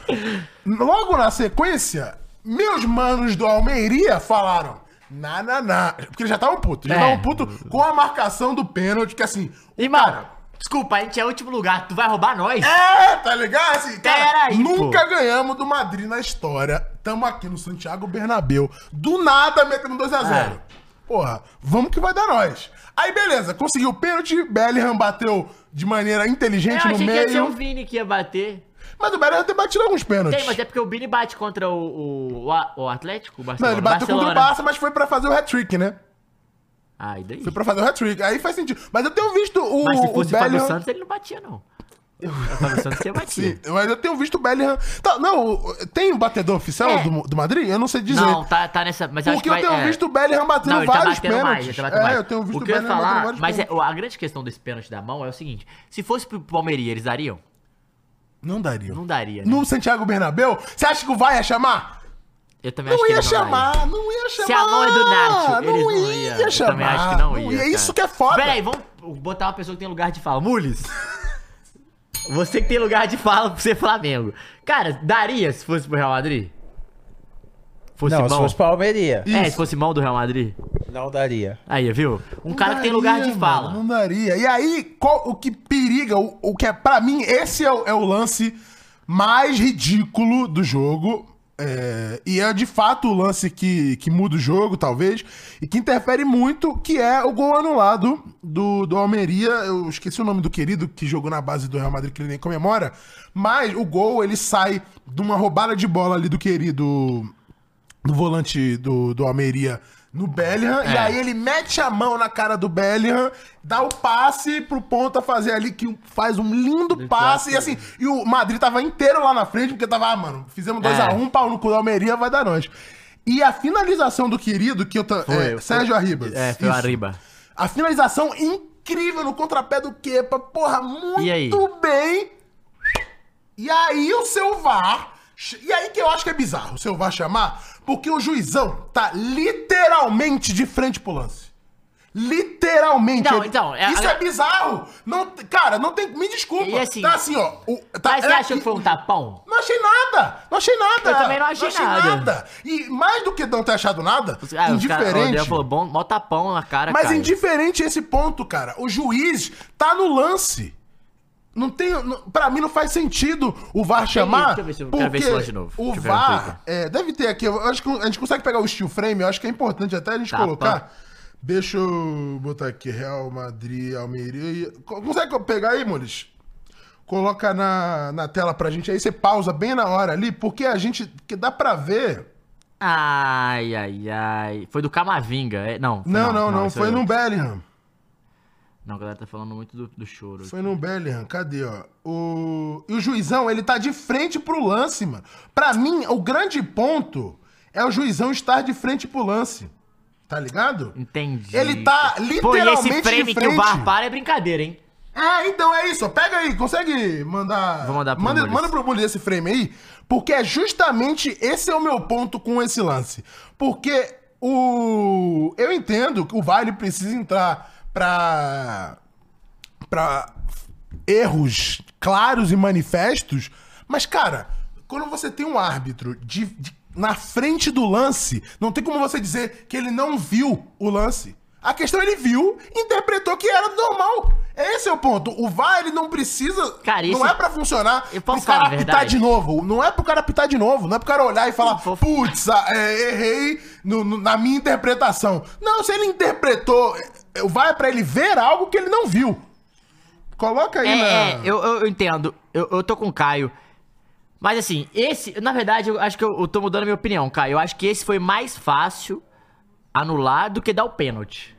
Logo na sequência, meus manos do Almeria falaram. Na, na, na. Porque eles já estavam putos. Já
É.
estavam putos com a marcação do pênalti, que assim.
E, mano, desculpa, a gente é último lugar. Tu vai roubar nós?
É, tá ligado? Assim, cara,
Peraí,
nunca ganhamos do Madrid na história. Tamo aqui no Santiago Bernabeu. Do nada
É.
metemos 2x0. Porra, vamos que vai dar nós. Aí beleza, conseguiu o pênalti, Bellingham bateu de maneira
Eu
inteligente no
achei que ia ser
meio.
o Vini que ia bater.
Mas o Bellingham tem batido alguns pênaltis.
Tem, mas é porque o Vini bate contra o, o, o A- o Atlético, o
Não,
Barcelona.
ele bateu contra o
Barcelona.
Barça, mas foi pra fazer o hat-trick, né?
Ah, e daí?
Foi pra fazer o hat-trick. Aí faz sentido. Mas eu tenho visto o,
Mas se
o
fosse o Fábio
Bellingham...
Santos, ele não batia, não. O Fábio Santos ia batia.
Sim, mas eu tenho visto o Bellingham... Tá, não, o- tem um batedor oficial
É.
do, do Madrid? Eu não sei dizer.
Não, tá, tá nessa. Mas acho que
Porque eu
vai,
tenho
é.
visto o Bellingham batendo
Não, ele tá
vários
batendo mais,
pênaltis.
ele tá batendo mais.
É, eu tenho visto
o que eu ia falar, mas é,
pênaltis.
a grande questão desse pênalti da mão é o seguinte: se fosse pro Palmeiras, eles dariam?
Não daria.
Não daria. Né?
No Santiago Bernabéu, você acha que o VAR ia chamar?
eu também acho
Não
que
ia
eles não dariam.
chamar, não ia chamar.
Se a mão é do Nath,
não
eles não
ia
iam. Eu
chamar.
também acho que não ia.
E é
cara.
isso que é foda.
Pera aí, vamos botar uma pessoa que tem lugar de fala. Mules! Você que tem lugar de fala pra ser Flamengo. Cara, daria se fosse pro Real Madrid? Fosse
Não, se
mão?
fosse Palmeiria,
É,
Isso.
se fosse mão do Real Madrid.
não daria.
Aí, viu? Um
Não
cara que tem lugar
daria,
de fala.
mano, não daria. E aí, qual- o que periga, o, o que é, pra mim, esse é o, é o lance mais ridículo do jogo. é, e é de fato o lance que, que muda o jogo, talvez, e que interfere muito, que é o gol anulado do, do Almeria. Eu esqueci o nome do querido que jogou na base do Real Madrid, que ele nem comemora. Mas o gol ele sai de uma roubada de bola ali do querido no volante do, do Almeria no Bellingham,
É.
e aí ele mete a mão na cara do Bellingham, dá o passe pro ponta fazer ali, que faz um lindo passe, e assim, e o Madrid tava inteiro lá na frente, porque tava, ah, mano, fizemos
É.
2x1, pau no cu do Almeria, vai dar nós. E a finalização do querido, que eu... ta-
Foi,
é,
foi-
Sérgio Arribas.
É, foi o
Isso.
Arriba.
A finalização incrível no contrapé do Kepa. Porra,
E aí?
muito bem. E aí o seu VAR. E aí que eu acho que é bizarro o seu VAR chamar, porque o juizão tá literalmente de frente pro lance. Literalmente.
Não,
Ele-
então, é-
Isso é bizarro. Não, t- cara, não tem. Me desculpa.
E assim-
tá assim, ó. o- tá-
Mas você
é
achou
aqui-
que foi um tapão?
Não achei nada. Não achei nada.
Eu também não achei nada.
E mais do que não ter achado nada,
Os- Ah, os cara- o
indiferente.
Daniel falou, bom, mó tapão na cara,
Mas
cara.
indiferente esse ponto, cara. O juiz tá no lance. Não tem, não, pra mim não faz sentido o VAR chamar.
deixa eu ver se eu-
porque
quero ver esse lance de novo.
O
Deixa eu ver no Twitter.
VAR é, deve ter aqui. Eu acho que a gente consegue pegar o steel frame. Eu acho que é importante até a gente
Tá,
colocar.
pá.
Deixa eu botar aqui Real Madrid, Almeria. Co- Consegue pegar aí, Mules? Coloca na, na tela pra gente aí. Você pausa bem na hora ali, porque a gente. que dá pra ver.
Ai, ai, ai. Foi do Camavinga. é- não, foi
Não, não, não.
isso
foi
aí.
no Bellingham.
Não, a galera tá falando muito do, do choro.
Foi no Bellingham, cadê, ó? O... E o juizão, ele tá de frente pro lance, mano. Pra mim, o grande ponto é o juizão estar de frente pro lance. Tá ligado?
Entendi.
Ele tá
Pô, e esse
literalmente
frame
de
que o
frente.
bar para é brincadeira, hein?
É, então é isso. ó. Pega aí, consegue mandar.
Vou mandar pro
manda,
Mules.
manda pro Mules esse frame aí, porque é justamente esse é o meu ponto com esse lance. Porque o. Eu entendo que o VAR ele precisa entrar pra. pra erros claros e manifestos, mas, cara, quando você tem um árbitro de- de- na frente do lance, não tem como você dizer que ele não viu o lance. A questão é ele viu, interpretou que era normal. Esse é o ponto. O VAR, ele não precisa.
Cara,
não
esse-
é pra funcionar.
Eu posso
pro cara
falar a
apitar
verdade?
de novo. Não é pro cara apitar de novo. Não é pro cara olhar e falar,
Fofo.
putz, ah, é, errei no- no- na minha interpretação. Não, se ele interpretou, é, vai pra ele ver algo que ele não viu. Coloca aí
É,
na...
é, eu, eu- eu entendo. Eu, eu tô com o Caio. Mas assim, esse. Na verdade, eu acho que eu, eu tô mudando a minha opinião, Caio. Eu acho que esse foi mais fácil anular do que dar o pênalti.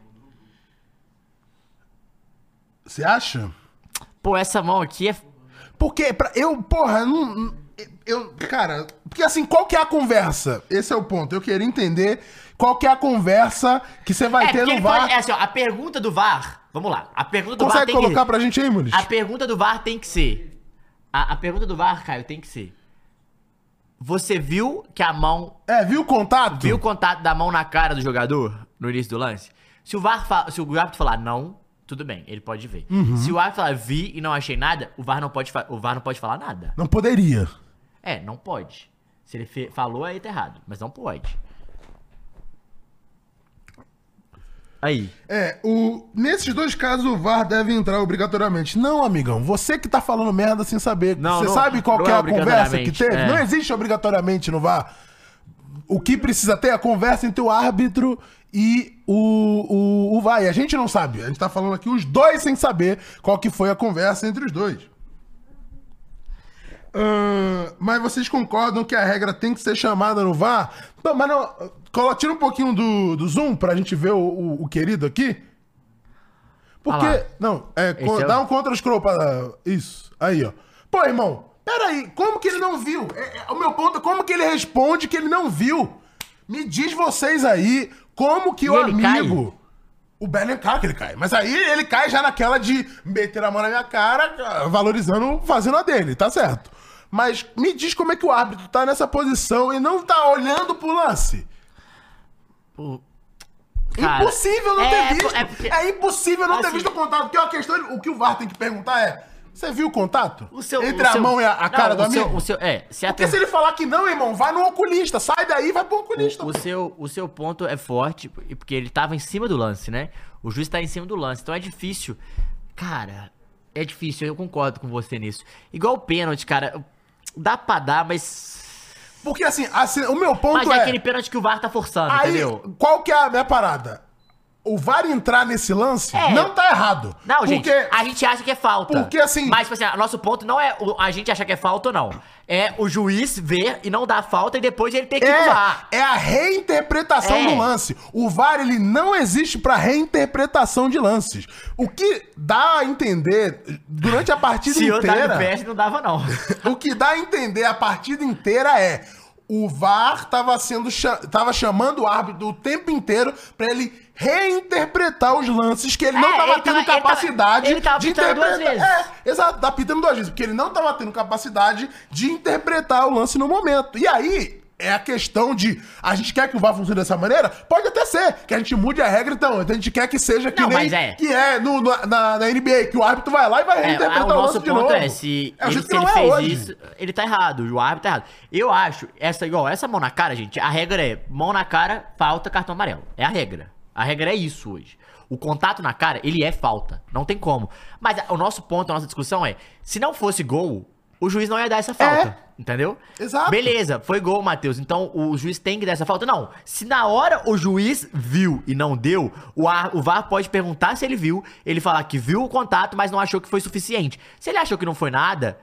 Você acha?
Pô, essa mão aqui é.
Porque pra, eu, porra, não. não- Eu, cara, porque assim, qual que é a conversa? Esse é o ponto. Eu queria entender qual que é a conversa que você vai
É,
ter
porque
no
ele
VAR.
pode. É assim, ó, a pergunta do VAR. Vamos lá. A pergunta do VAR
Consegue
tem que. Ah,
colocar pra gente aí, Muniz?
A pergunta do VAR tem que ser. A, a pergunta do VAR, Caio, tem que ser. Você viu que a mão.
É, viu o contato?
Viu o contato da mão na cara do jogador no início do lance? Se o VAR fa- se o árbitro falar não, tudo bem, ele pode ver.
Uhum.
Se o árbitro falar vi e não achei nada, o VAR não pode, fa- o VAR não pode falar nada.
Não poderia.
É, não pode. Se ele fe- falou, aí tá errado, mas não pode. Aí.
É, o... nesses dois casos o VAR deve entrar obrigatoriamente. Não, amigão, você que tá falando merda sem saber.
Não,
você
não-
sabe qual
não
que é,
é
a conversa que
obrigatoriamente,
teve?
é.
Não existe obrigatoriamente no VAR. O que precisa ter é a conversa entre o árbitro e o, o, o VAR. E a gente não sabe. A gente tá falando aqui os dois sem saber qual que foi a conversa entre os dois. Ahn, mas vocês concordam que a regra tem que ser chamada no VAR? Não, mas não. colo- Tira um pouquinho do, do zoom pra gente ver o, o- o querido aqui. Porque.
Ah lá.
não, é, co-
Esse é o-
dá um contra scroll pra. Isso. Aí, ó. Pô, irmão, peraí, como que ele não viu? É, é, o meu ponto é como que ele responde que ele não viu? Me diz vocês aí, como que o
ele cai?
amigo. O Bellingham cai que ele cai. Mas aí ele cai já naquela de meter a mão na minha cara, valorizando, fazendo a dele, tá certo. Mas me diz como é que o árbitro tá nessa posição e não tá olhando pro lance.
o- Cara,
impossível não
é,
ter visto.
é
É,
porque-
impossível não ter
assim-
visto o contato. Porque a questão, o que o VAR tem que perguntar é: você viu o contato?
O seu,
Entre
o
a
seu-
mão e a,
Não,
a cara do
o seu-
amigo?
o seu, é, se a
Porque se ele falar que não, irmão, vai no oculista. Sai daí e vai pro oculista.
O, o seu, o seu ponto é forte, e porque ele tava em cima do lance, né? O juiz tá em cima do lance, então é difícil. Cara, é difícil, eu concordo com você nisso. Igual o pênalti, cara, dá pra dar, mas.
Porque assim, assim, o meu ponto
Mas
é.
é aquele pênalti que o VAR tá forçando,
Aí,
entendeu?
qual que é a minha parada? O VAR entrar nesse lance
É.
não tá errado.
Não,
porque
gente, a gente acha que é falta.
Porque, assim-
Mas, tipo assim, o nosso ponto não é o- a gente achar que é falta ou não. É o juiz ver e não dar falta e depois ele ter que ir pro VAR.
é, é a reinterpretação
É.
do lance. O VAR ele não existe pra reinterpretação de lances. O que dá a entender durante a partida
Se eu tava
inteira.
em pé, não dava, não.
O que dá a entender a partida inteira é o VAR tava sendo cha- tava chamando o árbitro o tempo inteiro pra ele reinterpretar os lances que ele não
É,
tava
ele
tendo
tava- ele tava-
capacidade
ele tava
de
apitando duas
interpretar.
vezes.
É, exato, tá pitando duas vezes, porque ele não tava tendo capacidade de interpretar o lance no momento. E aí é a questão de a gente quer que o VAR funcione dessa maneira? Pode até ser que a gente mude a regra então, a gente quer que seja que
Não,
nem
mas é.
que é no- na, na- na NBA que o árbitro vai lá e vai
É,
reinterpretar
o
o
nosso
lance de novo.
ponto é, se
o
ele,
jeito
se
que
ele
não é
fez
hoje.
isso, ele tá errado, o árbitro tá errado. Eu acho, essa igual, essa mão na cara, gente, a regra é mão na cara, falta, cartão amarelo. É a regra. A regra é isso hoje. O contato na cara, ele é falta. Não tem como. Mas a- o nosso ponto, a nossa discussão é, se não fosse gol, o juiz não ia dar essa falta. Entendeu?
É. Exato.
Beleza, foi gol, Matheus. Então o juiz tem que dar essa falta? Não. Se na hora o juiz viu e não deu, o, ar- o VAR pode perguntar se ele viu, ele falar que viu o contato, mas não achou que foi suficiente. Se ele achou que não foi nada,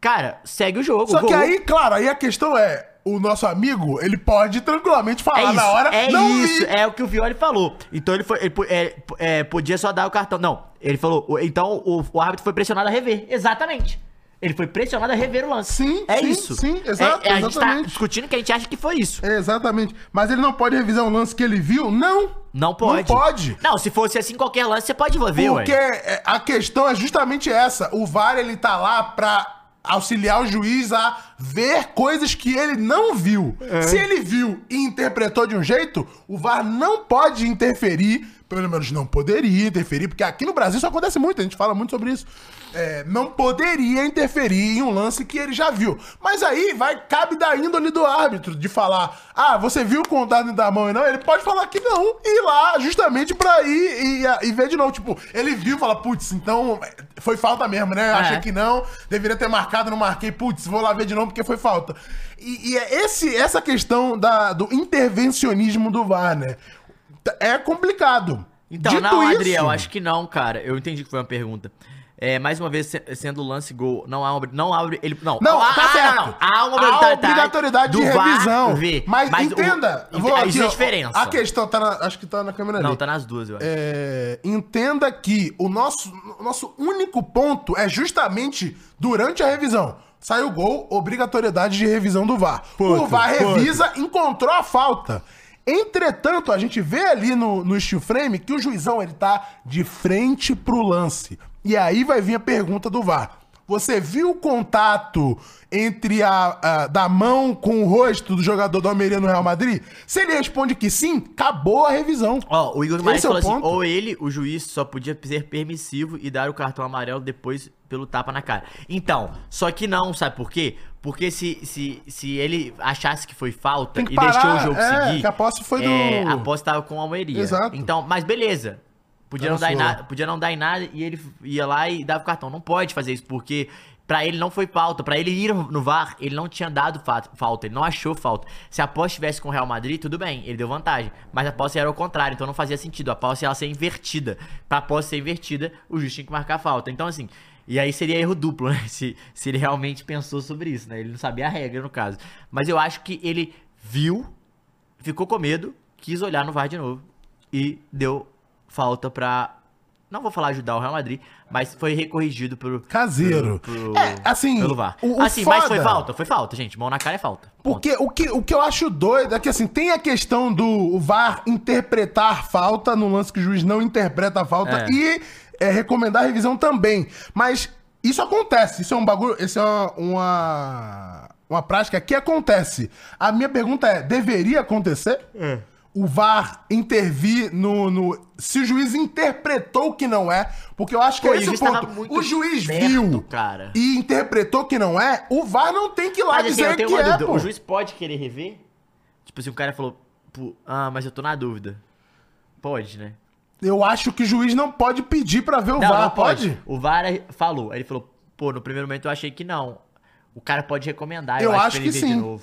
cara, segue o jogo.
Só que
gol.
aí, claro, aí a questão é, o nosso amigo, ele pode tranquilamente falar
É isso,
na hora,
é
não vi.
isso, é o que o Violi falou. Então ele foi, ele po- é, po- é, podia só dar o cartão. Não, ele falou, o- então o, o árbitro foi pressionado a rever. Exatamente. Ele foi pressionado a rever o lance.
Sim,
é
sim,
isso.
sim,
É-
exato,
é, a gente tá
exatamente.
discutindo que a gente acha que foi isso.
É, Exatamente. Mas ele não pode revisar um lance que ele viu? Não.
Não pode.
Não pode.
Não, se fosse assim, qualquer lance você pode ver, ué.
Porque é, a questão é justamente essa. O VAR, ele tá lá pra auxiliar o juiz a ver coisas que ele não viu.
É.
Se ele viu e interpretou de um jeito, o VAR não pode interferir, pelo menos não poderia interferir, porque aqui no Brasil isso acontece muito, a gente fala muito sobre isso. É, não poderia interferir em um lance que ele já viu. Mas aí vai cabe da índole do árbitro de falar: ah, você viu o contato da mão e não? Ele pode falar que não, e ir lá justamente pra ir e, e ver de novo. Tipo, ele viu e fala: putz, então foi falta mesmo, né?
É.
Achei que não, deveria ter marcado, não marquei, putz, vou lá ver de novo porque foi falta. E, e é esse, essa questão da, do intervencionismo do VAR, né? T- É complicado.
Então,
Dito
não,
isso-
Adriel, acho que não, cara. Eu entendi que foi uma pergunta. É, mais uma vez, se- sendo lance gol, não há uma, não há, obri- ele, não,
Não,
há,
tá
há-
certo.
não, não. há uma obrigatoriedade,
obrigatoriedade de
do VAR
revisão.
ver.
Mas,
o-
entenda,
ent-
vou
existe
aqui, ó,
diferença.
A questão tá na, acho que tá na câmera
não,
ali.
tá nas duas, eu acho.
É, entenda que o nosso, o nosso único ponto é justamente durante a revisão. Saiu o gol, obrigatoriedade de revisão do VAR. o
Ponto,
VAR
ponto.
revisa, encontrou a falta. Entretanto, a gente vê ali no, no steel frame que o juizão ele tá de frente pro lance. E aí vai vir a pergunta do VAR. Você viu o contato entre a, a- da mão com o rosto do jogador do Almeria no Real Madrid? Se ele responde que sim, acabou a revisão.
Ó, o Igor Guimarães
Esse é o
falou assim,
ponto.
ou ele, o juiz, só podia ser permissivo e dar o cartão amarelo depois pelo tapa na cara. Então, só que não, sabe por quê? Porque se, se, se ele achasse que foi falta
Tem que
e deixou o
parar,
jogo
é,
seguir,
que a posse foi do-
é, a posse tava com o Almeria.
Exato.
Então, mas beleza. Podia
Era
não, dar em
sua.
nada, podia não dar em nada e ele ia lá e dava o cartão. Não pode fazer isso, porque pra ele não foi falta. Pra ele ir no VAR, ele não tinha dado fa- falta, ele não achou falta. Se a posse estivesse com o Real Madrid, tudo bem, ele deu vantagem. Mas a posse era o contrário, então não fazia sentido. A posse ela ser invertida. Pra posse ser invertida, o juiz tinha que marcar a falta. Então, assim. E aí seria erro duplo, né? Se, se ele realmente pensou sobre isso, né? Ele não sabia a regra, no caso. Mas eu acho que ele viu ficou com medo, quis olhar no VAR de novo e deu falta pra. Não vou falar ajudar o Real Madrid, mas foi recorrigido pelo.
Caseiro.
Pro-
É, assim.
Pelo VAR.
o- o
assim, mas foi
foda-
falta, foi falta, gente. Mão na cara é falta. Ponto.
Porque o que, o que eu acho doido é que, assim, tem a questão do o VAR interpretar falta no lance que o juiz não interpreta a falta
É.
e é, recomendar a revisão também. Mas isso acontece, isso é um bagulho, isso é uma, uma, uma prática que acontece. A minha pergunta é, deveria acontecer?
É.
O VAR intervir no, no- Se o juiz interpretou que não é, porque eu acho que
Pô,
é
e o
esse o
juiz tava
ponto.
muito
O juiz
certo,
viu
cara.
e interpretou que não é, o VAR não tem que ir lá
Mas assim,
dizer
eu tenho
que
uma
é,
dúvida.
pô.
O juiz pode querer rever? Tipo assim, o cara falou, pô, ah, mas eu tô na dúvida. Pode, né?
Eu acho que o juiz não pode pedir pra ver o VAR, pode?
O VAR é, falou. Aí ele falou, pô, no primeiro momento eu achei que não. O cara pode recomendar,
Eu acho
pra
que
ver
sim.
de novo.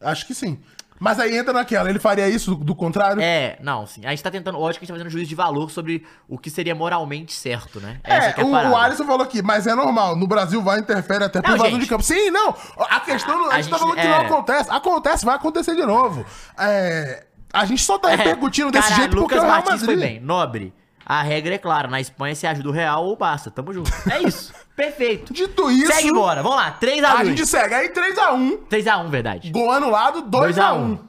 Acho que sim. Mas aí entra naquela, ele faria isso do, do contrário?
É, não, sim. A gente tá tentando, lógico que a gente tá fazendo um juízo de valor sobre o que seria moralmente certo, né?
É,
que
o,
parada.
o Alisson falou aqui, mas é normal, no Brasil vai interfere até por
Não,
vazão
gente.
de campo. Sim, não, a questão, não- a,
A
gente tá
gente-
falando que
é.
não acontece, acontece, vai acontecer de novo. É, a gente só tá
É,
repercutindo desse
cara,
jeito porque
Lucas
é o Real
Martins foi
Madrid.
bem, nobre. A regra é clara, na Espanha você ajuda o Real ou basta, tamo junto. É isso, perfeito.
Dito isso,
Segue embora, vamos lá,
a
3x1.
gente segue aí 3x1,
3x1, verdade.
Gol anulado,
2 a 1.
2x1.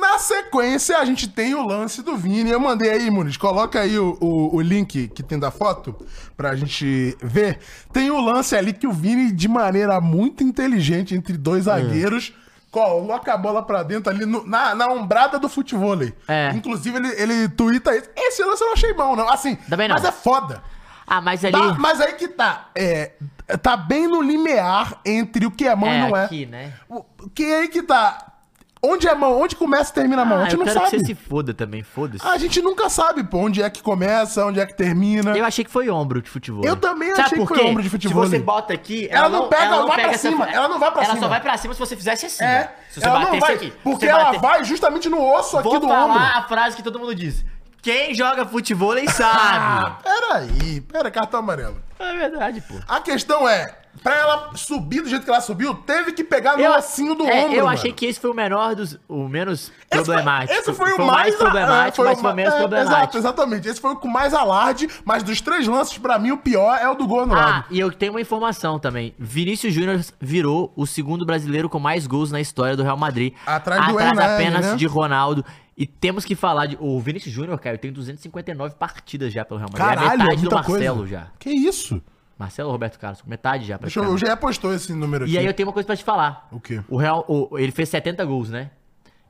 Na sequência, a gente tem o lance do Vini. Eu mandei aí, Muniz, coloca aí o, o, o link que tem da foto pra gente ver. Tem o lance ali que o Vini, de maneira muito inteligente, entre dois
É.
zagueiros, coloca a bola pra dentro ali no- na, na ombrada do futebol.
É.
Inclusive, ele, ele tuita isso. Esse lance eu não achei bom, não. Assim,
Também não.
mas é foda.
Ah, mas ali...
Tá- mas aí que tá. É, tá bem no limiar entre o que é mão
é,
e não é.
aqui, né?
O- Quem aí que tá? Onde é a mão? Onde começa e termina a mão?
Ah,
a gente
eu
não
quero
sabe. Ah,
que você se foda também, foda-se.
A gente nunca sabe, pô, onde é que começa, onde é que termina.
Eu achei que foi ombro de futebol.
Eu também
Sabe
achei que
por
foi
quê?
ombro de futebol.
Se você bota aqui,
Ela não pega, ela vai pra
essa-
cima, ela não vai pra
Ela
cima.
só vai pra cima se você fizesse assim.
É.
ó. Se você
Ela não
batesse
vai,
aqui. se
porque
você
ela
bater-
vai justamente no osso aqui
Vou
do
falar
ombro.
a frase que todo mundo diz. Quem joga futebol sabe.
Peraí, pera, cartão amarelo.
é verdade, pô.
A questão é, pra ela subir do jeito que ela subiu, teve que pegar no ossinho Um do
é,
ombro.
Eu achei
mano.
que esse foi o menor dos. O menos
Esse foi-
problemático.
Esse foi, o mais,
problemático,
a- é, foi
mas foi
o
o
ma-
menos
é, Exato,
problemático.
exatamente. Esse foi o com mais alarde, mas dos três lances, pra mim, o pior é o do gol
Ah,
anulado.
e eu tenho uma informação também. Vinícius Júnior virou o segundo brasileiro com mais gols na história do Real Madrid.
Atrás do Hernani,
apenas
né?
de Ronaldo. E temos que falar de. O Vinícius Júnior, cara, tem 259 partidas já pelo Real Madrid. é metade do
muita
Marcelo
coisa.
já.
Que isso?
Marcelo Roberto Carlos, metade já.
Deixa eu, o
praticamente.
GE postou esse número aqui.
E aí eu tenho uma coisa pra te falar.
O quê?
O Real, o- ele fez 70 gols, né?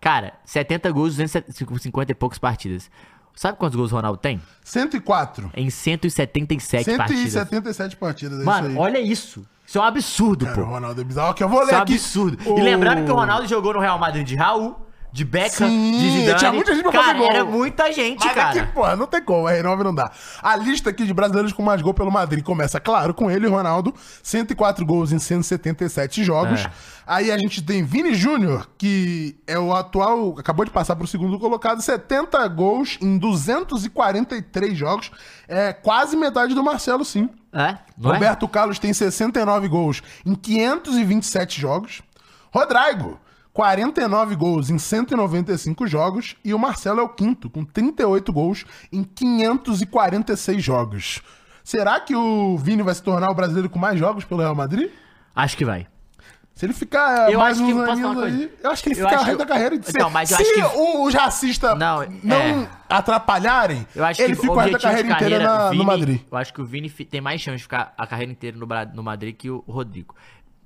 Cara, 70 gols, 250 e poucas partidas. Sabe quantos gols o Ronaldo tem?
104.
Em 177 partidas.
177 partidas, é
É Mano,
isso aí.
olha isso. Isso é um absurdo,
Cara,
pô.
o Ronaldo é bizarro, que eu vou ler
Isso é um
aqui.
absurdo.
O-
E lembrando que o Ronaldo jogou no Real Madrid de Raul, de Beckham,
Sim,
de Zidane.
tinha muita gente pra
cara,
fazer gol.
era muita gente,
Mas
cara.
aqui, porra, não tem como, R9 não dá. A lista aqui de brasileiros com mais gol pelo Madrid começa, claro, com ele, Ronaldo, 104 gols em 177 jogos.
É.
Aí a gente tem Vini Júnior, que é o atual, acabou de passar pro segundo colocado, 70 gols em 243 jogos. É quase metade do Marcelo, sim.
É, não é?
Roberto Carlos tem 69 gols em 527 jogos. Rodrigo, 49 gols em 195 jogos. E o Marcelo é o quinto, com 38 gols em 546 jogos. Será que o Vini vai se tornar o brasileiro com mais jogos pelo Real Madrid?
Acho que vai.
Se ele ficar eh,
Eu
mais
acho que-
uns
posso falar
aninhos
uma coisa?
aí, eu acho que ele
Eu
fica o
acho-
resto da carreira. Se,
Não, mas eu
se
acho que-
o- os racistas
Não,
não,
é.
atrapalharem,
Eu acho
ele
que
fica
o
o resto da
objetivo
carreira,
de carreira
inteira na-
Vini,
no Madrid.
Eu acho que o Vini fi- tem mais chance de ficar a carreira inteira no, Bra- no Madrid que o Rodrigo.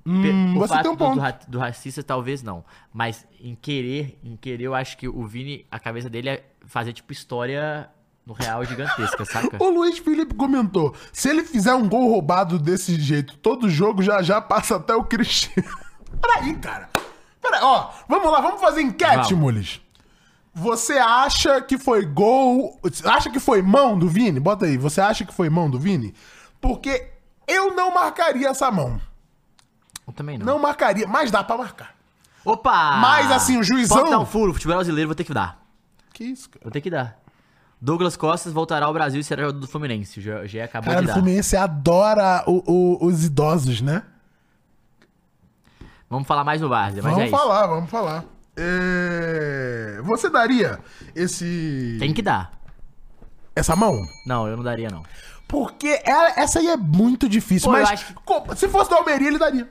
Pe- o
você tem
fato do-
um
do,
ponto.
ra- do racista talvez não, mas em querer, em querer eu acho que o Vini, a cabeça dele é fazer tipo história no real gigantesca, saca?
O Luiz Felipe comentou: se ele fizer um gol roubado desse jeito, todo jogo já já passa até o Cristiano. Peraí, cara. Peraí, ó. Vamos lá, vamos fazer enquete,
Vamos.
Mules. Você acha que foi gol. Acha que foi mão do Vini? Bota aí. Você acha que foi mão do Vini? Porque eu não marcaria essa mão.
Eu também não.
Não marcaria, mas dá pra marcar.
Opa!
Mas, assim, o juizão-
Pode dar um furo, futebol brasileiro, vou ter que dar.
Que isso, cara.
Vou ter que dar. Douglas Costas voltará ao Brasil e será jogador do Fluminense. O G- G acabou
Cara,
de
o
dar.
Fluminense adora o- o- os idosos, né?
Vamos falar mais no Várzea, mas é
Vamos
isso.
falar, vamos falar. É, Você daria esse.
Tem que dar.
Essa mão?
Não, eu não daria não.
Porque ela- essa aí é muito difícil,
Pô, eu
mas
acho que-
co- se fosse do Almeria, ele daria.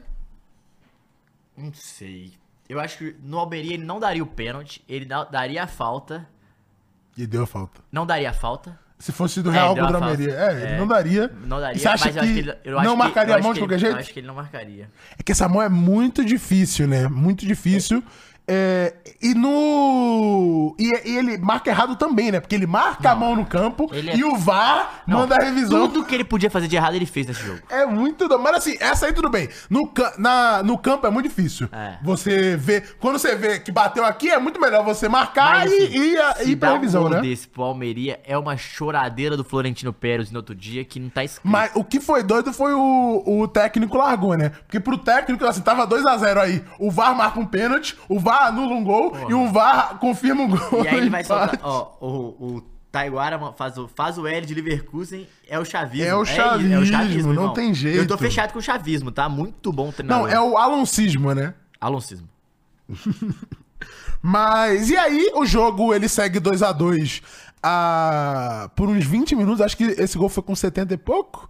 Não sei. Eu acho que no Almeria ele não daria o pênalti, ele não- daria a falta.
E deu a falta.
Não daria a falta.
Se fosse do Real
deu a
contra o
falta.
Almeria. É, ele
É.
não daria.
Não daria,
Você acha
mas
que,
eu acho que ele eu acho
não
que-
marcaria
eu
a
acho
mão
que
de
ele-
qualquer jeito?
Eu acho que ele não marcaria.
É que essa mão é muito difícil, né? Muito difícil. É, e no. E, e ele marca errado também, né? Porque ele marca a mão no campo
Ele é-
e o VAR
Não,
manda a revisão.
Tudo que ele podia fazer de errado ele fez nesse jogo.
É muito doido. Mas assim, essa aí tudo bem. No, ca- na, no campo é muito difícil.
É.
Você vê. Quando você vê que bateu aqui, é muito melhor você marcar
Mas,
e,
assim,
e, a-
se
ir pra
dá
revisão,
um gol
né?
desse pro Almeria é uma choradeira do Florentino Pérez no outro dia que não tá escrito.
Mas o que foi doido foi o, o técnico largou, né? Porque pro técnico, assim, tava 2x0 aí. O VAR marca um pênalti, o VAR anula um gol e o VAR confirma um gol.
E aí ele vai soltar,
empate.
ó, o, o Taiguara ma- faz o, faz o L de Leverkusen, é o chavismo.
É o
isso,
chavismo, não
irmão.
tem
Eu
jeito.
tô fechado com o chavismo, tá? Muito bom o treinador.
Não, é o aloncismo, né?
Aloncismo.
Mas e aí o jogo ele segue 2 a 2 a por uns 20 minutos, acho que esse gol foi com 70 e pouco.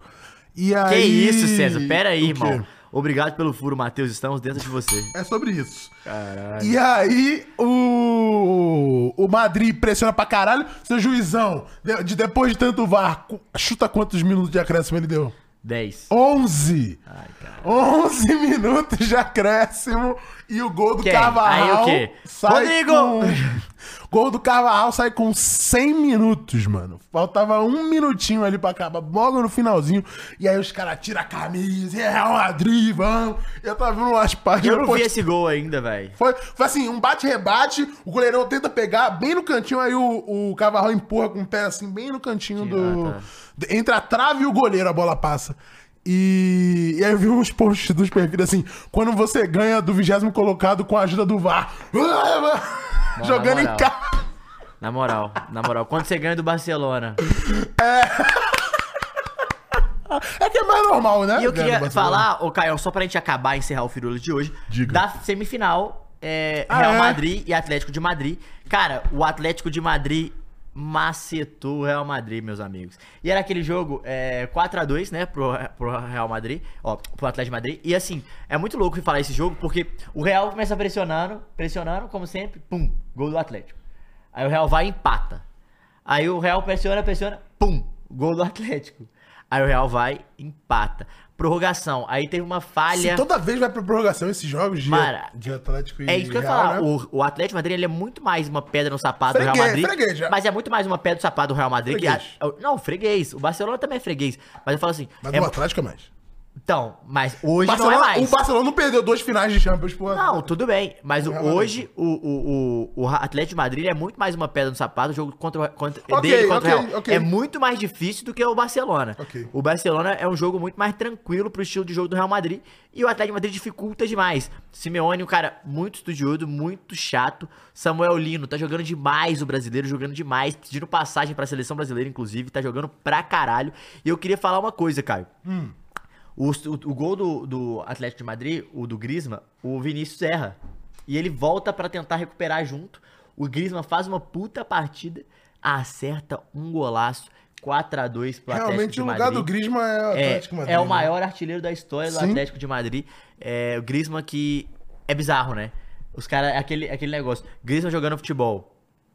E aí
Que isso, César? Pera aí,
O quê?
irmão. Obrigado pelo furo, Matheus. Estamos dentro de você.
É sobre isso. E aí o o Madrid pressiona pra caralho, seu juizão, de, de- depois de tanto VAR, cu- chuta quantos minutos de acréscimo ele deu?
10.
11.
Ai, cara.
11 minutos de acréscimo e o gol do
Quem?
Carvajal
Aí o quê?
sai
Rodrigo!
com... Gol do Carvajal sai com 100 minutos, mano. Faltava um minutinho ali pra acabar, logo no finalzinho. E aí os caras tiram a camisa, é Real Madrid, vamos. Eu tava vendo umas páginas...
Eu não vi
post-
esse gol ainda, velho.
foi, foi assim, um bate-rebate, o goleirão tenta pegar bem no cantinho, aí o, o Cavarral empurra com o pé assim, bem no cantinho do,
ah, tá.
do- Entre a trave e o goleiro a bola passa. E, e aí eu vi uns posts dos perfis assim, quando você ganha do vigésimo colocado com a ajuda do VAR. Jogando em
moral.
casa.
Na moral, na moral. Quando você ganha do Barcelona.
É que é mais normal, né?
E eu
Ganhar do
queria
Barcelona.
falar, ô Caio, só pra gente acabar e encerrar o Firula de hoje,
Diga.
da semifinal é,
Ah,
Real
é?
Madrid e Atlético de Madrid. Cara, o Atlético de Madrid macetou o Real Madrid, meus amigos. E era aquele jogo é, 4x2, né, pro, pro Real Madrid, ó, pro Atlético de Madrid. E assim, é muito louco falar esse jogo, porque o Real começa pressionando, pressionando, como sempre, pum, gol do Atlético. Aí o Real vai e empata. Aí o Real pressiona, pressiona, pum, gol do Atlético. Aí o Real vai, empata. Prorrogação. Aí teve uma falha.
Se toda vez vai pra prorrogação esses jogos de,
Mara,
de Atlético e
É isso que eu ia
Real,
falar.
né?
O, o Atlético de Madrid ele é muito mais uma pedra no sapato do Real
Freguês,
Madrid.
freguês, já.
mas é muito mais uma pedra no sapato do Real Madrid. que a-
Freguês.
não, freguês. O Barcelona também é freguês. Mas eu falo assim.
Mas
é-
o Atlético é mais.
então, mas hoje
Barcelona-
não é mais.
O Barcelona não perdeu duas finais de Champions pro
Não, tudo bem. Mas o-
Real Madrid.
hoje o, o, o, o Atlético de Madrid é muito mais uma pedra no sapato. O jogo contra, o- contra,
Ok,
dele contra
ok,
o Real
ok.
é muito mais difícil do que o Barcelona.
Ok.
O Barcelona é um jogo muito mais tranquilo pro estilo de jogo do Real Madrid. E o Atlético de Madrid dificulta demais. Simeone, um cara muito estudioso, muito chato. Samuel Lino tá jogando demais o brasileiro, jogando demais. Pedindo passagem pra seleção brasileira, inclusive. Tá jogando pra caralho. E eu queria falar uma coisa, Caio. O, o- o gol do, do Atlético de Madrid, o do Grisma, o Vinícius erra. E ele volta pra tentar recuperar junto. O Grisma faz uma puta partida, acerta um golaço. 4x2 pro Atlético
Realmente
de
o lugar
Madrid.
do Griezmann é o
é,
Atlético de Madrid.
é o
né?
maior artilheiro da história do
Sim.
Atlético de Madrid. É, o Griezmann que é bizarro, né? Os caras, é aquele, é aquele negócio. Griezmann jogando futebol.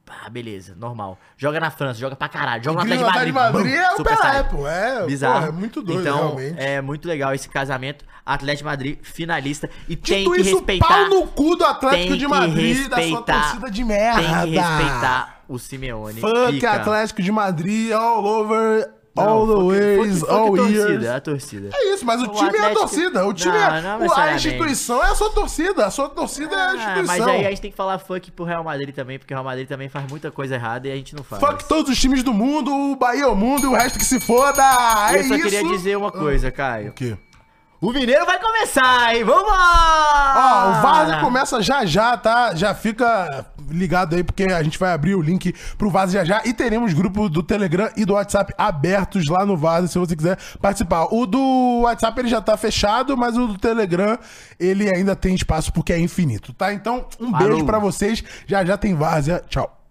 Ah, beleza, normal. Joga na França, joga pra caralho. Joga no
Griezmann
Atlético de Madrid. bum,
é o
super
Pelé,
sai.
pô. É,
Bizarro.
Porra, é muito doido,
então,
realmente.
é muito legal esse casamento. Atlético de Madrid, finalista. E tem
Dito
que
isso,
respeitar.
pau no cu do
tem
Atlético
que
de Madrid, da sua
respeitar-
torcida de merda.
Tem que respeitar o Simeone.
Funk
Fica.
Atlético de Madrid, all over,
Não,
all the
fuck-
ways,
fuck- fuck
all
a
years.
torcida, a torcida.
É isso, mas o,
O
time é a
Atlético-
torcida. O time
Não,
é.
não
o- a
necessariamente.
instituição é a sua torcida. A sua torcida é a
Ah,
instituição.
mas aí a gente tem que falar fuck pro Real Madrid também, porque o Real Madrid também faz muita coisa errada e a gente não faz.
Fuck todos os times do mundo, o Bahia é o mundo e o resto que se foda.
E
É
eu só
isso. Ah.
queria dizer uma coisa, Caio.
O quê?
O Mineiro vai começar, hein? Vamos
Ó,
Ah!
o Vaza começa já já, tá? Já fica ligado aí, porque a gente vai abrir o link pro Vaza já já. E teremos grupo do Telegram e do WhatsApp abertos lá no Vaza, se você quiser participar. O do WhatsApp ele já tá fechado, mas o do Telegram ele ainda tem espaço porque é infinito, tá? Então, um
Falou.
beijo pra vocês. Já já tem Vaza. Tchau.